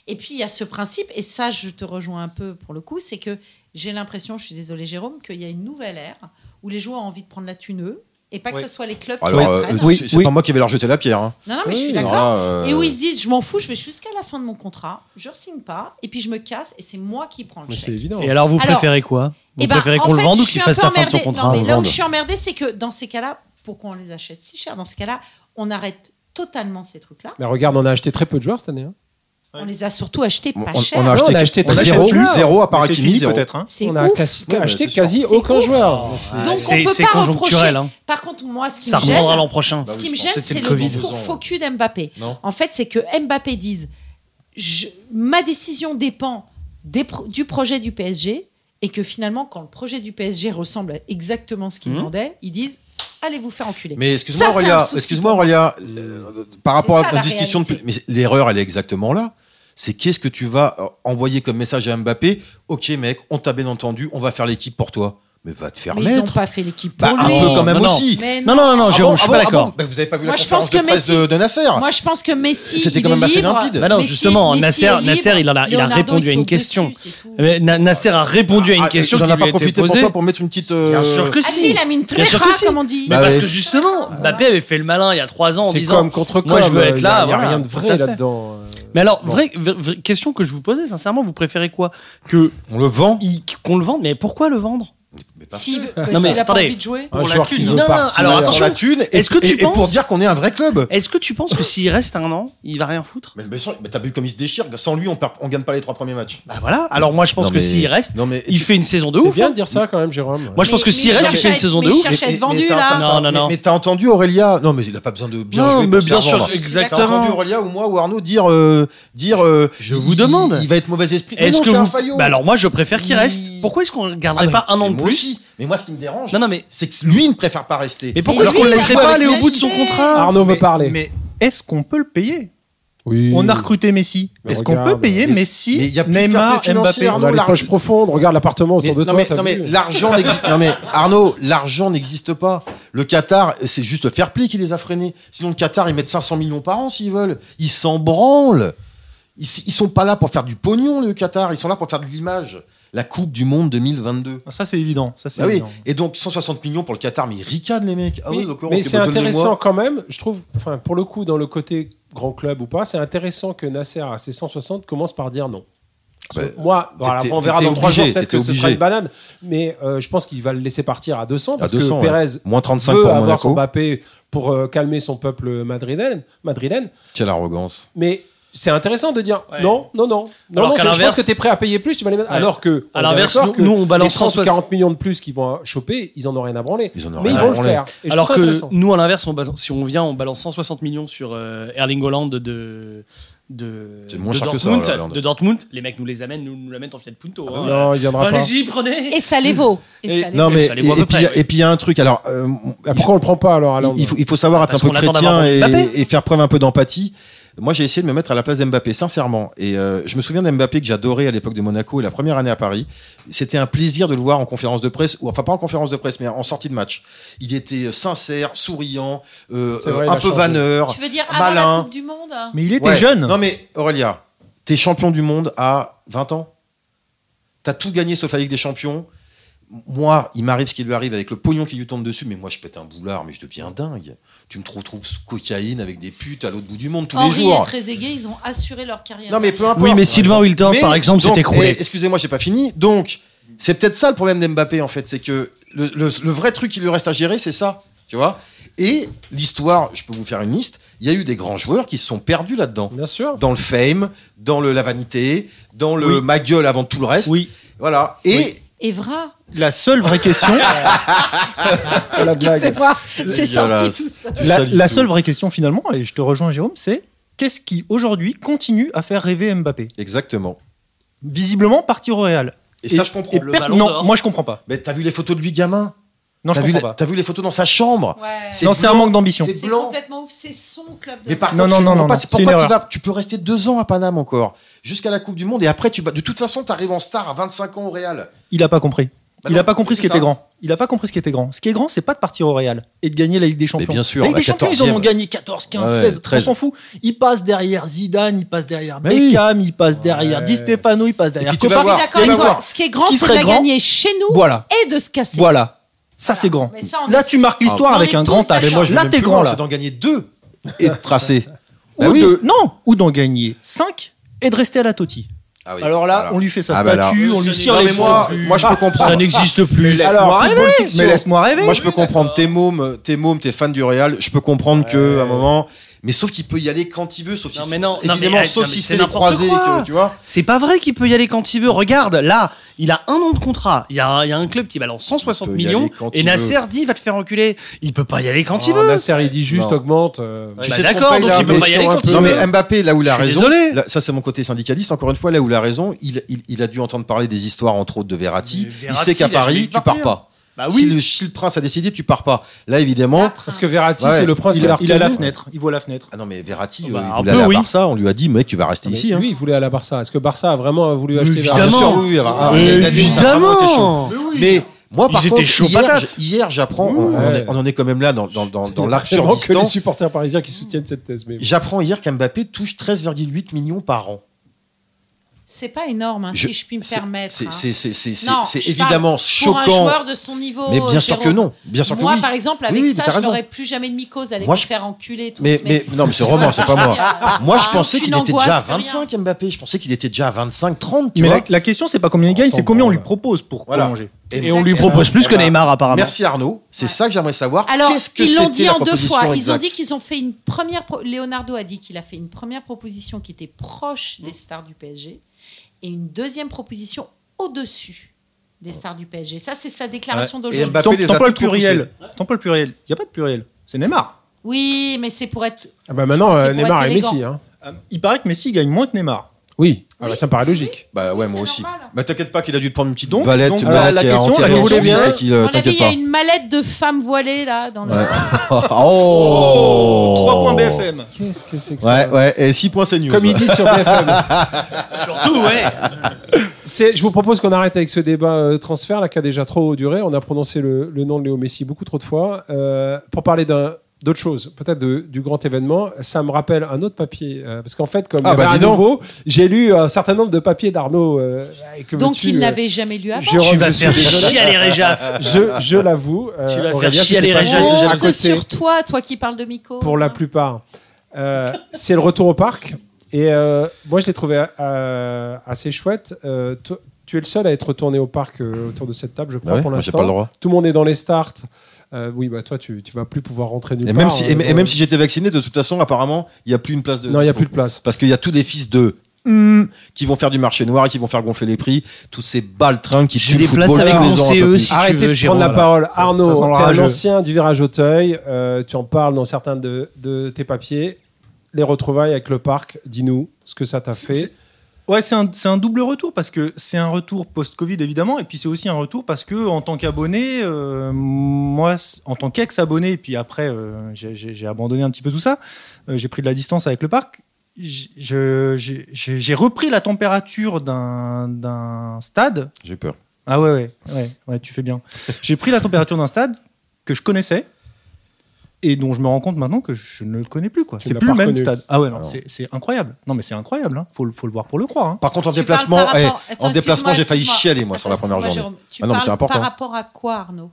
Speaker 4: Et puis, il y a ce principe, et ça, je te rejoins un peu pour le coup, c'est que j'ai l'impression, je suis désolée, Jérôme, qu'il y a une nouvelle ère où les joueurs ont envie de prendre la thune eux, et pas que
Speaker 5: Oui.
Speaker 4: ce soit les clubs qui
Speaker 3: Alors,
Speaker 4: les
Speaker 3: euh,
Speaker 4: prennent.
Speaker 5: oui.
Speaker 3: c'est c'est pas moi qui vais leur jeter la pierre. hein.
Speaker 4: Non, non, mais je suis
Speaker 2: Oui,
Speaker 4: d'accord.
Speaker 3: Alors là, euh,
Speaker 4: Et où ils se disent, je m'en fous, je vais jusqu'à la fin de mon contrat, je ne signe pas, et puis je me casse, et c'est moi qui prends le
Speaker 2: mais c'est
Speaker 4: chèque.
Speaker 2: évident.
Speaker 6: Et alors, vous
Speaker 4: Alors,
Speaker 6: préférez quoi Vous
Speaker 4: Eh ben,
Speaker 6: préférez
Speaker 4: en
Speaker 6: qu'on le
Speaker 4: fait,
Speaker 6: vende ou
Speaker 4: je suis
Speaker 6: qu'il
Speaker 4: un
Speaker 6: fasse
Speaker 4: peu
Speaker 6: la fin de son
Speaker 4: emmerdée.
Speaker 6: contrat
Speaker 4: Non, mais
Speaker 3: On
Speaker 4: là où
Speaker 3: vende.
Speaker 4: je suis emmerdée, c'est que dans ces cas-là, pourquoi on les achète si cher Dans ces cas-là, on arrête totalement ces trucs-là.
Speaker 2: Mais regarde, on a acheté très peu de joueurs cette année. hein.
Speaker 4: On les a surtout achetés
Speaker 3: on-
Speaker 4: pas
Speaker 3: on-
Speaker 4: cher.
Speaker 3: on a
Speaker 2: Non,
Speaker 3: acheté,
Speaker 2: on a acheté
Speaker 3: on a
Speaker 2: très
Speaker 3: zéro,
Speaker 2: peu de joueurs.
Speaker 3: zéro à
Speaker 5: Mais
Speaker 3: part
Speaker 5: C'est
Speaker 3: Hakimi,
Speaker 5: fini
Speaker 3: zéro.
Speaker 5: peut-être. hein.
Speaker 4: C'est
Speaker 2: On a
Speaker 4: ouf.
Speaker 2: quasi-
Speaker 3: Ouais,
Speaker 2: acheté
Speaker 3: c'est sûr.
Speaker 2: quasi
Speaker 4: C'est
Speaker 2: aucun
Speaker 4: ouf.
Speaker 2: joueur. Donc,
Speaker 4: Donc, on
Speaker 6: C'est
Speaker 4: peut
Speaker 6: c'est
Speaker 4: pas reprocher.
Speaker 6: conjoncturel. hein.
Speaker 4: Par contre, moi, ce qui
Speaker 6: Ça
Speaker 4: me gêne,
Speaker 6: reprendra l'an prochain.
Speaker 3: Bah
Speaker 4: ce qui
Speaker 3: oui,
Speaker 4: me
Speaker 3: je
Speaker 4: gêne,
Speaker 6: pense.
Speaker 4: c'est
Speaker 6: C'était
Speaker 4: le
Speaker 6: le Covid.
Speaker 4: discours faux cul d'Mbappé.
Speaker 3: Non.
Speaker 4: En fait, c'est que Mbappé dise je- ma décision dépend des pro- du projet du PSG et que finalement, quand le projet du PSG ressemble à exactement ce qu'il
Speaker 6: Mhm.
Speaker 4: demandait, ils disent allez vous faire enculer.
Speaker 3: Hmm. hein. Mais excuse-moi
Speaker 4: Ça, c'est un
Speaker 3: Aurélia,
Speaker 4: souci
Speaker 3: excuse-moi
Speaker 4: pour moi.
Speaker 3: Aurélia, euh, par rapport
Speaker 4: C'est ça,
Speaker 3: à la
Speaker 4: la
Speaker 3: discussion de
Speaker 4: réalité.
Speaker 3: mais l'erreur elle est exactement là. C'est qu'est-ce que tu vas euh, envoyer comme message à Mbappé OK mec, on t'a bien entendu, on va faire l'équipe pour toi. Mais va te faire
Speaker 4: Mais ils n'ont
Speaker 3: mettre.
Speaker 4: pas fait l'équipe pour
Speaker 3: Bah, un
Speaker 4: lui.
Speaker 3: peu quand même
Speaker 6: Non, non.
Speaker 3: aussi.
Speaker 4: Mais
Speaker 6: Non, non, non, non,
Speaker 3: Ah
Speaker 6: Jérôme,
Speaker 3: bon,
Speaker 6: je
Speaker 3: ah
Speaker 6: suis pas
Speaker 3: bon,
Speaker 6: d'accord.
Speaker 3: ah bon Bah, vous avez pas vu la
Speaker 4: Moi, je
Speaker 3: conférence
Speaker 4: pense
Speaker 3: de
Speaker 4: que
Speaker 3: presse
Speaker 4: Messi-
Speaker 3: de, de Nasser
Speaker 4: Moi, je pense que Messi.
Speaker 3: C'était
Speaker 4: il
Speaker 3: quand même
Speaker 4: est
Speaker 3: assez
Speaker 4: libre.
Speaker 3: limpide.
Speaker 6: Bah non,
Speaker 4: Messi-
Speaker 6: justement,
Speaker 4: Messi
Speaker 6: Nasser-
Speaker 4: est libre.
Speaker 6: Nasser, il en a- il a
Speaker 4: Leonardo,
Speaker 6: répondu à une
Speaker 4: saute
Speaker 6: question. Ah,
Speaker 4: dessus, c'est tout.
Speaker 6: Mais Na- Nasser a répondu à une
Speaker 3: Ah,
Speaker 6: question
Speaker 3: tu
Speaker 6: qui
Speaker 3: n'en as
Speaker 6: lui a
Speaker 3: pas
Speaker 6: été
Speaker 3: profité pour
Speaker 6: posée.
Speaker 3: toi pour mettre une petite euh,
Speaker 6: Bien sûr que
Speaker 4: Ah si, Ah.
Speaker 6: si.
Speaker 4: il a mis une
Speaker 6: Bien sûr que
Speaker 4: trécha,
Speaker 6: si.
Speaker 4: comme on dit.
Speaker 6: Mais
Speaker 3: Bah
Speaker 6: parce
Speaker 3: oui.
Speaker 6: que justement, Mbappé avait fait le malin il y a trois ans en
Speaker 2: C'est
Speaker 6: disant.
Speaker 2: comme contre
Speaker 6: moi, je
Speaker 2: com,
Speaker 6: veux être
Speaker 2: euh,
Speaker 6: là,
Speaker 2: Il n'y a
Speaker 6: voilà,
Speaker 2: rien de
Speaker 6: tout à
Speaker 2: vrai
Speaker 6: fait.
Speaker 2: là-dedans. euh.
Speaker 6: Mais alors,
Speaker 2: Bon.
Speaker 6: vraie, vraie- vraie question que je vous posais, sincèrement, vous préférez quoi Que
Speaker 3: on le vend
Speaker 6: il- qu'on le vende, mais pourquoi le vendre
Speaker 3: mais pas-
Speaker 4: S'il veut- euh,
Speaker 6: Non, mais
Speaker 4: s'il a pas
Speaker 6: attendez.
Speaker 4: envie de jouer.
Speaker 2: Un
Speaker 6: Pour la
Speaker 2: joueur qui
Speaker 6: thune.
Speaker 2: veut
Speaker 6: Non, non,
Speaker 2: partir.
Speaker 6: alors,
Speaker 3: euh, pour
Speaker 6: attention.
Speaker 3: la thune et,
Speaker 6: Est-ce que tu
Speaker 3: et- et pour
Speaker 6: penses-
Speaker 3: dire qu'on est un vrai club
Speaker 6: Est-ce que tu penses que s'il reste un an, il va rien foutre
Speaker 3: mais, bien sûr, mais t'as vu comme il se déchire sans lui on perd on gagne pas les trois premiers matchs
Speaker 6: Bah voilà. Alors moi, je pense
Speaker 3: Non,
Speaker 6: que
Speaker 3: mais-
Speaker 6: s'il reste,
Speaker 3: non mais
Speaker 6: il fait une saison de
Speaker 2: C'est
Speaker 6: ouf.
Speaker 2: bien
Speaker 6: hein.
Speaker 2: de dire ça quand même, Jérôme.
Speaker 6: Moi, je pense que s'il reste, il fait une saison de
Speaker 4: Il
Speaker 6: ouf.
Speaker 4: cherche à
Speaker 3: Mais-
Speaker 4: être vendu
Speaker 3: mais t'as-
Speaker 4: là.
Speaker 3: t'as-
Speaker 6: Non, non, non.
Speaker 3: Mais, mais t'as entendu Aurélia Non, mais il a pas besoin de bien
Speaker 6: Non,
Speaker 3: jouer. pour
Speaker 6: mais
Speaker 3: se faire
Speaker 6: bien sûr,
Speaker 3: vendre.
Speaker 4: je-
Speaker 3: T'as entendu
Speaker 6: exactement.
Speaker 3: Aurélia ou moi ou Arnaud dire euh, dire euh,
Speaker 6: Je
Speaker 3: il-
Speaker 6: vous
Speaker 3: il-
Speaker 6: demande.
Speaker 3: Il, va être mauvais esprit. Mais
Speaker 6: Est-ce
Speaker 3: non,
Speaker 6: que
Speaker 3: c'est un
Speaker 6: vous-
Speaker 3: faillot.
Speaker 6: Bah alors moi, je préfère qu'il
Speaker 3: Il-
Speaker 6: reste. Pourquoi est-ce qu'on ne garderait
Speaker 3: Ah,
Speaker 6: pas
Speaker 3: mais-
Speaker 6: un an
Speaker 3: mais
Speaker 6: de
Speaker 3: moi
Speaker 6: plus
Speaker 3: aussi. Mais moi, ce qui me dérange,
Speaker 6: Non, non, mais-
Speaker 3: c'est que lui il ne préfère pas rester.
Speaker 6: Mais pourquoi
Speaker 4: Mais
Speaker 6: est-ce qu'on ne
Speaker 4: lui,
Speaker 6: laisserait
Speaker 3: il a
Speaker 6: pas
Speaker 3: joué
Speaker 6: aller au
Speaker 4: avec
Speaker 6: bout de son
Speaker 4: Messi.
Speaker 6: contrat
Speaker 2: Arnaud veut
Speaker 5: Mais-
Speaker 2: parler.
Speaker 5: Mais est-ce qu'on peut le payer
Speaker 2: Oui.
Speaker 5: On a recruté Messi.
Speaker 2: Mais
Speaker 5: Est-ce qu'on
Speaker 2: regarde,
Speaker 5: peut payer
Speaker 3: mais- mais
Speaker 5: Messi,
Speaker 3: y a plus de
Speaker 5: Neymar,
Speaker 3: fair play
Speaker 5: Mbappé
Speaker 3: financier,
Speaker 2: On a
Speaker 3: Arnaud,
Speaker 2: les
Speaker 3: la-
Speaker 2: poches profondes. Regarde l'appartement
Speaker 3: Mais-
Speaker 2: autour de
Speaker 3: non,
Speaker 2: toi.
Speaker 3: mais,
Speaker 2: t'as
Speaker 3: non, mais
Speaker 2: vu
Speaker 3: l'argent n'existe. non mais Arnaud, l'argent n'existe pas. Le Qatar, c'est juste le fair play qui les a freinés. Sinon le Qatar, ils mettent 500 millions par an s'ils veulent. Ils s'en branlent. Ils, s- ils sont pas là pour faire du pognon le Qatar. Ils sont là pour faire de l'image. La Coupe du Monde 2022.
Speaker 5: Ah, Ça c'est évident. Ça c'est
Speaker 3: Bah oui.
Speaker 5: évident.
Speaker 3: Et donc 160 millions pour le Qatar, mais ils ricadent les mecs. Ah oui,
Speaker 2: Oui,
Speaker 3: d'accord,
Speaker 2: mais
Speaker 3: ok,
Speaker 2: c'est
Speaker 3: bah, donnez-moi.
Speaker 2: intéressant quand même, je trouve, enfin, pour le coup, dans le côté grand club ou pas, c'est intéressant que Nasser à ses 160 commence par dire non. Parce que Moi, voilà,
Speaker 3: Bah, t'étais-
Speaker 2: on verra dans
Speaker 3: t'étais
Speaker 2: trois jours,
Speaker 3: obligé,
Speaker 2: peut-être que
Speaker 3: t'étais
Speaker 2: ce sera
Speaker 3: obligé.
Speaker 2: une banane, mais euh, je pense qu'il va le laisser partir à 200 parce
Speaker 3: 200,
Speaker 2: que
Speaker 3: ouais.
Speaker 2: Pérez
Speaker 3: hein. Moins 35
Speaker 2: veut
Speaker 3: pour
Speaker 2: avoir son
Speaker 3: Monaco.
Speaker 2: Mbappé pour euh, calmer son peuple madrilène, madrilène
Speaker 3: Quelle arrogance.
Speaker 2: mais c'est intéressant de dire
Speaker 6: Ouais.
Speaker 2: non, non, non, non,
Speaker 6: Alors
Speaker 2: non, je-
Speaker 6: qu'à
Speaker 2: je pense
Speaker 6: l'inverse-
Speaker 2: que tu es prêt à payer plus, tu vas les mettre.
Speaker 6: Ouais.
Speaker 2: Alors que,
Speaker 6: À
Speaker 2: on est
Speaker 6: l'inverse,
Speaker 2: d'accord
Speaker 6: nous-
Speaker 2: que
Speaker 6: nous, on balance
Speaker 2: les 30 ou
Speaker 6: 160.
Speaker 2: 40 millions de plus qu'ils vont choper, ils en ont rien à branler.
Speaker 3: Ils en ont
Speaker 2: mais
Speaker 3: rien
Speaker 2: ils
Speaker 3: à
Speaker 2: vont le
Speaker 3: branler.
Speaker 2: faire. Et je
Speaker 6: Alors
Speaker 2: trouve ça intéressant.
Speaker 6: que nous, à l'inverse, on balance- si on vient, on balance 160 millions sur euh, Erling Haaland de. De,
Speaker 3: C'est moins
Speaker 6: de
Speaker 3: cher que ça,
Speaker 6: Dortmund,
Speaker 3: Haaland.
Speaker 6: de Dortmund, les mecs nous les amènent, nous, nous la mettent en Fiat Punto. hein.
Speaker 2: Ah, Non, il viendra pas.
Speaker 6: Allez-y, prenez.
Speaker 4: Et ça les vaut. Et ça les
Speaker 3: Non
Speaker 4: vaut.
Speaker 6: Et
Speaker 3: mais
Speaker 6: ça les voit à
Speaker 3: et,
Speaker 6: peu
Speaker 3: puis
Speaker 6: près, oui.
Speaker 3: et puis il y a un truc. Alors euh,
Speaker 2: Ah, Pourquoi on le prend pas alors à
Speaker 3: Il-
Speaker 2: Londres
Speaker 3: il, faut, il faut savoir être
Speaker 6: Parce
Speaker 3: un peu
Speaker 6: qu'on attend
Speaker 3: chrétien
Speaker 6: d'avoir vendu
Speaker 3: et,
Speaker 6: Mbappé.
Speaker 3: et faire preuve un peu d'empathie. Moi, j'ai essayé de me mettre à la place d'Mbappé, sincèrement. Et euh, je me souviens d'Mbappé que j'adorais à l'époque de Monaco et la première année à Paris. C'était un plaisir de le voir en conférence de presse, ou enfin pas en conférence de presse, mais en sortie de match. Il était sincère, souriant, euh,
Speaker 2: C'est vrai, il
Speaker 3: un
Speaker 2: a
Speaker 3: peu
Speaker 2: changé.
Speaker 3: vanneur.
Speaker 4: Tu veux dire avant
Speaker 3: malin.
Speaker 4: la Coupe du Monde
Speaker 5: Mais il était
Speaker 3: Ouais.
Speaker 5: jeune.
Speaker 3: Non, mais Aurélia, t'es champion du monde à 20 ans. T'as tout gagné sauf la Ligue des Champions. Moi, il m'arrive ce qui lui arrive avec le pognon qui lui tombe dessus, mais moi je pète un boulard, mais je deviens dingue. Tu me trou- trouves sous cocaïne avec des putes à l'autre bout du monde tous les
Speaker 4: Henri et
Speaker 3: jours.
Speaker 4: Trezeguet, ils ont assuré leur carrière.
Speaker 3: Non mais peu importe.
Speaker 6: Oui, mais Sylvain Wiltord,
Speaker 3: Mais,
Speaker 6: par exemple,
Speaker 3: donc,
Speaker 6: s'est écroulé.
Speaker 3: eh, Excusez-moi, j'ai pas fini. Donc, c'est peut-être ça le problème d'Mbappé, en fait. C'est que le, le- le vrai truc qui lui reste à gérer, c'est ça. Tu vois Et l'histoire, je peux vous faire une liste. Il y a eu des grands joueurs qui se sont perdus là-dedans.
Speaker 2: Bien sûr.
Speaker 3: Dans le fame, dans le, la vanité, dans le
Speaker 5: Oui.
Speaker 3: ma gueule avant tout le reste.
Speaker 5: Oui.
Speaker 3: Voilà. Et
Speaker 5: Oui.
Speaker 4: Evra,
Speaker 5: La seule vraie question,
Speaker 3: Ah,
Speaker 2: La blague.
Speaker 4: excusez-moi, c'est sorti
Speaker 3: Dégueulasse.
Speaker 4: tout seul.
Speaker 3: du
Speaker 5: la,
Speaker 3: salut
Speaker 5: la
Speaker 3: tout.
Speaker 5: seule vraie question finalement, et je te rejoins Jérôme, c'est qu'est-ce qui aujourd'hui continue à faire rêver Mbappé
Speaker 3: Exactement.
Speaker 5: Visiblement partir au Real.
Speaker 3: Et, ça, je comprends.
Speaker 5: et
Speaker 6: Le
Speaker 5: per-
Speaker 6: Ballon
Speaker 5: non,
Speaker 6: d'Or.
Speaker 5: moi je comprends pas.
Speaker 3: Mais t'as vu les photos de lui gamin
Speaker 5: Non, je
Speaker 3: T'as vu,
Speaker 5: comprends
Speaker 3: les-
Speaker 5: pas.
Speaker 3: t'as vu les photos dans sa chambre
Speaker 4: Ouais.
Speaker 3: C'est
Speaker 5: Non, c'est un manque d'ambition.
Speaker 3: C'est
Speaker 4: C'est
Speaker 3: blanc.
Speaker 4: complètement ouf, c'est son club de
Speaker 3: Mais par
Speaker 4: foot.
Speaker 5: Non,
Speaker 3: contre,
Speaker 5: non,
Speaker 3: je
Speaker 5: non,
Speaker 3: comprends
Speaker 5: non,
Speaker 3: pas, c'est
Speaker 5: non. C'est
Speaker 3: pourquoi
Speaker 5: une
Speaker 3: tu vas, tu peux rester deux ans à Paname encore, jusqu'à la Coupe du Monde, et après, tu vas, de toute façon, tu arrives en star à 25 ans au Real.
Speaker 5: Il a pas compris.
Speaker 3: Bah
Speaker 5: il
Speaker 3: non,
Speaker 5: a pas compris ce qui
Speaker 3: c'est ça.
Speaker 5: était grand. Il a pas compris ce qui était grand. Ce qui est grand, c'est pas de partir au Real et de gagner la Ligue des Champions.
Speaker 3: bien sûr,
Speaker 5: la Ligue
Speaker 3: la
Speaker 5: des Champions, ils en ont
Speaker 3: 14e.
Speaker 5: gagné 14, 15,
Speaker 3: Ah ouais,
Speaker 5: 16. On
Speaker 3: 13.
Speaker 5: s'en fout. Ils passent derrière Zidane, ils passent derrière
Speaker 3: Mais Bah oui.
Speaker 5: Beckham, ils passent derrière
Speaker 2: Ouais.
Speaker 5: Di Stefano, ils passent
Speaker 3: Et
Speaker 5: derrière
Speaker 3: puis tu
Speaker 5: Copa.
Speaker 3: vas
Speaker 4: Je
Speaker 3: voir.
Speaker 4: suis d'accord
Speaker 3: Et
Speaker 4: avec
Speaker 3: bah
Speaker 4: toi.
Speaker 3: voilà.
Speaker 4: Ce qui est grand,
Speaker 5: Ce qui
Speaker 4: c'est de
Speaker 5: serait
Speaker 4: la
Speaker 5: grand,
Speaker 4: gagner chez nous
Speaker 5: Voilà,
Speaker 4: et de se casser.
Speaker 5: voilà. Ça c'est grand.
Speaker 4: Mais ça, on
Speaker 5: Là
Speaker 4: est-
Speaker 5: tu marques l'histoire
Speaker 4: on
Speaker 5: avec
Speaker 4: est
Speaker 5: un
Speaker 4: tous
Speaker 5: grand
Speaker 4: à
Speaker 5: âge.
Speaker 4: Mais moi, je
Speaker 5: là t'es
Speaker 3: es
Speaker 5: grand là.
Speaker 3: C'est d'en gagner deux et de tracer. Bah
Speaker 5: ou
Speaker 3: oui.
Speaker 5: de- non, ou d'en gagner 5 et de rester à la Toti.
Speaker 3: Ah oui,
Speaker 5: Alors là,
Speaker 3: voilà.
Speaker 5: on lui fait sa
Speaker 3: Ah bah là.
Speaker 5: statue, on
Speaker 3: Non,
Speaker 5: lui
Speaker 3: mais
Speaker 5: cire les
Speaker 3: moi,
Speaker 5: cheveux.
Speaker 3: moi, je peux comprendre.
Speaker 6: n'existe plus.
Speaker 5: Alors,
Speaker 2: Alors,
Speaker 5: football fiction. mais
Speaker 2: Mais
Speaker 5: laisse-moi rêver.
Speaker 3: Moi, je peux comprendre tes mômes, tes mômes, t'es fan du Real. Je peux comprendre que à un moment, mais sauf qu'il peut y aller quand il veut, sauf
Speaker 6: Non,
Speaker 3: si-
Speaker 6: mais non, non,
Speaker 3: évidemment,
Speaker 6: mais, eh,
Speaker 3: sauf
Speaker 6: non, mais
Speaker 3: s'il se
Speaker 6: c'est
Speaker 3: fait les
Speaker 6: n'importe
Speaker 3: croisés,
Speaker 6: quoi.
Speaker 3: que, tu vois.
Speaker 6: C'est pas vrai qu'il peut y aller quand il veut. Regarde, là, il a un an de contrat. Il y a, un- il y a un club qui balance 160
Speaker 3: Il peut y
Speaker 6: millions
Speaker 3: aller quand
Speaker 6: et
Speaker 3: il
Speaker 6: Nasser dit va te faire enculer. Il peut pas y aller quand il
Speaker 2: Ah,
Speaker 6: veut.
Speaker 2: Nasser, il dit juste,
Speaker 3: Non.
Speaker 2: augmente. euh,
Speaker 3: Tu
Speaker 6: Bah
Speaker 3: sais ce qu'on
Speaker 6: d'accord,
Speaker 3: paye,
Speaker 6: donc
Speaker 3: là,
Speaker 6: il peut pas y
Speaker 2: blessure
Speaker 6: aller
Speaker 2: un
Speaker 6: quand
Speaker 2: peu.
Speaker 6: il
Speaker 3: Non
Speaker 6: veut.
Speaker 3: mais Mbappé, là où il a
Speaker 6: Je suis
Speaker 3: raison,
Speaker 6: désolé.
Speaker 3: là, ça c'est mon côté syndicaliste, encore une fois, là où il a raison, il, il- il a dû entendre parler des histoires entre autres de Verratti.
Speaker 6: Mais
Speaker 3: il
Speaker 6: Verratti,
Speaker 3: sait qu'à
Speaker 6: il a jamais
Speaker 3: Paris,
Speaker 6: dû
Speaker 3: tu pars
Speaker 6: partir.
Speaker 3: pas.
Speaker 6: Bah
Speaker 3: si,
Speaker 6: oui.
Speaker 3: le, si le prince a décidé, tu pars pas. Là évidemment...
Speaker 2: Parce que Verratti,
Speaker 3: Ouais.
Speaker 2: c'est le prince
Speaker 5: Il,
Speaker 2: qui l'a
Speaker 5: a, il a la
Speaker 2: retenu.
Speaker 5: fenêtre, il voit la fenêtre.
Speaker 3: Ah non mais Verratti,
Speaker 6: Bah,
Speaker 3: euh, il
Speaker 6: un
Speaker 3: voulait
Speaker 6: peu,
Speaker 3: aller à
Speaker 6: oui. Ah,
Speaker 3: Barça, on lui a dit, mec, tu vas rester ici. hein.
Speaker 2: Ah, Lui, il voulait aller à Barça. Est-ce que Barça a vraiment voulu acheter
Speaker 6: évidemment.
Speaker 2: Verratti
Speaker 3: Bien sûr,
Speaker 6: évidemment.
Speaker 3: oui, oui, ah,
Speaker 6: Mais
Speaker 3: il a dit, ça a vraiment été chaud.
Speaker 6: évidemment.
Speaker 3: Mais moi,
Speaker 6: Ils
Speaker 3: par
Speaker 6: étaient
Speaker 3: contre,
Speaker 6: chauds
Speaker 3: hier,
Speaker 6: patates.
Speaker 3: j- hier, j'apprends, on, on
Speaker 2: Ouais.
Speaker 3: est- on en est quand même là dans, dans, dans, dans
Speaker 2: Vraiment que les
Speaker 3: l'absurdistan.
Speaker 2: supporters parisiens qui soutiennent cette thèse. Mais
Speaker 3: J'apprends hier qu'Mbappé touche 13,8 millions par an.
Speaker 4: C'est pas énorme, hein,
Speaker 3: Je-
Speaker 4: si je puis me
Speaker 3: C'est-
Speaker 4: permettre.
Speaker 3: c'est-
Speaker 4: hein.
Speaker 3: C'est c'est- c'est- c'est-
Speaker 4: Non,
Speaker 3: c'est
Speaker 4: je
Speaker 3: évidemment
Speaker 4: Pour un
Speaker 3: choquant,
Speaker 4: joueur de son niveau.
Speaker 3: mais bien sûr
Speaker 4: Jérôme.
Speaker 3: que non. Bien sûr que
Speaker 4: moi,
Speaker 3: oui.
Speaker 4: par exemple, avec
Speaker 3: Oui, mais
Speaker 4: ça,
Speaker 3: t'as
Speaker 4: je
Speaker 3: raison.
Speaker 4: n'aurais plus jamais de mycose, aller
Speaker 3: Moi,
Speaker 4: me
Speaker 3: je-
Speaker 4: faire enculer. Tout
Speaker 3: Mais,
Speaker 4: ce
Speaker 3: mais
Speaker 4: mec.
Speaker 3: non, mais c'est Romain, c'est pas moi. Moi, je
Speaker 4: Ah,
Speaker 3: pensais qu'il
Speaker 4: aucune
Speaker 3: était déjà à
Speaker 4: angoisse, plus
Speaker 3: 25 Mbappé. Je pensais qu'il était déjà à 25, 30. Tu
Speaker 5: Mais
Speaker 3: vois
Speaker 5: la, la question, c'est pas combien il
Speaker 2: On
Speaker 5: gagne,
Speaker 2: s'en
Speaker 5: c'est combien on lui
Speaker 2: branle.
Speaker 5: propose pour
Speaker 3: Voilà.
Speaker 5: prolonger.
Speaker 6: Et on lui
Speaker 3: ben,
Speaker 6: propose plus
Speaker 3: eh
Speaker 6: que
Speaker 3: ben,
Speaker 6: Neymar apparemment.
Speaker 3: Merci Arnaud. C'est
Speaker 4: Ouais.
Speaker 3: ça que j'aimerais savoir.
Speaker 4: Alors,
Speaker 3: Qu'est-ce que
Speaker 4: ils l'ont
Speaker 3: c'était
Speaker 4: dit
Speaker 3: la
Speaker 4: en deux
Speaker 3: proposition
Speaker 4: fois. Ils ont
Speaker 3: exacte
Speaker 4: dit qu'ils ont fait une première. pro- Leonardo a dit qu'il a fait une première proposition qui était proche
Speaker 3: Mm.
Speaker 4: des stars du PSG et une deuxième proposition au-dessus des stars du PSG. Ça, c'est sa déclaration
Speaker 3: Mm. Et
Speaker 4: d'aujourd'hui.
Speaker 3: Mbappé les a
Speaker 5: T'emploies le
Speaker 3: toutes repoussées.
Speaker 5: pluriel. T'emploies le pluriel. Il y a pas de pluriel. C'est Neymar.
Speaker 4: Oui, mais c'est pour être.
Speaker 2: Ah bah maintenant,
Speaker 4: C'est
Speaker 2: euh,
Speaker 4: pour
Speaker 2: Neymar
Speaker 4: être
Speaker 2: et
Speaker 4: élégant.
Speaker 2: Messi. hein.
Speaker 3: Ah.
Speaker 5: Il paraît que Messi gagne moins que Neymar.
Speaker 2: Oui, Ah bah,
Speaker 4: Oui.
Speaker 2: ça me paraît logique.
Speaker 3: Bah ouais,
Speaker 4: Oui,
Speaker 3: moi
Speaker 4: c'est
Speaker 3: aussi.
Speaker 4: normal.
Speaker 3: Mais t'inquiète pas qu'il a dû te prendre une petite
Speaker 5: Donc-
Speaker 3: valette.
Speaker 5: donc,
Speaker 3: une
Speaker 5: euh,
Speaker 3: valette
Speaker 5: la
Speaker 3: qui est
Speaker 5: question, la
Speaker 3: entièrement
Speaker 5: question,
Speaker 3: sur lui,
Speaker 5: c'est-
Speaker 3: c'est qu'il,
Speaker 4: À
Speaker 3: euh,
Speaker 4: mon avis,
Speaker 3: T'inquiète
Speaker 4: il y
Speaker 3: pas.
Speaker 4: a une mallette de femmes voilées là dans le.
Speaker 2: Ah,
Speaker 3: Oh,
Speaker 5: 3 points BFM.
Speaker 2: Qu'est-ce que c'est que
Speaker 3: Ouais,
Speaker 2: ça
Speaker 3: ouais, et 6 points, c'est news.
Speaker 2: Comme il dit sur BFM.
Speaker 6: Surtout, ouais.
Speaker 2: C'est- je vous propose qu'on arrête avec ce débat euh, transfert là qui a déjà trop duré. On a prononcé le, le nom de Léo Messi beaucoup trop de fois. Euh, pour parler d'un d'autre chose, peut-être de- du grand événement, ça me rappelle un autre papier euh, parce qu'en fait, comme
Speaker 3: Ah,
Speaker 2: il y
Speaker 3: bah,
Speaker 2: avait
Speaker 3: dis
Speaker 2: un
Speaker 3: donc.
Speaker 2: nouveau, j'ai lu un certain nombre de papiers d'Arnaud. euh, et que
Speaker 4: Donc
Speaker 2: veux-tu,
Speaker 4: il
Speaker 2: euh,
Speaker 4: n'avait jamais lu avant.
Speaker 2: Jérôme,
Speaker 6: tu vas
Speaker 2: je suis
Speaker 6: faire
Speaker 2: désolé.
Speaker 6: chialer Réjas.
Speaker 3: Ah,
Speaker 2: Je, je l'avoue. euh,
Speaker 6: vas faire
Speaker 2: Aurélien, j'étais
Speaker 6: chialer les
Speaker 2: passé
Speaker 6: gens de
Speaker 2: à
Speaker 4: Honte
Speaker 2: côté
Speaker 4: sur toi, toi qui parles de Miko. hein.
Speaker 2: pour la plupart. Euh, c'est le retour au parc. Et euh, moi, je l'ai trouvé euh, assez chouette. Euh, to- tu es le seul à être retourné au parc euh, autour de cette table, je crois, pour
Speaker 3: Bah j'ai pas le
Speaker 2: l'instant.
Speaker 3: droit.
Speaker 2: Tout le monde est dans les starts. Euh, oui, bah toi, tu, tu vas plus pouvoir rentrer nulle
Speaker 3: Et
Speaker 2: part.
Speaker 3: même si,
Speaker 2: euh,
Speaker 3: et, et
Speaker 2: dans-
Speaker 3: même si j'étais vacciné, de toute façon, apparemment, hein, il n'y a plus une place de.
Speaker 2: Non, il n'y a plus de place.
Speaker 3: Parce qu'il y a tous des fils de. hmm qui vont faire du marché noir et qui vont faire gonfler les prix. Tous ces baltrins qui
Speaker 6: J'ai
Speaker 3: tuent le
Speaker 6: des places
Speaker 3: football
Speaker 6: avec
Speaker 3: tous
Speaker 6: mon
Speaker 3: les ans. un peu
Speaker 6: CE
Speaker 3: plus.
Speaker 6: si- tu
Speaker 2: Arrêtez
Speaker 6: veux,
Speaker 2: de
Speaker 6: Jérôme,
Speaker 2: prendre la
Speaker 6: voilà.
Speaker 2: parole.
Speaker 5: Ça-
Speaker 2: Arnaud,
Speaker 5: ça sent le
Speaker 2: t'es un
Speaker 5: rageux.
Speaker 2: ancien du virage Auteuil. Euh, tu en parles dans certains de, de tes papiers. Les retrouvailles avec le parc, dis-nous ce que ça t'a
Speaker 5: C'est-
Speaker 2: fait.
Speaker 5: c'est- Ouais, c'est un, c'est un double retour parce que c'est un retour post-Covid évidemment, et puis c'est aussi un retour parce que en tant qu'abonné, euh, moi, c- en tant qu'ex-abonné, et puis après, euh, j'ai- j'ai j'ai abandonné un petit peu tout ça, euh, j'ai pris de la distance avec le parc. j- je- j'ai- j'ai j'ai repris la température d'un- d'un stade.
Speaker 3: J'ai peur.
Speaker 5: Ah ouais, ouais, ouais, ouais, tu fais bien. J'ai pris la température d'un stade que je connaissais et dont je me rends compte maintenant que je ne le connais plus. quoi.
Speaker 2: Tu
Speaker 5: C'est
Speaker 2: l'as
Speaker 5: plus
Speaker 2: pas
Speaker 5: le même
Speaker 2: reconnu.
Speaker 5: stade. Ah ouais, non,
Speaker 3: Alors.
Speaker 5: c'est c'est incroyable. Non, mais c'est incroyable. hein. Faut, le- faut le voir pour le croire. hein.
Speaker 3: Par contre, en
Speaker 4: Tu
Speaker 3: déplacement,
Speaker 4: parles par
Speaker 3: eh,
Speaker 4: rapport- Attends,
Speaker 3: en
Speaker 4: excuse-moi,
Speaker 3: déplacement, j'ai failli
Speaker 4: excuse-moi.
Speaker 3: chialer moi sur la
Speaker 4: Attends,
Speaker 3: première
Speaker 4: excuse-moi,
Speaker 3: journée.
Speaker 4: Jérôme, tu
Speaker 3: Ah non, mais
Speaker 4: parles
Speaker 3: c'est important.
Speaker 4: Par rapport à quoi, Arnaud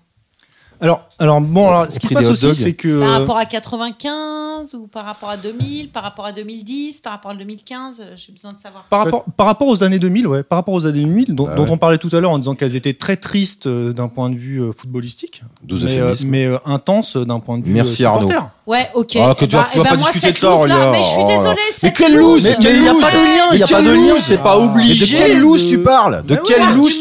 Speaker 5: Alors, alors bon, alors, ce
Speaker 3: On
Speaker 5: qui se
Speaker 3: pris
Speaker 5: passe
Speaker 3: des hot
Speaker 5: aussi,
Speaker 3: dogs.
Speaker 5: c'est que.
Speaker 4: Par rapport à 95 ou par rapport à 2000, par rapport à 2010, par rapport à 2015 euh, J'ai besoin de savoir.
Speaker 5: Par rapport, par rapport aux années 2000, ouais, par rapport aux années 2000, dont,
Speaker 3: Bah
Speaker 5: dont
Speaker 3: ouais.
Speaker 5: on parlait tout à l'heure en disant qu'elles étaient très tristes euh, d'un point de vue euh, footballistique,
Speaker 3: 12
Speaker 5: mais, euh,
Speaker 3: euphémismes.
Speaker 5: mais euh, intenses euh, d'un point de vue
Speaker 3: Merci,
Speaker 5: euh,
Speaker 3: Arnaud.
Speaker 5: supporter.
Speaker 4: Ouais, ok.
Speaker 3: Ah, que
Speaker 4: Eh
Speaker 3: tu vas-
Speaker 4: ben-
Speaker 3: tu
Speaker 4: eh
Speaker 3: vas
Speaker 4: ben
Speaker 3: pas
Speaker 4: moi,
Speaker 3: discuter de
Speaker 4: cette
Speaker 3: ça,
Speaker 4: loose-là,
Speaker 3: Aurélia.
Speaker 4: Mais je suis
Speaker 3: Oh là là.
Speaker 4: désolée.
Speaker 3: Mais
Speaker 4: cette
Speaker 3: quelle
Speaker 4: loose.
Speaker 3: loose Mais quelle
Speaker 5: il y a
Speaker 3: loose
Speaker 5: pas de lien,
Speaker 3: Mais
Speaker 5: il y a
Speaker 3: quelle
Speaker 5: pas de
Speaker 3: loose
Speaker 5: lien.
Speaker 3: C'est pas
Speaker 5: Ah.
Speaker 3: obligé.
Speaker 5: Mais de quelle loose tu
Speaker 3: parles
Speaker 5: De quelle
Speaker 4: parles du mauvais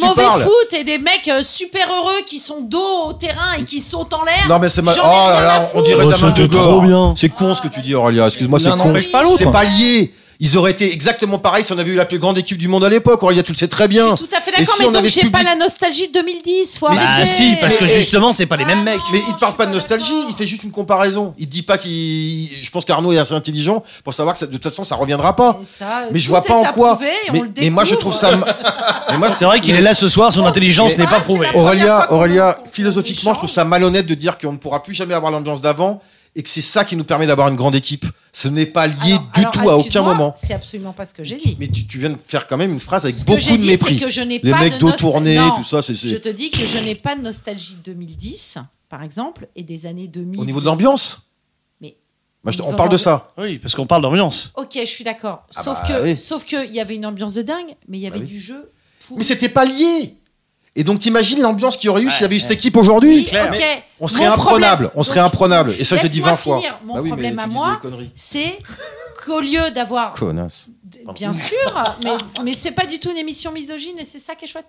Speaker 4: foot et des mecs euh, super heureux qui sont dos au terrain et qui sautent en l'air.
Speaker 3: Non mais c'est ma...
Speaker 4: J'en ai
Speaker 3: Oh là
Speaker 4: rien à
Speaker 3: là, on
Speaker 4: foutre.
Speaker 3: dirait
Speaker 6: Oh,
Speaker 3: ta main
Speaker 6: c'était
Speaker 3: de
Speaker 6: trop
Speaker 3: gore.
Speaker 6: bien.
Speaker 3: C'est con ce que tu dis Aurélia, excuse-moi, c'est
Speaker 5: L'un
Speaker 3: con.
Speaker 5: n'empêche pas l'autre.
Speaker 3: C'est pas lié. Ils auraient été exactement pareils si on avait eu la plus grande équipe du monde à l'époque, Aurélia, tu le sais très
Speaker 4: Je
Speaker 3: bien.
Speaker 4: suis tout à fait
Speaker 3: Et
Speaker 4: d'accord,
Speaker 3: si
Speaker 4: mais
Speaker 3: on
Speaker 4: donc
Speaker 3: avait
Speaker 4: j'ai
Speaker 3: public-
Speaker 4: pas la nostalgie de 2010. Faut
Speaker 6: Bah
Speaker 4: arrêter.
Speaker 6: si, parce que
Speaker 3: Mais-
Speaker 6: justement, c'est pas les mêmes
Speaker 4: Ah,
Speaker 6: mecs.
Speaker 4: non.
Speaker 3: Mais il te parle pas de
Speaker 4: Je suis pas
Speaker 3: nostalgie,
Speaker 4: d'accord.
Speaker 3: il fait juste une comparaison. Il te dit pas qu'il. Je pense qu'Arnaud est assez intelligent pour savoir que ça- de toute façon ça reviendra pas.
Speaker 4: Et ça, euh,
Speaker 3: Mais je
Speaker 4: tout
Speaker 3: vois pas
Speaker 4: est
Speaker 3: en quoi.
Speaker 4: approuvé et on
Speaker 3: Mais,
Speaker 4: le
Speaker 3: mais moi je trouve
Speaker 4: découvre.
Speaker 3: ça. mais moi,
Speaker 6: C'est vrai qu'il
Speaker 3: mais-
Speaker 6: est là ce soir, son intelligence
Speaker 3: Mais-
Speaker 6: n'est
Speaker 4: Ah,
Speaker 6: pas
Speaker 4: c'est
Speaker 6: prouvée.
Speaker 4: la- première fois
Speaker 3: Aurélia,
Speaker 4: qu'on-
Speaker 3: Aurélia,
Speaker 4: qu'on- qu'on
Speaker 3: philosophiquement, je trouve ça malhonnête de dire qu'on ne pourra plus jamais avoir l'ambiance d'avant et que c'est ça qui nous permet d'avoir une grande équipe. Ce n'est pas lié
Speaker 4: Alors-
Speaker 3: du
Speaker 4: alors,
Speaker 3: tout à aucun
Speaker 4: excuse-moi,
Speaker 3: moment.
Speaker 4: C'est absolument pas ce que j'ai dit.
Speaker 3: Mais tu, tu viens de faire quand même une phrase avec
Speaker 4: Ce que
Speaker 3: beaucoup
Speaker 4: j'ai
Speaker 3: de
Speaker 4: dit, c'est
Speaker 3: mépris.
Speaker 4: que je n'ai
Speaker 3: Les
Speaker 4: pas
Speaker 3: mecs
Speaker 4: de
Speaker 3: dos
Speaker 4: nostal-
Speaker 3: tournés,
Speaker 4: Non,
Speaker 3: tout ça, c'est-
Speaker 4: Je
Speaker 3: c'est
Speaker 4: te dis que je n'ai pas de nostalgie de 2010, par exemple, et des années 2000.
Speaker 3: au niveau de l'ambiance.
Speaker 4: Mais-
Speaker 3: Moi, je te- on parle de ça.
Speaker 6: Oui, parce qu'on parle d'ambiance.
Speaker 4: Ok, je suis d'accord.
Speaker 3: Ah
Speaker 4: Sauf
Speaker 3: bah
Speaker 4: que,
Speaker 3: oui. Bah
Speaker 4: sauf que, il y avait une ambiance de dingue, mais il y avait
Speaker 3: oui.
Speaker 4: du jeu. Pour...
Speaker 3: Mais c'était pas lié. Et donc t'imagines l'ambiance qu'il y aurait eu s'il y avait eu cette équipe
Speaker 4: Oui,
Speaker 3: aujourd'hui.
Speaker 6: clair.
Speaker 4: ok.
Speaker 3: On serait
Speaker 4: Mon problème-
Speaker 3: imprenable, on serait
Speaker 4: Donc,
Speaker 3: imprenable. Et ça, je l'ai dit 20
Speaker 4: laisse-moi
Speaker 3: fois.
Speaker 4: finir. Mon
Speaker 3: Bah oui, mais
Speaker 4: problème
Speaker 3: tu
Speaker 4: à
Speaker 3: dis
Speaker 4: moi,
Speaker 3: des conneries.
Speaker 4: c'est qu'au lieu d'avoir
Speaker 3: Connasse. Pardon.
Speaker 4: Bien sûr, mais, mais c'est pas du tout une émission misogyne et c'est ça qui est chouette.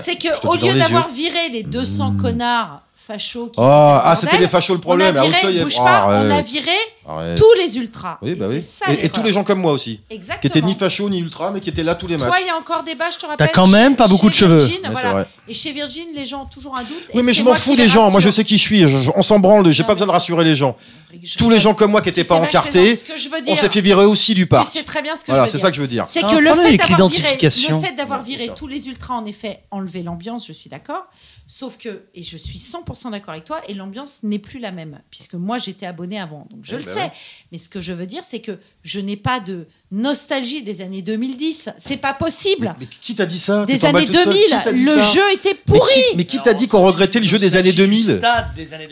Speaker 4: C'est que
Speaker 3: te
Speaker 4: au
Speaker 3: dis dans
Speaker 4: lieu
Speaker 3: les
Speaker 4: d'avoir viré les 200 connards fachos qui
Speaker 3: Oh,
Speaker 4: faisaient
Speaker 3: ah,
Speaker 4: le
Speaker 3: c'était les
Speaker 4: bordel,
Speaker 3: fachos le problème.
Speaker 4: on a
Speaker 3: À
Speaker 4: viré,
Speaker 3: Auteuil,
Speaker 4: bouge
Speaker 3: oh,
Speaker 4: pas, on a
Speaker 3: arrête,
Speaker 4: viré
Speaker 3: arrête.
Speaker 4: tous les ultras.
Speaker 3: Oui, bah
Speaker 4: et
Speaker 3: oui.
Speaker 4: c'est ça
Speaker 3: Et, et tous les gens comme moi aussi,
Speaker 4: Exactement.
Speaker 3: qui étaient ni facho ni ultra, mais qui étaient là tous les matchs.
Speaker 4: Toi, il y a encore des bas, je te rappelle.
Speaker 6: quand
Speaker 4: chez-
Speaker 6: même pas beaucoup de
Speaker 4: chez
Speaker 6: cheveux.
Speaker 4: Virgin,
Speaker 3: Ouais, c'est
Speaker 4: voilà.
Speaker 3: vrai.
Speaker 4: Et chez Virgin, les gens ont toujours un doute. et
Speaker 3: Oui, mais
Speaker 4: c'est
Speaker 3: je m'en
Speaker 4: moi qui
Speaker 3: fous
Speaker 4: les
Speaker 3: des gens. Moi, je
Speaker 4: rassure.
Speaker 3: sais qui je suis. Je- je- on s'en branle. J'ai pas besoin de rassurer les gens.
Speaker 4: Je
Speaker 3: Tous les gens comme moi qui
Speaker 4: Tu
Speaker 3: étaient
Speaker 4: sais
Speaker 3: pas
Speaker 4: bien que je
Speaker 3: encartés,
Speaker 4: présente ce que je veux
Speaker 3: on
Speaker 4: dire.
Speaker 3: s'est fait virer aussi du
Speaker 4: Tu
Speaker 3: parc.
Speaker 4: sais très bien ce que
Speaker 3: Voilà,
Speaker 4: je veux
Speaker 3: c'est
Speaker 4: dire.
Speaker 3: ça que je veux dire.
Speaker 4: C'est
Speaker 6: Ah,
Speaker 4: que le
Speaker 6: pas mal
Speaker 4: fait,
Speaker 6: avec
Speaker 4: d'avoir viré,
Speaker 6: l'identification.
Speaker 4: le fait d'avoir viré
Speaker 3: c'est ça.
Speaker 4: tous les ultras, en effet, enlever l'ambiance, je suis d'accord. Sauf que, et je suis 100% d'accord avec toi, et l'ambiance n'est plus la même, puisque moi j'étais abonné avant, donc je
Speaker 3: Eh
Speaker 4: le
Speaker 3: ben
Speaker 4: sais.
Speaker 3: ouais.
Speaker 4: Mais ce que je veux dire, c'est que je n'ai pas de nostalgie des années 2010. C'est pas possible.
Speaker 3: Mais qui t'a dit ça Tu
Speaker 4: des
Speaker 3: t'emballes
Speaker 4: années
Speaker 3: toute seule.
Speaker 4: 2000,
Speaker 3: Qui t'a dit
Speaker 4: le
Speaker 3: ça
Speaker 4: jeu était
Speaker 3: Mais
Speaker 4: pourri.
Speaker 3: qui- Mais qui t'a dit qu'on regrettait le jeu des années 2000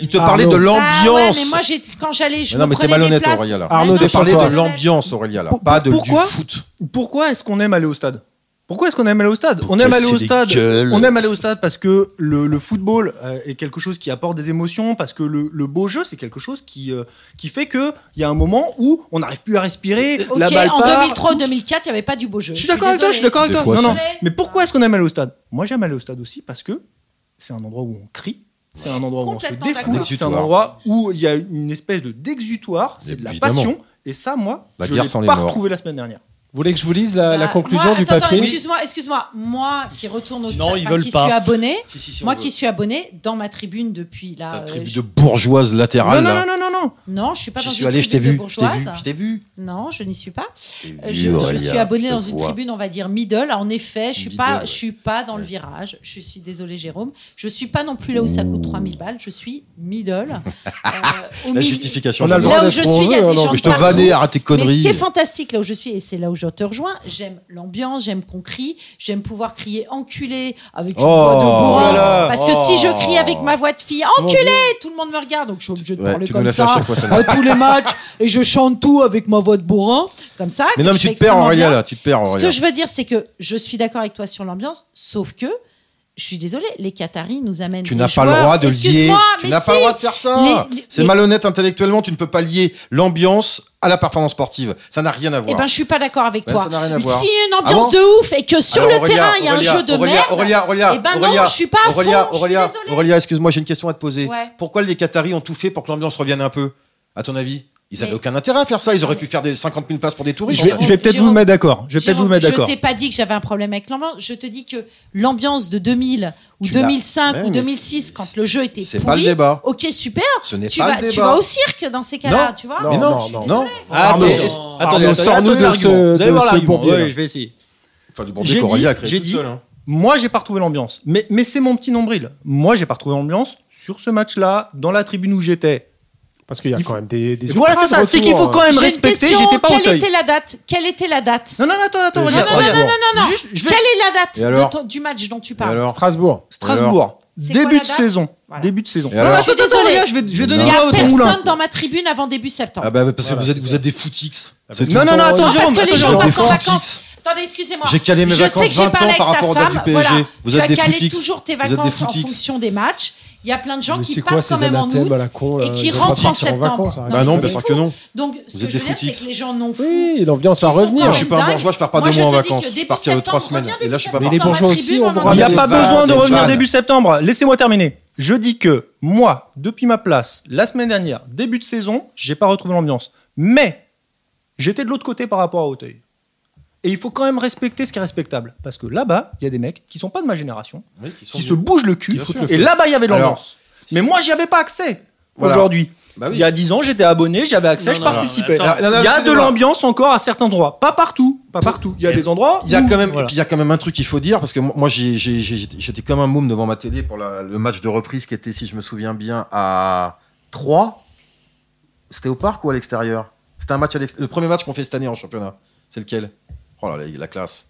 Speaker 3: Il te
Speaker 2: Ah,
Speaker 3: parlait
Speaker 2: non.
Speaker 3: de
Speaker 4: Ah ouais, mais
Speaker 3: l'ambiance.
Speaker 4: moi j'ai- quand j'allais, je
Speaker 3: Mais non,
Speaker 4: me
Speaker 3: mais t'es
Speaker 4: prenais des
Speaker 3: malhonnête,
Speaker 4: places.
Speaker 3: Aurélia, là.
Speaker 4: Ah
Speaker 2: Arnaud,
Speaker 4: non,
Speaker 3: Il te
Speaker 4: mais
Speaker 2: défends-toi.
Speaker 3: parlait
Speaker 4: je
Speaker 3: de
Speaker 4: suis
Speaker 3: l'ambiance, Aurélia, là,
Speaker 5: Pour-
Speaker 3: pas de, du
Speaker 5: pourquoi
Speaker 3: foot.
Speaker 5: Pourquoi est-ce qu'on aime aller au stade Pourquoi est-ce qu'on aime aller au stade On aime aller
Speaker 3: casser
Speaker 5: au
Speaker 3: les
Speaker 5: stade.
Speaker 3: gueules.
Speaker 5: On aime aller au stade parce que le, le football euh, est quelque chose qui apporte des émotions, parce que le, le beau jeu c'est quelque chose qui euh, qui fait que il y a un moment où on n'arrive plus à respirer,
Speaker 4: Ok,
Speaker 5: la balle
Speaker 4: en
Speaker 5: part.
Speaker 4: 2003 2004, il n'y avait pas du beau jeu.
Speaker 5: Je suis d'accord avec toi, je suis
Speaker 4: désolée.
Speaker 5: d'accord avec
Speaker 3: Des
Speaker 5: toi.
Speaker 3: fois,
Speaker 5: non, non.
Speaker 4: c'est-
Speaker 5: Mais pourquoi est-ce qu'on aime aller au stade Moi, j'aime aller au stade aussi parce que c'est un endroit où on crie, c'est un endroit où on se
Speaker 4: complètement
Speaker 5: défoule,
Speaker 4: d'accord.
Speaker 5: c'est un
Speaker 3: Exutoire.
Speaker 5: endroit où il y a une espèce de d'exutoire, c'est de la
Speaker 3: Évidemment.
Speaker 5: passion. Et ça, moi,
Speaker 3: La
Speaker 5: je
Speaker 3: guerre
Speaker 5: l'ai
Speaker 3: sans les
Speaker 5: pas
Speaker 3: morts.
Speaker 5: retrouvé la semaine dernière.
Speaker 2: Vous voulez que je vous lise la, la
Speaker 4: Bah,
Speaker 2: conclusion
Speaker 4: moi-
Speaker 2: du
Speaker 4: attends, attends,
Speaker 2: papier
Speaker 4: Excuse-moi, excuse-moi. Moi qui retourne au
Speaker 6: Non,
Speaker 4: stade,
Speaker 6: ils
Speaker 4: enfin,
Speaker 6: veulent
Speaker 4: qui
Speaker 6: pas.
Speaker 4: suis abonné,
Speaker 3: Si, si, si, on
Speaker 4: moi
Speaker 3: veut.
Speaker 4: qui suis abonné dans ma tribune depuis
Speaker 3: Ta
Speaker 4: là. euh,
Speaker 3: tribu
Speaker 4: je-
Speaker 3: de bourgeoise
Speaker 5: Non,
Speaker 3: latérale,
Speaker 5: non,
Speaker 3: là.
Speaker 5: non, non, non, non.
Speaker 4: Non, je suis pas
Speaker 3: J'y
Speaker 4: dans
Speaker 3: suis
Speaker 4: une
Speaker 3: allé, je t'ai
Speaker 4: tribune de
Speaker 3: vu, je t'ai vu,
Speaker 4: bourgeoise.
Speaker 3: je t'ai vu.
Speaker 4: Non, je n'y suis pas.
Speaker 3: Je t'ai
Speaker 4: Euh,
Speaker 3: vu,
Speaker 4: Je, je
Speaker 3: Aurélia,
Speaker 4: suis abonné
Speaker 3: je te
Speaker 4: dans une
Speaker 3: vois.
Speaker 4: tribune, on va dire middle. En effet, je suis
Speaker 3: Middle,
Speaker 4: pas,
Speaker 3: ouais.
Speaker 4: je suis pas dans le virage. Je suis désolé, Jérôme. Je suis pas non plus là où ça coûte 3000 balles. Je suis middle. Euh, au
Speaker 3: La
Speaker 4: milieu-
Speaker 3: justification.
Speaker 2: On a le droit
Speaker 4: Là où
Speaker 2: d'être
Speaker 4: je
Speaker 2: où on
Speaker 4: suis, il y a
Speaker 2: veut,
Speaker 4: des
Speaker 2: hein, non,
Speaker 4: gens
Speaker 3: Mais je te
Speaker 4: partout.
Speaker 3: vannais, arrête tes
Speaker 4: Mais ce
Speaker 3: conneries.
Speaker 4: qui est fantastique là où je suis, et c'est là où je te rejoins, j'aime l'ambiance, j'aime qu'on crie, j'aime pouvoir crier enculé avec une
Speaker 3: Oh,
Speaker 4: voix de bourrin.
Speaker 3: oh là là,
Speaker 4: Parce que si je
Speaker 3: oh.
Speaker 4: crie avec ma voix de fille, enculé, tout le monde me regarde, donc je suis obligé de
Speaker 3: Ouais,
Speaker 4: parler
Speaker 3: tu nous
Speaker 4: comme
Speaker 3: l'as fait à
Speaker 4: ça
Speaker 3: chaque fois, celle-là.
Speaker 4: à tous les matchs, et je chante tout avec ma voix de bourrin, comme ça.
Speaker 3: Mais
Speaker 4: que
Speaker 3: non, mais
Speaker 4: je fais
Speaker 3: tu te perds,
Speaker 4: extrêmement
Speaker 3: Aurélia,
Speaker 4: bien.
Speaker 3: là. Tu te perds,
Speaker 4: Ce que
Speaker 3: Aurélia.
Speaker 4: je veux dire, c'est que je suis d'accord avec toi sur l'ambiance, sauf que je suis désolée, les Qataris nous amènent.
Speaker 3: Tu
Speaker 4: des
Speaker 3: n'as pas le
Speaker 4: joueurs-
Speaker 3: droit de lier.
Speaker 4: Excuse-moi,
Speaker 3: Tu
Speaker 4: mais
Speaker 3: n'as pas le
Speaker 4: si.
Speaker 3: droit de faire ça.
Speaker 4: Les- les-
Speaker 3: C'est
Speaker 4: les-
Speaker 3: malhonnête intellectuellement. Tu ne peux pas lier l'ambiance à la performance sportive. Ça n'a rien à
Speaker 4: Eh
Speaker 3: voir.
Speaker 4: ben, je suis pas d'accord avec
Speaker 3: Ouais,
Speaker 4: toi.
Speaker 3: ça n'a rien à voir.
Speaker 4: Si il y a une ambiance
Speaker 3: Ah bon
Speaker 4: de ouf et que sur
Speaker 3: Alors,
Speaker 4: le
Speaker 3: Aurélia,
Speaker 4: terrain il y a un
Speaker 3: Aurélia,
Speaker 4: jeu de
Speaker 3: Aurélia,
Speaker 4: merde,
Speaker 3: Aurélia, Aurélia,
Speaker 4: eh ben non,
Speaker 3: Aurélia,
Speaker 4: je suis pas à fond,
Speaker 3: Aurélia,
Speaker 4: je suis
Speaker 3: Aurélia,
Speaker 4: désolée.
Speaker 3: Aurélia, excuse-moi, j'ai une question à te poser.
Speaker 4: Ouais.
Speaker 3: Pourquoi les Qataris ont tout fait pour que l'ambiance revienne un peu, à ton avis Ils
Speaker 4: Mais-
Speaker 3: n'avaient aucun intérêt à faire ça. Ils auraient pu faire des 50 000 passes pour des touristes.
Speaker 5: Je vais,
Speaker 4: Jérôme,
Speaker 5: je vais peut-être
Speaker 4: Jérôme,
Speaker 5: vous mettre d'accord. Je vais peut-être vous
Speaker 4: Jérôme,
Speaker 5: mettre
Speaker 4: je
Speaker 5: d'accord.
Speaker 4: t'ai pas dit que j'avais un problème avec l'ambiance. Je te dis que l'ambiance de 2000 ou
Speaker 3: Tu l'as.
Speaker 4: 2005
Speaker 3: Ouais,
Speaker 4: ou
Speaker 3: mais
Speaker 4: 2006,
Speaker 3: c'est-
Speaker 4: quand le jeu était
Speaker 3: C'est pas le
Speaker 4: pourri,
Speaker 3: débat.
Speaker 4: ok, super,
Speaker 3: Ce n'est
Speaker 4: tu
Speaker 3: pas
Speaker 4: vas,
Speaker 3: le débat.
Speaker 4: tu vas au cirque dans ces cas-là,
Speaker 3: Non.
Speaker 4: tu vois.
Speaker 2: Non,
Speaker 3: Mais non,
Speaker 2: non,
Speaker 4: je suis
Speaker 2: non.
Speaker 4: désolée.
Speaker 5: Ah,
Speaker 2: Arnaud, Arnaud, sors-nous de
Speaker 5: l'argument.
Speaker 2: ce-
Speaker 5: Vous allez
Speaker 2: de
Speaker 5: voir
Speaker 2: ce
Speaker 5: l'argument.
Speaker 2: bourbier,
Speaker 5: Ouais,
Speaker 2: là.
Speaker 5: je vais essayer.
Speaker 3: Enfin, du
Speaker 5: J'ai
Speaker 3: bordel qu'Aurélie
Speaker 5: dit-
Speaker 3: a créé
Speaker 5: j'ai
Speaker 3: toute
Speaker 5: dit-
Speaker 3: seule, hein.
Speaker 5: Moi, j'ai pas retrouvé l'ambiance. Mais, mais c'est mon petit nombril. Moi, j'ai pas retrouvé l'ambiance sur ce match-là, dans la tribune où j'étais.
Speaker 2: Parce qu'il y a
Speaker 5: Il
Speaker 2: quand même des. des
Speaker 5: Et voilà, c'est
Speaker 2: surprises
Speaker 5: ça. C'est
Speaker 2: autour,
Speaker 5: qu'il faut
Speaker 2: hein.
Speaker 5: quand même
Speaker 4: J'ai une
Speaker 5: respecter.
Speaker 4: question,
Speaker 5: J'étais pas au
Speaker 4: Quelle
Speaker 5: teuil.
Speaker 4: était la date Quelle était la date
Speaker 5: Non, non, non, attends, attends.
Speaker 2: Et
Speaker 5: regarde,
Speaker 2: j'ai-
Speaker 5: regarde.
Speaker 4: non, non, non, non, non.
Speaker 5: Juste, je vais-
Speaker 4: Quelle est la date
Speaker 3: Et
Speaker 4: de
Speaker 3: alors
Speaker 4: ton- du match dont tu
Speaker 3: Et
Speaker 4: parles
Speaker 3: alors
Speaker 2: Strasbourg.
Speaker 5: Strasbourg.
Speaker 4: C'est quoi
Speaker 5: Début
Speaker 4: la
Speaker 5: de
Speaker 4: date
Speaker 5: saison.
Speaker 4: Voilà.
Speaker 5: Début de saison.
Speaker 3: Et alors
Speaker 5: Non,
Speaker 4: Je
Speaker 5: attends,
Speaker 4: suis
Speaker 5: attends,
Speaker 4: désolée.
Speaker 5: regarde, je vais, je vais
Speaker 4: Il
Speaker 5: donner
Speaker 4: n'y
Speaker 5: le droit
Speaker 4: a
Speaker 5: au ton moulin.
Speaker 4: personne dans ma tribune avant début septembre.
Speaker 3: Ah bah parce
Speaker 2: Voilà,
Speaker 3: que vous êtes,
Speaker 2: c'est
Speaker 3: vous
Speaker 2: ça.
Speaker 3: êtes des footix.
Speaker 2: Ah,
Speaker 3: C'est ce
Speaker 5: Non,
Speaker 3: que
Speaker 5: non,
Speaker 3: sont-
Speaker 5: non, attends,
Speaker 4: parce
Speaker 5: Jérôme,
Speaker 4: que les gens
Speaker 5: attends,
Speaker 3: Vous êtes
Speaker 5: Jérôme.
Speaker 3: des
Speaker 4: partent en vacances.
Speaker 3: footix.
Speaker 4: Attendez, excusez-moi.
Speaker 3: J'ai calé mes
Speaker 4: je
Speaker 3: vacances
Speaker 4: sais que j'ai
Speaker 3: 20
Speaker 4: parlé
Speaker 3: ans
Speaker 4: avec
Speaker 3: par
Speaker 4: ta
Speaker 3: rapport au date
Speaker 4: femme.
Speaker 3: du PSG.
Speaker 4: Voilà.
Speaker 3: Vous
Speaker 4: tu
Speaker 3: êtes
Speaker 4: as
Speaker 3: des
Speaker 4: calé
Speaker 3: footix.
Speaker 4: toujours tes
Speaker 3: Vous êtes des
Speaker 4: vacances en
Speaker 3: footix.
Speaker 4: fonction des matchs. Il y a plein de gens
Speaker 2: Mais
Speaker 4: qui
Speaker 2: c'est
Speaker 4: partent
Speaker 2: quoi ces
Speaker 4: quand même en
Speaker 2: anathèmes
Speaker 4: août.
Speaker 2: à la con là,
Speaker 4: et qui
Speaker 2: les gens
Speaker 4: rentrent en
Speaker 2: partent en
Speaker 4: septembre.
Speaker 2: vacances, arrête.
Speaker 3: Bah non,
Speaker 4: mais
Speaker 3: bien sûr que non.
Speaker 4: Donc,
Speaker 3: Vous
Speaker 4: ce que
Speaker 3: êtes
Speaker 4: je
Speaker 3: des
Speaker 4: veux dire, c'est
Speaker 3: footix.
Speaker 4: que les gens n'ont fous.
Speaker 2: Oui, l'ambiance va
Speaker 4: Ils sont
Speaker 2: revenir.
Speaker 3: Je suis pas un
Speaker 4: dingue.
Speaker 3: bourgeois, je pars pas
Speaker 4: Moi,
Speaker 3: deux
Speaker 4: je
Speaker 3: mois en
Speaker 4: te dis que
Speaker 3: vacances.
Speaker 4: début
Speaker 3: Je pars qu'à
Speaker 4: septembre,
Speaker 3: trois
Speaker 4: on
Speaker 3: semaines.
Speaker 4: revient
Speaker 3: Et là,
Speaker 4: début
Speaker 3: je suis pas
Speaker 2: Mais les
Speaker 3: parti.
Speaker 4: septembre.
Speaker 2: bourgeois
Speaker 4: ma
Speaker 2: aussi
Speaker 4: tribu,
Speaker 2: ont
Speaker 4: on en
Speaker 2: droit
Speaker 5: Il n'y a
Speaker 3: C'est
Speaker 5: pas
Speaker 3: ça,
Speaker 5: besoin de
Speaker 3: c'est
Speaker 5: revenir
Speaker 3: fan.
Speaker 5: début septembre. Laissez-moi terminer. Je dis que moi, depuis ma place, la semaine dernière, début de saison, j'ai pas retrouvé l'ambiance. Mais j'étais de l'autre côté par rapport à Hauteuil. Et il faut quand même respecter ce qui est respectable. Parce que là-bas, il y a des mecs qui sont pas de ma génération,
Speaker 3: Oui, ils sont
Speaker 5: qui
Speaker 3: des-
Speaker 5: se bougent le cul.
Speaker 3: Bien sûr.
Speaker 5: Et là-bas, il y avait de
Speaker 3: Alors,
Speaker 5: l'ambiance. Mais moi, j'y avais pas accès
Speaker 3: Voilà.
Speaker 5: aujourd'hui.
Speaker 3: Bah oui.
Speaker 5: Il y a 10 ans, j'étais abonné, j'avais accès,
Speaker 6: Non,
Speaker 5: je
Speaker 6: non, non,
Speaker 5: participais.
Speaker 6: attends.
Speaker 3: Ah, non, non,
Speaker 5: il y a de
Speaker 3: excusez-moi.
Speaker 5: l'ambiance encore à certains endroits. Pas partout. Pas partout. Il y a des endroits.
Speaker 3: Il y a
Speaker 5: où-
Speaker 3: quand même, et
Speaker 5: Voilà.
Speaker 3: puis il y a quand même un truc qu'il faut dire parce que moi, moi, j'ai- j'ai- j'ai- j'étais j'étais comme un môme devant ma télé pour la- le match de reprise qui était, si je me souviens bien, à 3 C'était au parc ou à l'extérieur C'était un match à l'extérieur. Le premier match qu'on fait cette année en championnat, c'est lequel Oh là là, la classe.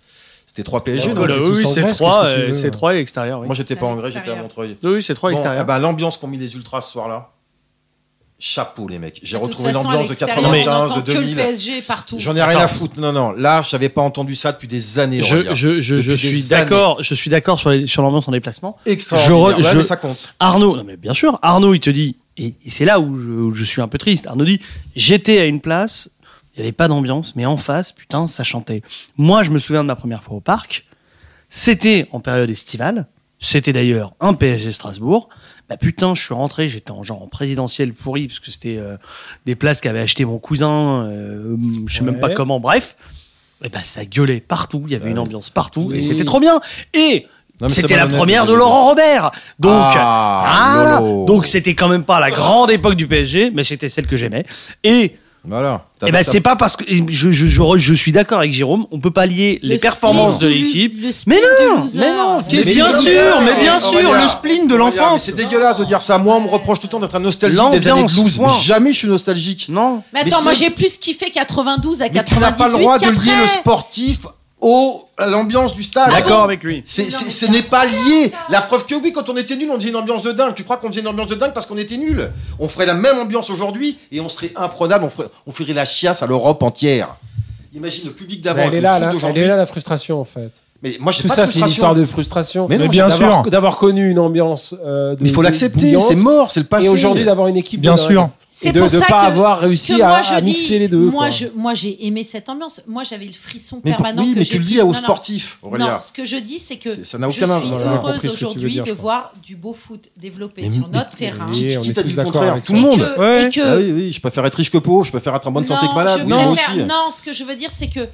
Speaker 3: C'était 3 PSG.
Speaker 2: Ouais,
Speaker 3: non
Speaker 2: ouais,
Speaker 6: Voilà,
Speaker 2: t'es
Speaker 6: Ah, oui,
Speaker 2: tous en
Speaker 6: c'est
Speaker 2: Grèce,
Speaker 6: 3,
Speaker 2: qu'est-ce que tu veux,
Speaker 6: c'est
Speaker 2: hein.
Speaker 6: 3 à l'extérieur. Oui,
Speaker 3: Moi, j'étais pas
Speaker 4: À
Speaker 3: en Grèce, j'étais à
Speaker 4: l'extérieur.
Speaker 3: Montreuil.
Speaker 6: oui c'est 3 à
Speaker 3: Bon,
Speaker 6: l'extérieur.
Speaker 3: eh ben, l'ambiance qu'ont mis les ultras ce soir-là. Chapeau les mecs. J'ai
Speaker 4: De toute
Speaker 3: retrouvé
Speaker 4: façon, à
Speaker 3: l'ambiance de
Speaker 4: l'extérieur,
Speaker 3: 95,
Speaker 4: on
Speaker 3: de
Speaker 4: n'entend que le
Speaker 3: 2000.
Speaker 4: PSG partout.
Speaker 3: J'en ai rien à
Speaker 6: Attends.
Speaker 3: foutre. Non, non. Là, j'avais pas entendu ça depuis des années.
Speaker 6: je,
Speaker 3: Aurélien.
Speaker 6: je, je, je
Speaker 3: Depuis
Speaker 6: suis
Speaker 3: des
Speaker 6: d'accord, je suis d'accord sur, les- sur l'ambiance en déplacement.
Speaker 3: Extraordinaire.
Speaker 6: Je re-
Speaker 3: Ouais,
Speaker 6: je-
Speaker 3: mais ça compte.
Speaker 6: Arnaud, non mais bien sûr, Arnaud, il te dit, et, et c'est là où je, où je suis un peu triste. Arnaud dit, j'étais à une place, il n'y avait pas d'ambiance, mais en face, putain, ça chantait. Moi, je me souviens de ma première fois au parc. C'était en période estivale. C'était d'ailleurs un PSG Strasbourg. Bah putain, je suis rentré, j'étais en genre en présidentiel pourri parce que c'était euh, des places qu'avait acheté mon cousin, euh, je sais même
Speaker 2: Ouais.
Speaker 6: pas comment. Bref, et bah ça gueulait partout, il y avait une ambiance partout et
Speaker 2: Oui.
Speaker 6: c'était trop bien. Et
Speaker 3: Non, mais c'est
Speaker 6: c'était la
Speaker 3: malhonnête,
Speaker 6: première de
Speaker 3: Aurélien.
Speaker 6: Laurent Robert. Donc
Speaker 3: Ah,
Speaker 6: ah,
Speaker 3: lolo.
Speaker 6: donc c'était quand même pas la grande époque du PSG, mais c'était celle que j'aimais. Et
Speaker 3: Voilà. T'as-
Speaker 6: eh ben,
Speaker 3: t'as-
Speaker 6: c'est pas parce que je, je, je, je suis d'accord avec Jérôme, on peut pas lier les
Speaker 4: Le
Speaker 6: performances de
Speaker 4: spleen du
Speaker 6: l'équipe.
Speaker 4: lo- le spleen
Speaker 6: Mais
Speaker 4: du
Speaker 6: non,
Speaker 4: loser.
Speaker 6: mais non.
Speaker 5: Mais
Speaker 6: qu'est-ce
Speaker 5: bien
Speaker 6: que-
Speaker 5: sûr, mais bien
Speaker 3: Oh,
Speaker 5: sûr,
Speaker 3: regarde.
Speaker 5: le spleen de
Speaker 3: Regarde, mais
Speaker 5: l'enfance.
Speaker 3: C'est dégueulasse de dire ça. Moi, on me reproche tout le temps d'être un nostalgique des années
Speaker 6: L'ambiance,
Speaker 3: 12.
Speaker 6: point.
Speaker 3: Jamais je suis nostalgique.
Speaker 6: Non.
Speaker 4: Mais
Speaker 3: Mais
Speaker 4: attends,
Speaker 3: c'est-
Speaker 4: moi j'ai plus kiffé 92 à
Speaker 3: Mais tu n'as
Speaker 4: 98
Speaker 3: pas le droit de lier
Speaker 4: qu'après.
Speaker 3: le sportif au, à l'ambiance du stade.
Speaker 6: Ah, D'accord avec lui.
Speaker 3: C'est- c'est- ce n'est pas lié. La preuve que oui, quand on était nul, on faisait une ambiance de dingue. Tu crois qu'on faisait une ambiance de dingue parce qu'on était nul On ferait la même ambiance aujourd'hui et on serait imprenable. On ferait, on ferait la chiasse à l'Europe entière. Imagine le public
Speaker 2: Mais
Speaker 3: d'avant.
Speaker 2: Elle est
Speaker 3: avec
Speaker 2: là, là,
Speaker 3: le foot
Speaker 2: elle
Speaker 3: d'aujourd'hui.
Speaker 2: est là la frustration en fait.
Speaker 3: Mais moi, j'ai
Speaker 2: Tout
Speaker 3: pas
Speaker 2: ça,
Speaker 3: de
Speaker 2: c'est une
Speaker 3: frustration.
Speaker 2: histoire de frustration.
Speaker 3: Mais non,
Speaker 5: Mais bien
Speaker 2: D'avoir-
Speaker 5: sûr.
Speaker 2: D'avoir connu une ambiance. euh, de-
Speaker 3: Mais il faut
Speaker 2: de-
Speaker 3: l'accepter.
Speaker 2: bouillante,
Speaker 3: C'est mort, c'est le passé.
Speaker 2: Et aujourd'hui, d'avoir une équipe. de
Speaker 5: Bien
Speaker 2: dingue.
Speaker 5: sûr.
Speaker 2: Et
Speaker 4: C'est
Speaker 2: de-
Speaker 4: pour
Speaker 2: de
Speaker 4: ça
Speaker 2: pas
Speaker 4: que
Speaker 2: avoir
Speaker 4: ce que
Speaker 2: réussi à-
Speaker 4: moi, je
Speaker 2: à
Speaker 4: dis,
Speaker 2: mixer les deux, quoi.
Speaker 4: Moi, je- moi, j'ai aimé cette ambiance. Moi, j'avais le frisson
Speaker 3: Mais pour-
Speaker 4: permanent.
Speaker 3: oui,
Speaker 4: que
Speaker 3: mais
Speaker 4: j'ai
Speaker 3: tu le
Speaker 4: plus.
Speaker 3: dis aux
Speaker 4: Non, non.
Speaker 3: sportifs, Aurélia.
Speaker 4: Non, ce que je dis, c'est que
Speaker 3: C'est- ça n'a
Speaker 4: je suis
Speaker 3: aucun intérêt.
Speaker 2: Voilà, j'ai compris ce
Speaker 4: heureuse
Speaker 2: que tu veux
Speaker 4: aujourd'hui
Speaker 2: dire, je
Speaker 4: de
Speaker 2: crois.
Speaker 4: voir du beau foot développé
Speaker 3: Mais-
Speaker 4: sur
Speaker 3: mais-
Speaker 4: notre terrain.
Speaker 2: Oui, on
Speaker 3: Qui
Speaker 2: est
Speaker 3: t'a dit
Speaker 2: tous
Speaker 3: le
Speaker 2: d'accord
Speaker 3: contraire
Speaker 2: avec ça.
Speaker 3: Tout le
Speaker 4: Et
Speaker 3: monde.
Speaker 4: que-
Speaker 5: Ouais.
Speaker 4: et que-
Speaker 3: Ah oui, oui, je préfère être riche que pauvre, je préfère être en bonne santé
Speaker 4: non,
Speaker 3: que malade.
Speaker 4: je
Speaker 3: mais moi
Speaker 4: préfère-
Speaker 3: aussi.
Speaker 4: non, ce que je veux dire, c'est que,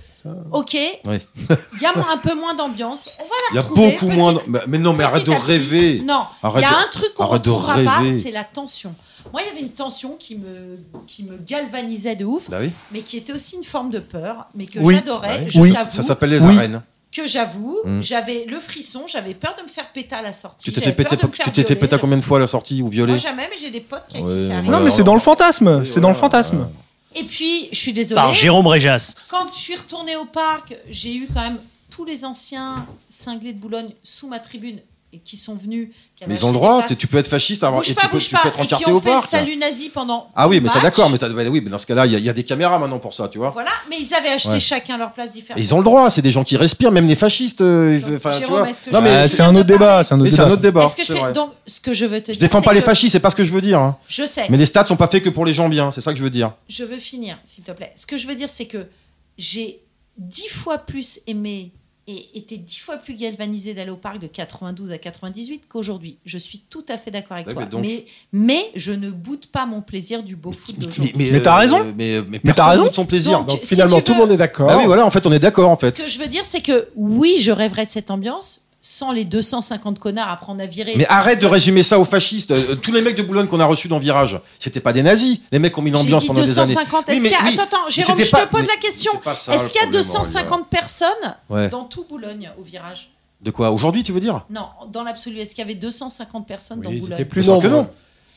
Speaker 4: ok, il y a un peu moins d'ambiance. On va
Speaker 3: Il y a
Speaker 4: retrouver
Speaker 3: beaucoup
Speaker 4: petit-
Speaker 3: moins. de- Mais- Mais non, mais arrête
Speaker 4: petit
Speaker 3: de
Speaker 4: à petit.
Speaker 3: rêver.
Speaker 4: Non, il y
Speaker 3: Arrête
Speaker 4: a
Speaker 3: de-
Speaker 4: un truc qu'on
Speaker 3: arrête de
Speaker 4: retrouvera pas,
Speaker 3: rêver.
Speaker 4: c'est la tension. Moi, il y avait une tension qui me, qui me galvanisait de ouf,
Speaker 3: Bah oui.
Speaker 4: mais qui était aussi une forme de peur, mais que
Speaker 5: Oui.
Speaker 4: j'adorais,
Speaker 3: Ouais.
Speaker 4: je
Speaker 5: Oui.
Speaker 4: t'avoue,
Speaker 3: Ça s'appelle les
Speaker 5: Oui.
Speaker 3: arènes.
Speaker 4: que j'avoue,
Speaker 3: Mm.
Speaker 4: j'avais le frisson, j'avais peur de me faire péter à la sortie.
Speaker 3: Tu t'es fait
Speaker 4: j'avais peur
Speaker 3: péter,
Speaker 4: de me faire
Speaker 3: tu t'es fait
Speaker 4: violer,
Speaker 3: péter à combien de fois à la sortie ou
Speaker 4: Moi,
Speaker 3: violer
Speaker 4: jamais, mais j'ai des potes qui, à qui
Speaker 3: Ouais,
Speaker 4: c'est arrivé.
Speaker 5: Non, mais c'est dans le fantasme. C'est dans le fantasme.
Speaker 4: Et puis, je suis désolée,
Speaker 6: Par Jérôme Réjas.
Speaker 4: quand je suis retournée au parc, j'ai eu quand même tous les anciens cinglés de Boulogne sous ma tribune et qui sont venus. qui
Speaker 3: Mais
Speaker 4: avaient
Speaker 3: ils ont le
Speaker 4: acheté
Speaker 3: droit,
Speaker 4: des
Speaker 3: t'es-
Speaker 4: places.
Speaker 3: tu peux être fasciste avoir- et
Speaker 4: Bouge
Speaker 3: tu
Speaker 4: pas,
Speaker 3: peux,
Speaker 4: bouge
Speaker 3: tu peux
Speaker 4: pas.
Speaker 3: être
Speaker 4: Et qui
Speaker 3: encarté
Speaker 4: ont
Speaker 3: au
Speaker 4: fait le
Speaker 3: parc.
Speaker 4: salut nazi pendant.
Speaker 3: Ah oui,
Speaker 4: tout
Speaker 3: mais
Speaker 4: le
Speaker 3: ça
Speaker 4: match.
Speaker 3: d'accord, mais ça bah oui, mais dans ce cas-là, il y, a- il y a des caméras maintenant pour ça, tu vois.
Speaker 4: Voilà, mais ils avaient acheté
Speaker 3: Ouais.
Speaker 4: chacun leur place différente.
Speaker 3: Et ils ont le droit, c'est des gens qui respirent, même les fascistes. euh,
Speaker 4: Donc,
Speaker 3: enfin, tu
Speaker 4: Jérôme,
Speaker 3: vois.
Speaker 4: est-ce que
Speaker 3: Non,
Speaker 4: je-
Speaker 3: mais
Speaker 5: Euh,
Speaker 4: Ah,
Speaker 3: c'est-
Speaker 5: C'est un autre débat. C'est un autre
Speaker 3: mais c'est
Speaker 5: débat.
Speaker 3: un autre débat.
Speaker 4: Est-ce que je
Speaker 3: c'est
Speaker 4: fais-
Speaker 3: vrai.
Speaker 4: Donc, ce que je veux te
Speaker 3: Je
Speaker 4: dire.
Speaker 3: défends
Speaker 4: c'est
Speaker 3: pas les
Speaker 4: que- Eh.
Speaker 3: fascistes, c'est pas ce que je veux dire. hein.
Speaker 4: Je sais.
Speaker 3: Mais les stats sont pas faits que pour les gens bien, c'est ça que je veux dire.
Speaker 4: Je veux finir, s'il te plaît. Ce que je veux dire, c'est que j'ai dix fois plus aimé et était dix fois plus galvanisé d'aller au parc de 92 à 98 qu'aujourd'hui. Je suis tout à fait d'accord avec
Speaker 3: Ouais,
Speaker 4: toi.
Speaker 3: mais donc-
Speaker 4: Mais, mais je ne boude pas mon plaisir du beau foot d'aujourd'hui.
Speaker 5: Mais t'as raison.
Speaker 3: Mais, mais
Speaker 5: t'as
Speaker 3: personne
Speaker 5: raison.
Speaker 3: doute son plaisir.
Speaker 4: Donc,
Speaker 2: Donc
Speaker 4: si
Speaker 2: finalement,
Speaker 4: tu
Speaker 2: tout le
Speaker 4: veux-
Speaker 2: monde est d'accord.
Speaker 3: Ah oui, voilà, en fait, on est d'accord, en fait.
Speaker 4: Ce que je veux dire, c'est que oui, je rêverais de cette ambiance sans les 250 connards à prendre à virer.
Speaker 3: Mais ah, arrête de résumer ça aux fascistes. Euh, Tous les mecs de Boulogne qu'on a reçus dans Virage, c'était pas des nazis. Les mecs qui ont mis
Speaker 4: J'ai
Speaker 3: l'ambiance
Speaker 4: dit
Speaker 3: pendant des années.
Speaker 4: 250. Est-ce
Speaker 3: Oui, mais-
Speaker 4: qu'il y a...
Speaker 3: oui.
Speaker 4: Attends, attends,
Speaker 3: Mais
Speaker 4: Jérôme,
Speaker 3: c'était
Speaker 4: je
Speaker 3: pas-
Speaker 4: te pose
Speaker 3: mais
Speaker 4: la question.
Speaker 3: c'est pas ça,
Speaker 4: Est-ce
Speaker 3: le
Speaker 4: qu'il y a
Speaker 3: problème,
Speaker 4: 250 personnes
Speaker 3: Aurélien. Ouais.
Speaker 4: dans tout Boulogne au virage
Speaker 3: De quoi Aujourd'hui, tu veux dire
Speaker 4: Non, dans l'absolu, est-ce qu'il y avait 250 personnes dans
Speaker 2: Oui, c'était
Speaker 4: Boulogne
Speaker 2: plus
Speaker 3: Mais sans que
Speaker 2: nombreux.
Speaker 3: non.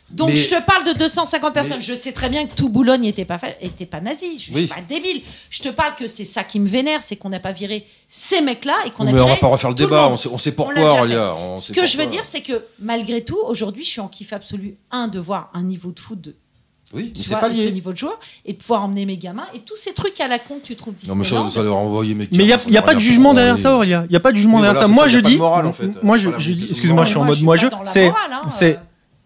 Speaker 4: Donc
Speaker 3: Mais-
Speaker 4: je te parle de 250 personnes.
Speaker 3: Mais-
Speaker 4: Je sais très bien que tout Boulogne n'était pas, fa- était pas nazi. Je, ne suis
Speaker 3: Oui.
Speaker 4: pas débile. Je te parle que c'est ça qui me vénère, c'est qu'on n'a pas viré ces mecs-là et qu'on a
Speaker 3: Mais
Speaker 4: viré
Speaker 3: on va pas refaire le
Speaker 4: tout
Speaker 3: débat.
Speaker 4: monde.
Speaker 3: on, sait, on sait
Speaker 4: l'a
Speaker 3: pourquoi,
Speaker 4: déjà fait.
Speaker 3: Aurélia, on
Speaker 4: Ce
Speaker 3: sait
Speaker 4: que je veux
Speaker 3: pourquoi.
Speaker 4: dire, c'est que malgré tout, aujourd'hui, je suis en kiff absolu un de voir un niveau de foot de
Speaker 3: Oui, mais
Speaker 4: tu
Speaker 3: c'est
Speaker 4: vois,
Speaker 3: pas
Speaker 4: ce
Speaker 3: lié.
Speaker 4: niveau de joueur et de pouvoir emmener mes gamins et tous ces trucs à la con que tu trouves
Speaker 3: Non, mais ça,
Speaker 4: Disneyland.
Speaker 3: ça leur a envoyé mes
Speaker 5: Mais il n'y a,
Speaker 3: cartes,
Speaker 5: y a
Speaker 3: on
Speaker 5: pas de
Speaker 3: rien
Speaker 5: jugement
Speaker 3: compris.
Speaker 5: derrière ça, Aurélia. Il n'y a pas de jugement
Speaker 3: Oui, voilà,
Speaker 5: derrière ça.
Speaker 3: c'est
Speaker 5: Moi,
Speaker 3: ça, y
Speaker 5: je
Speaker 3: a pas de
Speaker 5: dis.
Speaker 3: morale, en fait.
Speaker 5: Moi, je,
Speaker 3: Voilà,
Speaker 5: je
Speaker 3: vous
Speaker 5: dis.
Speaker 3: dites
Speaker 5: Excuse-moi, je suis en mode. Moi, je. C'est
Speaker 4: hein.
Speaker 5: c'est-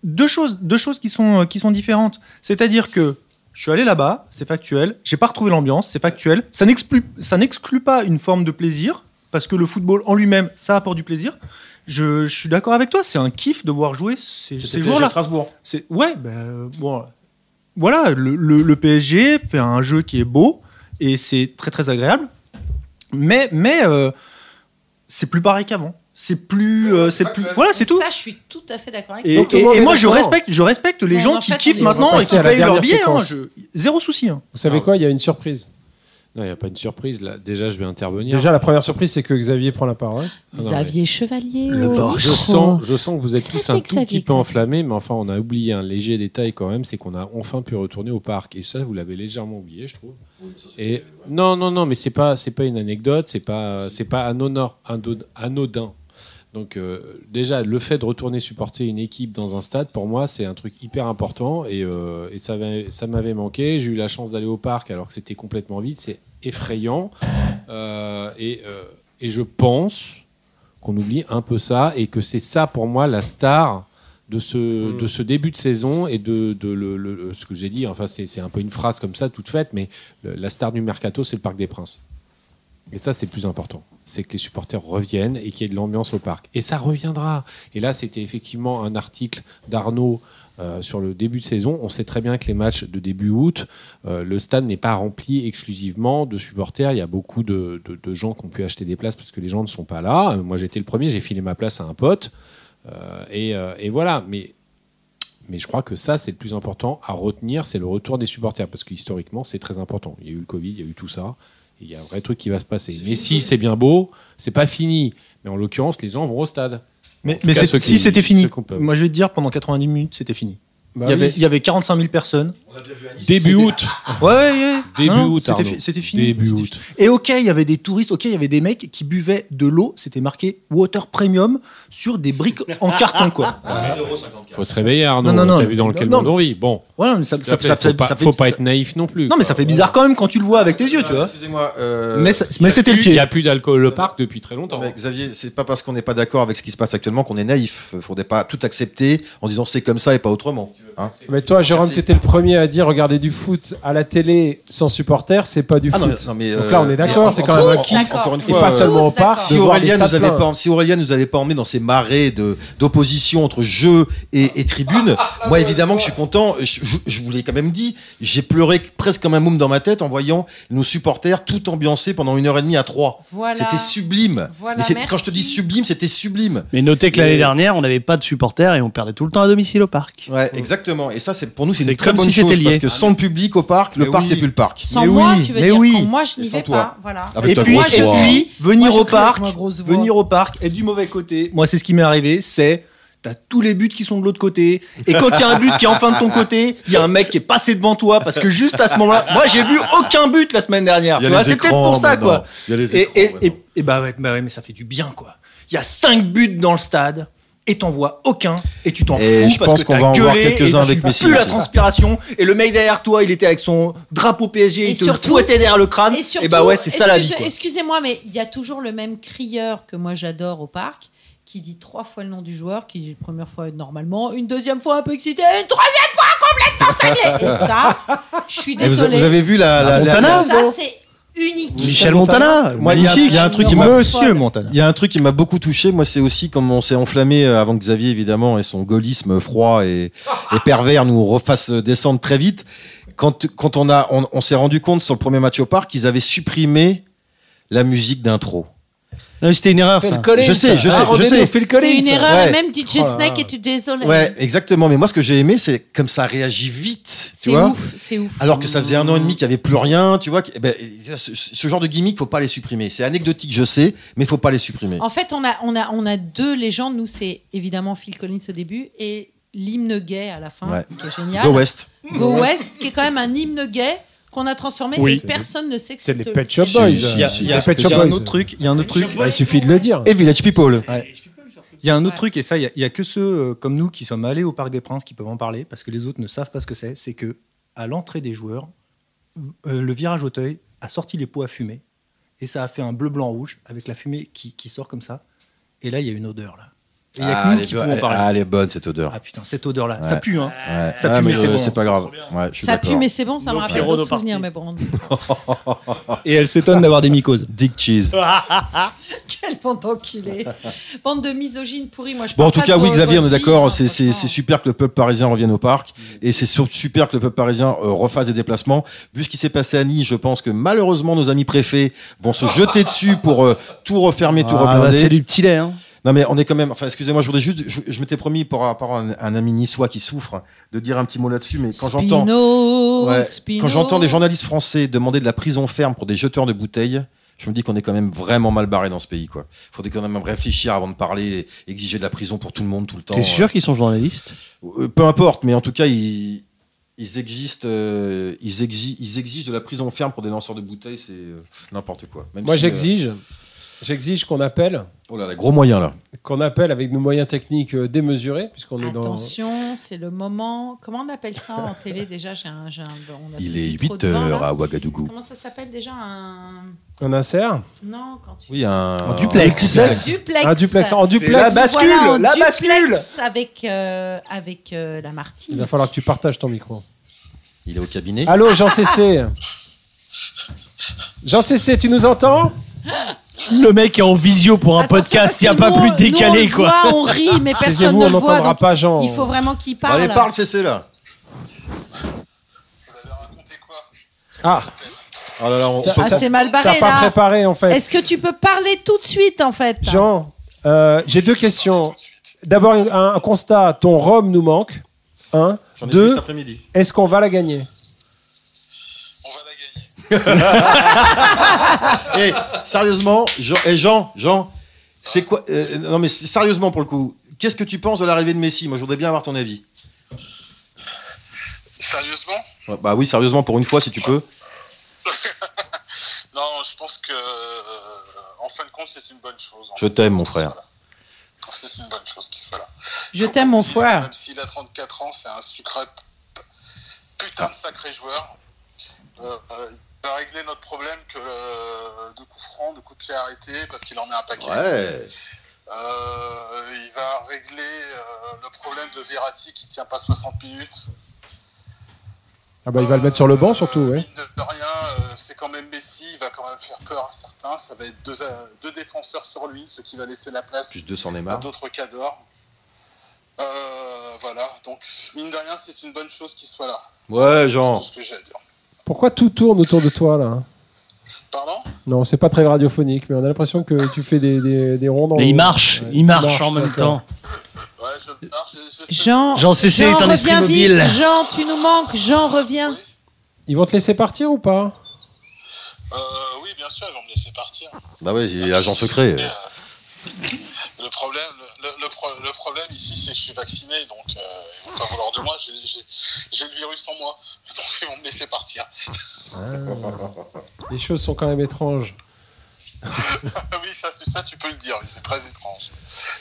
Speaker 5: deux choses, deux choses qui sont, euh, qui sont différentes. C'est-à-dire que je suis allé là-bas, c'est factuel. J'ai pas retrouvé l'ambiance, c'est factuel. Ça n'exclut, ça n'exclut pas une forme de plaisir parce que le football en lui-même, ça apporte du plaisir. Je, je suis d'accord avec toi, c'est un kiff de voir jouer ces,
Speaker 3: C'était
Speaker 5: ces
Speaker 3: PSG
Speaker 5: joueurs-là.
Speaker 3: Strasbourg.
Speaker 5: C'est ouais, bah, euh, bon, voilà, le, le- le PSG fait un jeu qui est beau et c'est très très agréable, mais mais euh, c'est plus pareil qu'avant. C'est plus, euh, c'est plus, voilà, c'est tout.
Speaker 4: Ça, je suis tout à fait d'accord avec
Speaker 5: Et,
Speaker 4: toi.
Speaker 2: Donc, tout le
Speaker 5: et-
Speaker 2: monde
Speaker 5: et
Speaker 2: est
Speaker 5: moi, je
Speaker 2: d'accord.
Speaker 5: respecte, je respecte les
Speaker 4: Non,
Speaker 5: gens
Speaker 4: en
Speaker 5: qui
Speaker 4: fait, on
Speaker 5: kiffent
Speaker 4: est-
Speaker 2: on
Speaker 5: maintenant
Speaker 2: va
Speaker 5: et
Speaker 2: passer
Speaker 5: qui
Speaker 2: à la
Speaker 5: payent leur
Speaker 2: dernière
Speaker 5: billet. hein,
Speaker 2: séquence.
Speaker 5: je- Zéro souci. hein.
Speaker 2: Vous savez
Speaker 3: Ah ouais.
Speaker 2: quoi Il y a une surprise.
Speaker 7: Non, il n'y a pas une surprise là. Déjà, je vais intervenir.
Speaker 2: Déjà, la première surprise, c'est que Xavier prend la parole.
Speaker 7: non,
Speaker 4: Xavier Chevalier. au
Speaker 7: je
Speaker 4: micro.
Speaker 7: sens, je sens que vous êtes tous
Speaker 4: Xavier,
Speaker 7: un tout
Speaker 4: Xavier,
Speaker 7: petit peu
Speaker 4: Xavier.
Speaker 7: enflammés, mais enfin, on a oublié un léger détail quand même, c'est qu'on a enfin pu retourner au parc. Et ça, vous l'avez légèrement oublié, je trouve. Et non, non, non, mais c'est pas, c'est pas une anecdote, c'est pas, c'est pas anodin, anodin- anodin. Donc euh, déjà, le fait de retourner supporter une équipe dans un stade, pour moi, c'est un truc hyper important et, euh, et ça, va- ça m'avait manqué. J'ai eu la chance d'aller au parc alors que c'était complètement vide, c'est effrayant. Euh, et, euh, et je pense qu'on oublie un peu ça et que c'est ça pour moi la star de ce, de ce début de saison et de, de le, le- le- ce que j'ai dit. Enfin, c'est c'est un peu une phrase comme ça, toute faite, mais le- la star du mercato, c'est le Parc des Princes. Et ça, c'est le plus important. C'est que les supporters reviennent et qu'il y ait de l'ambiance au parc. Et ça reviendra. Et là, c'était effectivement un article d'Arnaud euh, sur le début de saison. On sait très bien que les matchs de début août, euh, le stade n'est pas rempli exclusivement de supporters. Il y a beaucoup de, de- de gens qui ont pu acheter des places parce que les gens ne sont pas là. Euh, Moi, j'étais le premier, j'ai filé ma place à un pote. Euh, et, euh, et voilà. Mais, mais je crois que ça, c'est le plus important à retenir c'est le retour des supporters. Parce que historiquement, c'est très important. Il y a eu le Covid, il y a eu tout ça. Il y a un vrai truc qui va se passer. Mais si c'est bien beau, c'est pas fini. Mais en l'occurrence, les gens vont au stade.
Speaker 5: Mais,
Speaker 7: tout
Speaker 5: mais
Speaker 7: cas,
Speaker 5: c'est-
Speaker 7: ceux qui-
Speaker 5: si c'était fini,
Speaker 7: ceux qu'on peut.
Speaker 5: moi je vais te dire, pendant 90 minutes, c'était fini.
Speaker 2: Bah
Speaker 5: il,
Speaker 2: oui.
Speaker 5: y avait, il y avait 45 000 personnes.
Speaker 7: Début août.
Speaker 5: Ouais, ouais, ouais.
Speaker 7: Ah. Début
Speaker 5: Non,
Speaker 7: août.
Speaker 5: c'était
Speaker 7: Arnaud.
Speaker 5: fi- C'était fini.
Speaker 7: Début
Speaker 5: C'était
Speaker 7: août.
Speaker 5: Et ok, il y avait des touristes, ok, il y avait des mecs qui buvaient de l'eau, c'était marqué Water Premium sur des briques en carton, quoi.
Speaker 3: Ah,
Speaker 7: Faut se réveiller, Arnaud.
Speaker 5: Non, non, non,
Speaker 7: T'as vu dans
Speaker 5: mais-
Speaker 7: lequel
Speaker 5: non,
Speaker 7: monde on vit. Bon.
Speaker 5: Voilà, mais ça,
Speaker 7: tout
Speaker 5: ça-
Speaker 7: à fait.
Speaker 5: ça-
Speaker 7: faut
Speaker 5: ça-
Speaker 7: pas,
Speaker 5: ça fait-
Speaker 7: faut pas
Speaker 5: ça-
Speaker 7: être naïf non plus.
Speaker 5: Non, mais ça fait bizarre quand même quand tu le vois avec tes yeux, tu vois.
Speaker 3: ah, Excusez-moi. euh,
Speaker 5: Mais, ça- mais c'était le
Speaker 7: Il n'y
Speaker 5: pied.
Speaker 7: a plus d'alcool au parc depuis très longtemps.
Speaker 3: Non, mais Xavier, c'est pas parce qu'on n'est pas d'accord avec ce qui se passe actuellement qu'on est naïf. Il faudrait pas tout accepter en disant c'est comme ça et pas autrement. hein.
Speaker 2: Mais toi, Jérôme,
Speaker 3: Merci.
Speaker 2: t'étais le premier à dire regarder du foot à la télé sans supporters, c'est pas du
Speaker 3: Ah non,
Speaker 2: foot.
Speaker 3: non, mais,
Speaker 2: Donc
Speaker 3: euh,
Speaker 2: là, on est d'accord,
Speaker 3: mais
Speaker 2: c'est
Speaker 3: en-
Speaker 2: quand même un
Speaker 3: en-
Speaker 4: Tous
Speaker 2: kiff.
Speaker 4: d'accord.
Speaker 3: Encore une
Speaker 2: Et
Speaker 3: fois,
Speaker 2: pas
Speaker 3: euh,
Speaker 2: seulement au parc.
Speaker 3: si
Speaker 2: de voir les
Speaker 3: Aurélien,
Speaker 2: stades
Speaker 3: nous avait
Speaker 2: pleins.
Speaker 3: pas, si Aurélien nous avait pas emmené dans ces marées de, d'opposition entre jeu et, et tribune, moi évidemment que je suis content. Je, je- je vous l'ai quand même dit, j'ai pleuré presque comme un môme dans ma tête en voyant nos supporters tout ambiancés pendant une heure et demie à trois.
Speaker 4: Voilà.
Speaker 3: C'était sublime.
Speaker 4: Voilà,
Speaker 3: Mais c'est- quand je
Speaker 4: merci.
Speaker 3: te dis sublime, c'était sublime.
Speaker 6: Mais notez que
Speaker 3: Mais-
Speaker 6: l'année dernière, on n'avait pas de supporters et on perdait tout le temps à domicile au parc.
Speaker 3: Ouais, exactement. Et ça, c'est pour nous, Mmh. c'est
Speaker 6: C'est
Speaker 3: une très
Speaker 6: comme
Speaker 3: bonne
Speaker 6: si c'était
Speaker 3: chose parce
Speaker 6: lié.
Speaker 3: que sans le public au parc, le
Speaker 5: Mais
Speaker 3: parc
Speaker 5: oui.
Speaker 3: c'est plus le parc.
Speaker 4: Sans
Speaker 5: Mais
Speaker 4: moi,
Speaker 5: oui,
Speaker 4: tu veux
Speaker 5: mais
Speaker 4: dire
Speaker 5: oui.
Speaker 4: quand moi je n'y
Speaker 3: Et sans
Speaker 4: vais
Speaker 3: toi.
Speaker 4: pas, voilà.
Speaker 3: Ah, mais
Speaker 5: Et
Speaker 3: t'as
Speaker 5: puis,
Speaker 3: grosse
Speaker 5: et
Speaker 3: voix.
Speaker 5: puis, venir
Speaker 4: Moi, je
Speaker 5: au
Speaker 4: crie avec
Speaker 5: parc,
Speaker 4: ma grosse voix.
Speaker 5: venir au parc, être du mauvais côté. Moi, c'est ce qui m'est arrivé, c'est t'as tous les buts qui sont de l'autre côté, et quand il y a un but qui est enfin de ton côté, il y a un mec qui est passé devant toi parce que juste à ce moment-là, moi j'ai vu aucun but la semaine dernière.
Speaker 3: Il y a
Speaker 5: tu vois,
Speaker 3: les
Speaker 5: c'est peut-être
Speaker 3: écrans
Speaker 5: pour ça
Speaker 3: maintenant.
Speaker 7: hein.
Speaker 5: quoi.
Speaker 3: Il y a les
Speaker 5: Et,
Speaker 3: écrans
Speaker 5: et,
Speaker 3: maintenant.
Speaker 5: et, et bah, ouais, bah ouais, mais ça fait du bien quoi. Il y a 5 buts dans le stade et t'en vois aucun et tu t'en fous
Speaker 3: Et je
Speaker 5: parce
Speaker 3: pense
Speaker 5: que
Speaker 3: qu'on
Speaker 5: t'as
Speaker 3: va en voir
Speaker 5: gueulé
Speaker 3: quelques-uns
Speaker 5: et
Speaker 3: avec
Speaker 5: tu
Speaker 3: Messi
Speaker 5: pues la
Speaker 3: aussi.
Speaker 5: transpiration et le mec derrière toi il était avec son drapeau PSG
Speaker 4: Et
Speaker 5: il te
Speaker 4: surtout-
Speaker 5: le fouettait derrière le crâne et,
Speaker 4: Et surtout,
Speaker 5: bah ouais c'est ça la vie
Speaker 4: excuse-
Speaker 5: quoi.
Speaker 4: Excusez-moi, mais il y a toujours le même crieur que moi j'adore au parc qui dit trois fois le nom du joueur, qui dit une première fois normalement, une deuxième fois un peu excité, une troisième fois complètement cinglé. Et ça, je suis
Speaker 3: Et Eh, vous,
Speaker 4: désolée.
Speaker 3: vous avez vu la, la- la-
Speaker 6: Montana
Speaker 4: Ça, c'est unique.
Speaker 6: Michel Montana,
Speaker 3: Moi, il y a-
Speaker 6: magnifique.
Speaker 3: il y a un truc qui m'a
Speaker 5: Monsieur Montana.
Speaker 3: Il y a un truc qui m'a beaucoup touché, moi, c'est aussi comme on s'est enflammé euh, avant que Xavier, évidemment, et son gaullisme froid et, et pervers nous refasse euh, descendre très vite. Quand, quand on, a, on, on s'est rendu compte sur le premier match au parc qu'ils avaient supprimé la musique d'intro.
Speaker 6: Non, mais C'était une erreur, ça.
Speaker 3: Je sais, je sais, je sais.
Speaker 4: C'est une erreur,
Speaker 3: Ouais.
Speaker 4: et même DJ
Speaker 2: Oh là
Speaker 4: Snake
Speaker 2: là.
Speaker 4: était désolé.
Speaker 3: Ouais, exactement. Mais moi, ce que j'ai aimé, c'est comme ça réagit vite. Tu
Speaker 4: C'est
Speaker 3: vois
Speaker 4: ouf, c'est ouf.
Speaker 3: Alors que ça faisait un an et demi qu'il n'y avait plus rien, tu vois. que- eh ben, ce, ce genre de gimmick, faut pas les supprimer. C'est anecdotique, je sais, mais faut pas les supprimer.
Speaker 4: En fait, on a, on a, on a deux légendes. Nous, c'est évidemment Phil Collins au début et l'hymne gay à la fin,
Speaker 3: Ouais.
Speaker 4: qui est génial.
Speaker 3: Go West.
Speaker 4: Go West, qui est quand même un hymne gay qu'on a transformé
Speaker 7: Oui.
Speaker 4: et personne ne sait que
Speaker 2: C'est
Speaker 4: ce-
Speaker 2: les Pet Shop
Speaker 3: Si,
Speaker 2: Boys.
Speaker 3: si,
Speaker 5: Il y a,
Speaker 3: si,
Speaker 5: il y a-
Speaker 2: Les Pet Shop
Speaker 5: il y a un
Speaker 2: Boys.
Speaker 5: autre truc. Il y a un autre truc.
Speaker 2: Bah, il suffit de le dire.
Speaker 3: Et Village People.
Speaker 5: Il y a un autre
Speaker 4: Ouais.
Speaker 5: truc, et ça, il y a- il y, a que ceux euh, comme nous qui sommes allés au Parc des Princes qui peuvent en parler, parce que les autres ne savent pas ce que c'est. C'est que à l'entrée des joueurs, euh, le virage Auteuil a sorti les pots à fumée, et ça a fait un bleu, blanc, rouge, avec la fumée qui, qui sort comme ça. Et là, il y a une odeur, là. Et il y a que
Speaker 3: Ah,
Speaker 5: nous
Speaker 3: elle
Speaker 5: qui
Speaker 3: est bonne-
Speaker 5: pouvons en parler.
Speaker 3: ah, elle est bonne cette odeur.
Speaker 5: Ah putain, cette odeur-là,
Speaker 3: Ouais.
Speaker 5: ça pue, hein.
Speaker 3: Ouais.
Speaker 5: Ça
Speaker 3: Ah,
Speaker 5: pue,
Speaker 3: mais
Speaker 5: mais c'est
Speaker 3: euh,
Speaker 5: bon.
Speaker 3: c'est pas grave. Ouais, je suis
Speaker 4: Ça pue,
Speaker 3: d'accord.
Speaker 4: mais c'est bon, ça me
Speaker 6: Nos
Speaker 4: rappelle
Speaker 6: pyros
Speaker 4: d'autres
Speaker 6: de partie.
Speaker 4: souvenirs, mais bon.
Speaker 5: Et elle s'étonne d'avoir des mycoses.
Speaker 3: Dick Cheese.
Speaker 4: Quel bande enculée. Bande de misogynes pourris, moi je
Speaker 3: Bon, en
Speaker 4: parle
Speaker 3: tout
Speaker 4: pas
Speaker 3: cas,
Speaker 4: de
Speaker 3: oui,
Speaker 4: vos-
Speaker 3: Xavier, on
Speaker 4: votre
Speaker 3: est
Speaker 4: fille, hein,
Speaker 3: d'accord. C'est c'est-
Speaker 4: franchement.
Speaker 3: c'est super que le peuple parisien revienne au parc. Et c'est sur- super que le peuple parisien euh, refasse des déplacements. Vu ce qui s'est passé à Nice, je pense que malheureusement, nos amis préfets vont se jeter dessus pour euh, tout refermer, tout
Speaker 6: Ah, bah,
Speaker 3: reblander.
Speaker 6: c'est du petit lait. Hein.
Speaker 3: Non mais on est quand même. Enfin, excusez-moi, je voudrais juste. Je, je m'étais promis par rapport à un, un ami niçois qui souffre de dire un petit mot là-dessus, mais quand j'entends
Speaker 4: Spino,
Speaker 3: ouais,
Speaker 4: Spino.
Speaker 3: quand j'entends des journalistes français demander de la prison ferme pour des jeteurs de bouteilles, je me dis qu'on est quand même vraiment mal barré dans ce pays, quoi. Faudrait quand même réfléchir avant de parler, et exiger de la prison pour tout le monde tout le temps.
Speaker 6: T'es sûr qu'ils sont journalistes
Speaker 3: Euh, Peu importe, mais en tout cas ils. Ils existent, euh, ils, exi- ils exigent de la prison ferme pour des lanceurs de bouteilles, c'est euh, n'importe quoi. Même
Speaker 2: Moi,
Speaker 3: si,
Speaker 2: j'exige, j'exige qu'on appelle,
Speaker 3: euh, oh là là, gros moyen là.
Speaker 2: qu'on appelle avec nos moyens techniques euh, démesurés, puisqu'on est dans.
Speaker 4: Attention, c'est le moment. Comment on appelle ça en télé déjà J'ai un, j'ai un- on a
Speaker 3: Il
Speaker 4: tout
Speaker 3: est
Speaker 4: dit trop
Speaker 3: 8
Speaker 4: de vin,
Speaker 3: heures
Speaker 4: là.
Speaker 3: à Ouagadougou.
Speaker 4: Comment ça s'appelle déjà un
Speaker 2: Un insert.
Speaker 4: Non, quand tu
Speaker 3: Oui, un,
Speaker 6: En duplex.
Speaker 4: un duplex.
Speaker 2: Un duplex. En duplex.
Speaker 5: la base. bascule,
Speaker 4: Voilà, en
Speaker 5: la
Speaker 4: duplex
Speaker 5: bascule.
Speaker 4: avec euh, avec euh, la
Speaker 2: Il
Speaker 4: Martine.
Speaker 2: va falloir que tu partages ton micro.
Speaker 3: Il est au cabinet.
Speaker 2: Allô, Jean CC. Jean CC, tu nous entends
Speaker 6: Le mec est en visio pour un
Speaker 4: Attention, parce
Speaker 6: podcast, il
Speaker 4: que
Speaker 6: a pas
Speaker 4: nous,
Speaker 6: plus
Speaker 4: on-
Speaker 6: décalé,
Speaker 4: nous, on le
Speaker 6: quoi.
Speaker 4: voit, on rit, mais personne
Speaker 2: Taisez-vous, on
Speaker 4: ne le voit.
Speaker 2: n'entendra
Speaker 4: donc
Speaker 2: pas Jean.
Speaker 4: Il faut vraiment qu'il parle.
Speaker 3: Allez, parle, c'est là.
Speaker 2: Ah,
Speaker 3: Oh là là, on-
Speaker 2: T'as-
Speaker 3: peut-
Speaker 4: Ah, c'est mal barré
Speaker 2: t'as pas
Speaker 4: là.
Speaker 2: préparé en fait.
Speaker 4: Est-ce que tu peux parler tout de suite en fait
Speaker 2: Jean, euh, j'ai deux questions. D'abord, un, un constat. Ton Rome nous manque. Un.
Speaker 3: j'en ai plus
Speaker 2: Deux.
Speaker 3: cet après-midi.
Speaker 2: Est-ce qu'on va la gagner
Speaker 8: On va la gagner.
Speaker 3: Eh, sérieusement, Jean, eh, Jean, Jean, c'est quoi euh, Non mais c'est- sérieusement pour le coup, qu'est-ce que tu penses de l'arrivée de Messi Moi, je voudrais bien avoir ton avis.
Speaker 8: Sérieusement
Speaker 3: Ouais, Bah oui, sérieusement pour une fois, si tu peux.
Speaker 8: Non, je pense que euh, en fin de compte, c'est une bonne chose. en
Speaker 3: Je
Speaker 8: fait,
Speaker 3: t'aime, mon
Speaker 8: qu'il soit
Speaker 3: frère.
Speaker 8: là. C'est une bonne chose qu'il soit là.
Speaker 4: Je t'aime, mon
Speaker 8: trouve que
Speaker 4: frère.
Speaker 8: Même s'il a 34 ans, c'est un sucré p- putain de sacré joueur. Euh, euh, il va régler notre problème que euh, de coup franc, de coup de pied arrêté, parce qu'il en met un paquet.
Speaker 3: Ouais.
Speaker 8: Euh, il va régler euh, le problème de Verratti qui tient pas 60 minutes.
Speaker 2: Ah bah il va le mettre sur le banc surtout,
Speaker 8: Euh,
Speaker 2: ouais.
Speaker 8: mine de rien, euh, c'est quand même Messi, il va quand même faire peur à certains. Ça va être deux, euh, deux défenseurs sur lui, ce qui va laisser la place
Speaker 3: Plus 200
Speaker 8: à
Speaker 3: Neymar.
Speaker 8: d'autres cadors. Euh, voilà, donc mine de rien, c'est une bonne chose qu'il soit là.
Speaker 3: Ouais,
Speaker 8: C'est tout
Speaker 3: Jean.
Speaker 8: ce que j'ai à dire.
Speaker 2: Pourquoi tout tourne autour de toi là
Speaker 8: Pardon
Speaker 2: Non, c'est pas très radiophonique, mais on a l'impression que tu fais des, des, des rondes. en
Speaker 6: Mais il
Speaker 2: haut.
Speaker 6: marche,
Speaker 2: Ouais,
Speaker 6: il marche en
Speaker 2: marche,
Speaker 6: même
Speaker 2: d'accord.
Speaker 6: temps.
Speaker 8: Ouais, je pars, j'ai- j'ai-
Speaker 4: Jean,
Speaker 6: Jean CC est
Speaker 4: Jean,
Speaker 6: un esprit
Speaker 4: reviens vite.
Speaker 6: mobile.
Speaker 4: Jean, tu nous manques. Jean, reviens.
Speaker 2: Ils vont te laisser partir ou pas
Speaker 8: Euh, oui, bien sûr, ils vont me laisser partir.
Speaker 3: Bah ouais, il est agent secret.
Speaker 8: Mais, euh, le problème, le, le pro- le problème ici, c'est que je suis vacciné, donc euh, ils vont pas vouloir de moi. J'ai- J'ai j'ai le virus en moi, donc ils vont me laisser partir.
Speaker 2: Les choses sont quand même étranges.
Speaker 8: oui, ça, c'est- ça, tu peux le dire. oui, C'est très étrange.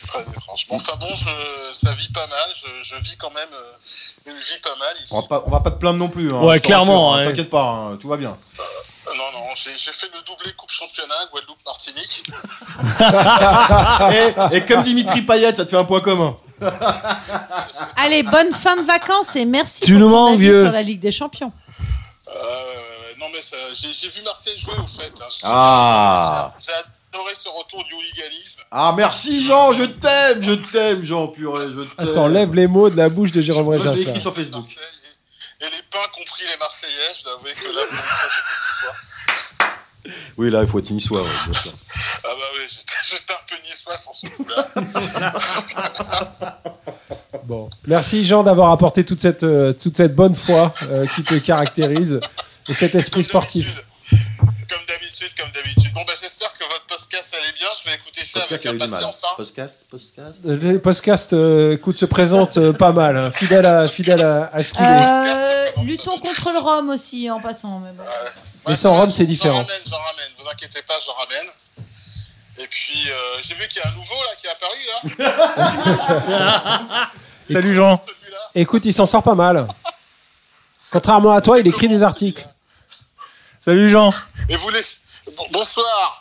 Speaker 8: Très étrange. Bon, enfin bon, je- ça vit pas mal. Je, je vis quand même euh, une vie pas mal ici.
Speaker 3: On va pas, on va pas te plaindre non plus. hein.
Speaker 6: Ouais,
Speaker 3: Je te
Speaker 6: clairement,
Speaker 3: rassure, hein,
Speaker 6: ouais.
Speaker 3: T'inquiète pas, hein, tout va bien.
Speaker 8: Euh, Non, non, j'ai j'ai fait le doublé Coupe Championnat Guadeloupe-Martinique.
Speaker 3: Eh, et, et comme Dimitri Payet, ça te fait un point commun.
Speaker 4: Allez, bonne fin de vacances et merci
Speaker 6: Tu
Speaker 4: pour
Speaker 6: nous
Speaker 4: ton
Speaker 6: manques,
Speaker 4: avis
Speaker 6: vieux.
Speaker 4: sur la Ligue des Champions.
Speaker 8: Euh, non, mais ça- j'ai j'ai vu Marseille jouer au fait. hein.
Speaker 3: Ah
Speaker 8: J'ai adoré ce retour du hooliganisme.
Speaker 3: Ah, merci Jean, je t'aime, je t'aime Jean, purée, je t'aime.
Speaker 2: Attends, lève les mots de la bouche de Jérôme
Speaker 3: Moi, je l'ai
Speaker 2: Réjas. là.
Speaker 3: écrit sur Facebook.
Speaker 8: Marseille et, et les pains compris les Marseillais, je dois avouer que là, pour une fois, j'étais niçois.
Speaker 3: Oui, là, il faut être niçois, ouais, bien sûr.
Speaker 8: Ah bah oui, j'étais j'étais un peu niçois sur ce coup-là.
Speaker 2: Bon. Merci Jean d'avoir apporté toute cette, euh, toute cette bonne foi euh, qui te caractérise et cet esprit sportif.
Speaker 8: Comme d'habitude, comme d'habitude. Bon, bah j'espère que votre podcast allait bien. Je vais écouter ça
Speaker 3: Podcast,
Speaker 8: avec
Speaker 3: il a eu du mal.
Speaker 8: impatience. hein.
Speaker 3: Podcast, podcast.
Speaker 2: Euh, Les podcasts euh, écoute, se présentent euh, pas mal, hein. fidèle, à, fidèle à, à ce qu'il est.
Speaker 4: Euh, luttons contre le Rhum aussi, en passant. mais bon.
Speaker 2: Mais sans Rome, c'est
Speaker 8: j'en
Speaker 2: différent.
Speaker 8: ramène, J'en ramène, vous inquiétez pas, j'en ramène. Et puis, euh, j'ai vu qu'il y a un nouveau là qui est apparu, là,
Speaker 5: Salut Jean.
Speaker 8: celui-là.
Speaker 2: Écoute, il s'en sort pas mal. Contrairement à toi, il écrit des articles.
Speaker 5: Salut Jean.
Speaker 8: Et vous les... Bon- Bonsoir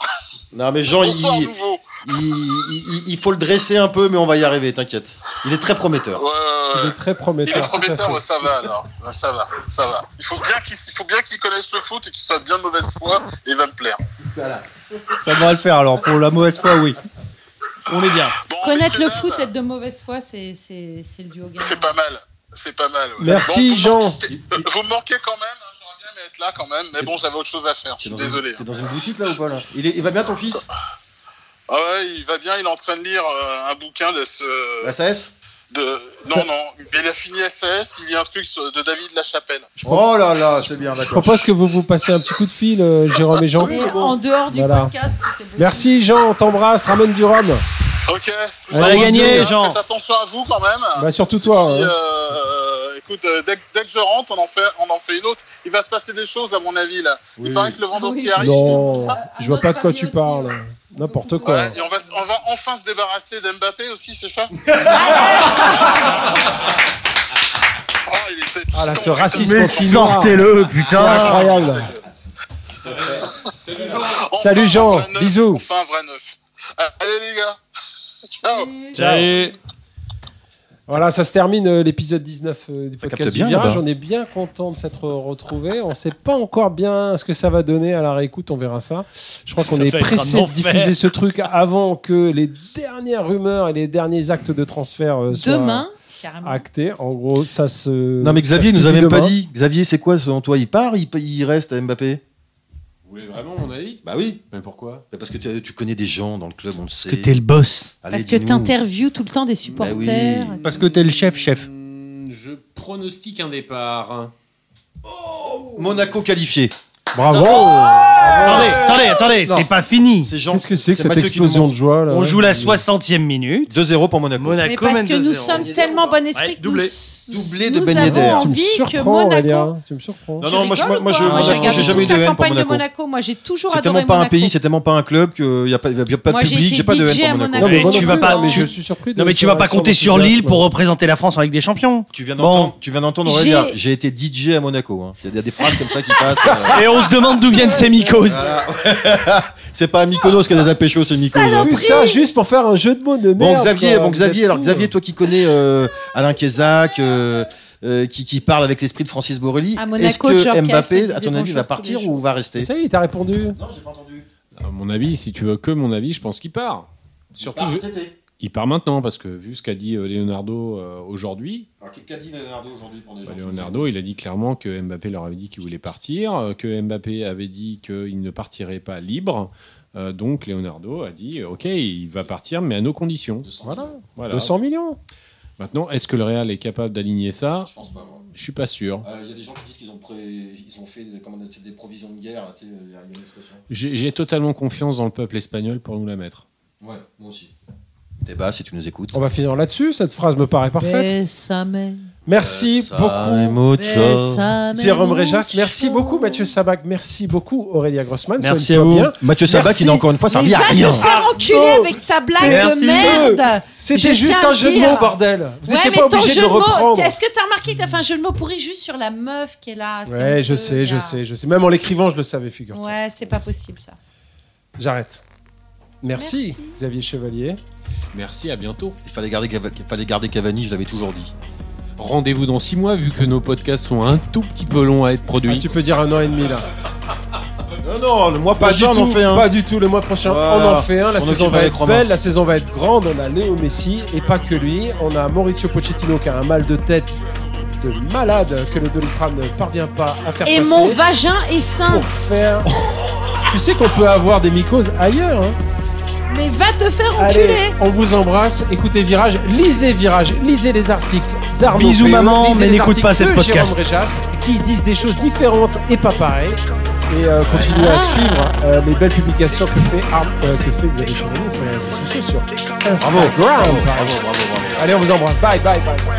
Speaker 3: Non, mais Jean, il,
Speaker 8: Bonsoir, nouveau
Speaker 3: il- il- il faut le dresser un peu, mais on va y arriver, t'inquiète. Il est très prometteur.
Speaker 8: Ouais, ouais,
Speaker 2: Il
Speaker 8: ouais.
Speaker 2: est très
Speaker 8: Il est
Speaker 2: prometteur. tout à
Speaker 8: prometteur,
Speaker 2: fait.
Speaker 8: ouais, ça va alors. Ouais, Ça va, ça va. Il faut bien qu'il il faut bien qu'il connaisse le foot et qu'il soit bien de mauvaise foi et il va me plaire.
Speaker 5: Ça devrait le faire alors pour la mauvaise foi, oui.
Speaker 6: On est bien.
Speaker 8: Bon,
Speaker 4: Connaître le
Speaker 8: messieurs,
Speaker 4: foot,
Speaker 8: dames,
Speaker 4: être de mauvaise foi, c'est c'est- c'est le duo gagnant.
Speaker 8: C'est pas mal. C'est pas mal. ouais.
Speaker 2: Merci,
Speaker 8: Bon, vous
Speaker 2: Jean.
Speaker 8: manquez- Vous me manquez quand même. hein, J'aurais bien aimé être là quand même. Mais bon, j'avais autre chose à faire.
Speaker 3: T'es
Speaker 8: Je suis
Speaker 3: dans
Speaker 8: désolé. hein.
Speaker 3: Une, t'es dans une boutique, là, ou pas, là il, est- il va bien, ton fils
Speaker 8: Ah ouais, il va bien. Il est en train de lire euh, un bouquin de ce.
Speaker 3: SAS
Speaker 8: De... Non, non. Mais il a fini SAS. Il y a un truc sur- de David Lachapelle.
Speaker 3: Oh là là, c'est bien,
Speaker 2: Je
Speaker 3: d'accord.
Speaker 2: propose que vous vous passez un petit coup de fil, euh, Jérôme et Jean.
Speaker 4: Mais en dehors du
Speaker 2: Voilà.
Speaker 4: podcast, si c'est possible.
Speaker 2: Merci Jean, on t'embrasse, ramène du rhum.
Speaker 8: Ok.
Speaker 6: On va
Speaker 8: Vous
Speaker 6: gagner,
Speaker 8: avez-
Speaker 6: Jean.
Speaker 8: Faites attention à vous quand même.
Speaker 2: Bah, surtout toi.
Speaker 8: Puis,
Speaker 2: hein.
Speaker 8: euh, écoute, euh, dès, que- dès que je rentre, on en, fait, on en fait une autre. Il va se passer des choses, à mon avis, là.
Speaker 3: Oui.
Speaker 8: Il paraît que le Vendôme
Speaker 4: Oui.
Speaker 8: qui arrive,
Speaker 2: Non.
Speaker 8: c'est tout ça.
Speaker 2: Je vois pas de quoi tu parles. N'importe quoi.
Speaker 8: Ouais, et on va, on va enfin se débarrasser d'Mbappé aussi, c'est ça Ah, il était-
Speaker 2: Ah là, ce racisme
Speaker 6: Mais
Speaker 2: anti-noir.
Speaker 6: sortez-le,
Speaker 2: C'est
Speaker 6: putain.
Speaker 2: incroyable.
Speaker 8: Enfin,
Speaker 2: Salut, Jean.
Speaker 8: un vrai neuf.
Speaker 2: Bisous.
Speaker 8: Enfin un vrai neuf. Ah, Allez les gars. Ciao.
Speaker 6: Salut.
Speaker 2: Voilà, ça se termine euh, l'épisode 19 euh, du
Speaker 3: capte
Speaker 2: podcast du
Speaker 3: bien,
Speaker 2: Virage.
Speaker 3: là-bas.
Speaker 2: On est bien content de s'être euh, retrouvés. On ne sait pas encore bien ce que ça va donner à la réécoute. On verra ça. Je crois
Speaker 9: Ça
Speaker 2: qu'on est
Speaker 9: va être
Speaker 2: pressé
Speaker 9: un
Speaker 2: de
Speaker 9: enfer.
Speaker 2: diffuser ce truc avant que les dernières rumeurs et les derniers actes de transfert euh, soient
Speaker 4: Demain, carrément.
Speaker 2: actés. En gros, ça se.
Speaker 3: Non, mais
Speaker 2: ça
Speaker 3: Xavier
Speaker 2: se
Speaker 3: nous a
Speaker 2: publie
Speaker 3: même pas
Speaker 2: demain.
Speaker 3: dit. Xavier, c'est quoi, selon toi Il part, il, il reste à Mbappé
Speaker 7: Vous voulez vraiment mon avis
Speaker 3: Bah oui,
Speaker 7: Mais pourquoi
Speaker 3: bah parce que tu tu connais des gens dans le club, on le sait.
Speaker 6: Que t'es le boss.
Speaker 3: Allez,
Speaker 4: Parce que
Speaker 3: dis-nous.
Speaker 4: t'interviews tout le temps des supporters.
Speaker 3: Bah
Speaker 5: Parce que t'es le chef, chef.
Speaker 7: Hmm, Je pronostique un départ.
Speaker 3: Monaco qualifié.
Speaker 2: Bravo
Speaker 6: Attendez, attendez, attendez,
Speaker 3: Non.
Speaker 6: c'est pas fini.
Speaker 3: C'est Jean.
Speaker 2: Qu'est-ce que c'est que
Speaker 3: Mathieu
Speaker 2: cette
Speaker 3: qui nous
Speaker 2: explosion
Speaker 3: montre.
Speaker 2: de joie là
Speaker 6: On joue la
Speaker 2: Ouais.
Speaker 6: 60e minute.
Speaker 3: 2-0 pour Monaco.
Speaker 4: Mais
Speaker 6: Monaco
Speaker 4: parce
Speaker 6: mène
Speaker 4: que nous
Speaker 6: 2-0.
Speaker 4: sommes tellement bon esprit
Speaker 6: Ouais,
Speaker 4: que nous,
Speaker 6: doublé.
Speaker 3: Doublé de
Speaker 4: nous
Speaker 3: Ben Yedder.
Speaker 4: avons
Speaker 2: Tu me
Speaker 4: envie que
Speaker 2: surprends,
Speaker 4: Monaco.
Speaker 2: Aurélien. Tu me surprends.
Speaker 3: Non, non, moi, je- moi, moi, je-
Speaker 4: Moi, j'ai
Speaker 3: Monaco,
Speaker 4: regardé
Speaker 3: j'ai jamais eu
Speaker 4: toute
Speaker 3: de
Speaker 4: la
Speaker 3: haine pour
Speaker 4: campagne de
Speaker 3: Monaco.
Speaker 4: Monaco. Moi, j'ai toujours
Speaker 3: C'est
Speaker 4: adoré
Speaker 3: tellement pas un
Speaker 4: Monaco.
Speaker 3: pays, c'est tellement pas un club qu'il n'y a pas, y a pas
Speaker 4: Moi,
Speaker 3: de
Speaker 4: j'ai
Speaker 3: public,
Speaker 4: été
Speaker 3: j'ai pas de haine
Speaker 4: DJ
Speaker 3: pour
Speaker 4: à
Speaker 3: Monaco.
Speaker 4: Monaco.
Speaker 2: Non, mais
Speaker 6: Mais
Speaker 2: moi
Speaker 6: tu
Speaker 2: non
Speaker 6: vas
Speaker 2: plus,
Speaker 6: pas-
Speaker 2: hein, mais
Speaker 6: tu-
Speaker 2: je suis surpris. de
Speaker 6: Non mais tu
Speaker 2: faire
Speaker 6: vas pas
Speaker 2: l'accent
Speaker 6: compter
Speaker 2: dans
Speaker 6: sur
Speaker 2: ce
Speaker 6: Lille
Speaker 2: jazz,
Speaker 6: pour
Speaker 2: moi.
Speaker 6: représenter la France en Ligue des Champions.
Speaker 3: Tu viens
Speaker 6: Bon.
Speaker 3: d'entendre, tu viens d'entendre
Speaker 4: J'ai-
Speaker 3: Aurélien, j'ai été DJ à Monaco. hein. Il y a des phrases comme ça qui passent. euh,
Speaker 6: Et on se demande d'où viennent ces mycoses.
Speaker 3: c'est pas à Mykonos qu'il y a des apéchos, c'est Mykonos. hein.
Speaker 2: Tout ça juste pour faire un jeu de mots de
Speaker 3: Bon
Speaker 2: merde.
Speaker 3: Xavier,
Speaker 2: quoi.
Speaker 3: bon
Speaker 2: Vous
Speaker 3: Xavier,
Speaker 2: êtes
Speaker 3: alors
Speaker 2: fous.
Speaker 3: Xavier, toi qui connais euh, Alain Kézak, euh, euh, qui, qui parle avec l'esprit de Francis Borrelli,
Speaker 4: À Monaco,
Speaker 3: est-ce que
Speaker 4: Georges
Speaker 3: Mbappé,
Speaker 4: Kaiff
Speaker 3: à
Speaker 4: disait
Speaker 3: ton avis,
Speaker 4: bonjour
Speaker 3: va
Speaker 4: tous les
Speaker 3: partir
Speaker 4: jours.
Speaker 3: ou va rester
Speaker 2: Ça y est, t'as répondu.
Speaker 3: Non, j'ai pas entendu.
Speaker 7: À mon avis, si tu veux que mon avis, je pense qu'il part. Surtout, je- il part maintenant parce que vu ce qu'a dit euh, Leonardo euh, aujourd'hui,
Speaker 3: Alors, qu'a dit Leonardo aujourd'hui pour
Speaker 7: Bah, Leonardo, il a dit clairement que Mbappé leur avait dit qu'il voulait partir, euh, que Mbappé avait dit qu'il ne partirait pas libre. Euh, donc Leonardo a dit, euh, ok, il va partir, mais à nos conditions.
Speaker 2: Voilà.
Speaker 7: Voilà.
Speaker 2: 200 millions.
Speaker 7: Maintenant, est-ce que le Real est capable d'aligner ça
Speaker 3: Je pense pas, moi. Euh,
Speaker 7: Je suis pas sûr.
Speaker 3: Il y a des gens qui disent qu'ils ont, fait des provisions de guerre, tu sais, il y a une expression.
Speaker 7: J'ai j'ai totalement confiance dans le peuple espagnol pour nous la mettre.
Speaker 3: Ouais, moi aussi. Débat, si tu nous écoutes.
Speaker 2: On va finir là-dessus. Cette phrase me paraît parfaite.
Speaker 4: Bésame,
Speaker 2: Merci
Speaker 3: Euh,
Speaker 2: beaucoup.
Speaker 4: bésame,
Speaker 2: Jérôme
Speaker 4: mon
Speaker 2: Réjas, merci
Speaker 4: chou.
Speaker 2: beaucoup Mathieu Sabac, merci beaucoup Aurélia Grossman.
Speaker 6: Merci
Speaker 2: Soigne-toi
Speaker 6: à vous.
Speaker 2: bien.
Speaker 3: Mathieu Sabat,
Speaker 2: Merci.
Speaker 3: qui n'a encore une fois servi
Speaker 4: Mais
Speaker 3: à
Speaker 4: va
Speaker 3: rien.
Speaker 4: te faire enculer
Speaker 2: Arnaud.
Speaker 4: avec ta blague
Speaker 5: Merci.
Speaker 4: de merde.
Speaker 2: C'était
Speaker 4: Je
Speaker 2: juste
Speaker 4: tiens à
Speaker 2: un jeu de
Speaker 4: dire.
Speaker 2: mots, bordel. Vous
Speaker 4: Ouais,
Speaker 2: n'étiez
Speaker 4: mais
Speaker 2: pas
Speaker 4: ton
Speaker 2: obligé de
Speaker 4: jeu
Speaker 2: le
Speaker 4: de mots,
Speaker 2: reprendre.
Speaker 4: Est-ce que t'as remarqué que t'as fait un jeu de mots pourri juste sur la meuf qui est là c'est un
Speaker 2: Ouais, je
Speaker 4: peu,
Speaker 2: sais, je
Speaker 4: gars.
Speaker 2: sais, je sais. Même en l'écrivant, je le savais, figure-toi.
Speaker 4: Ouais, c'est pas possible ça.
Speaker 2: J'arrête. Merci, Xavier Chevalier.
Speaker 7: Merci, à bientôt.
Speaker 3: Il fallait garder, Cava- il fallait garder Cavani, je l'avais toujours dit.
Speaker 7: rendez-vous dans six mois, vu que nos podcasts sont un tout petit peu longs à être
Speaker 2: Ah,
Speaker 7: produits.
Speaker 2: tu peux dire un an et demi là.
Speaker 3: Non, non, le mois
Speaker 2: Pas du
Speaker 3: prochain, on en
Speaker 2: tout,
Speaker 3: fait un.
Speaker 2: pas du tout. Le mois prochain,
Speaker 3: Voilà.
Speaker 2: on en fait un. La
Speaker 3: On
Speaker 2: saison
Speaker 3: occupe
Speaker 2: va
Speaker 3: avec
Speaker 2: être
Speaker 3: Romain.
Speaker 2: belle, la saison va être grande. On a Léo Messi et pas que lui. On a Mauricio Pochettino qui a un mal de tête de malade que le Doliprane ne parvient pas à faire
Speaker 4: Et
Speaker 2: passer. Oh.
Speaker 4: mon vagin est sain.
Speaker 2: pour faire. tu sais qu'on peut avoir des mycoses ailleurs. hein.
Speaker 4: Mais va te faire
Speaker 2: Allez,
Speaker 4: enculer.
Speaker 2: on vous embrasse. Écoutez Virage, lisez Virage, lisez les articles d'Arnaud.
Speaker 6: Bisous,
Speaker 2: Péo,
Speaker 6: maman,
Speaker 2: lisez
Speaker 6: mais
Speaker 2: les
Speaker 6: n'écoute pas
Speaker 2: articles
Speaker 6: cette
Speaker 2: de
Speaker 6: podcast.
Speaker 2: Jérôme Réjas, qui disent des choses différentes et pas pareilles. Et euh, continuez à suivre euh, les belles publications que fait, Ar- euh, que fait Xavier Chevalier sur les réseaux sociaux, sur Instagram.
Speaker 3: Bravo, bravo, bravo, bravo.
Speaker 2: Allez, on vous embrasse. Bye, bye, bye.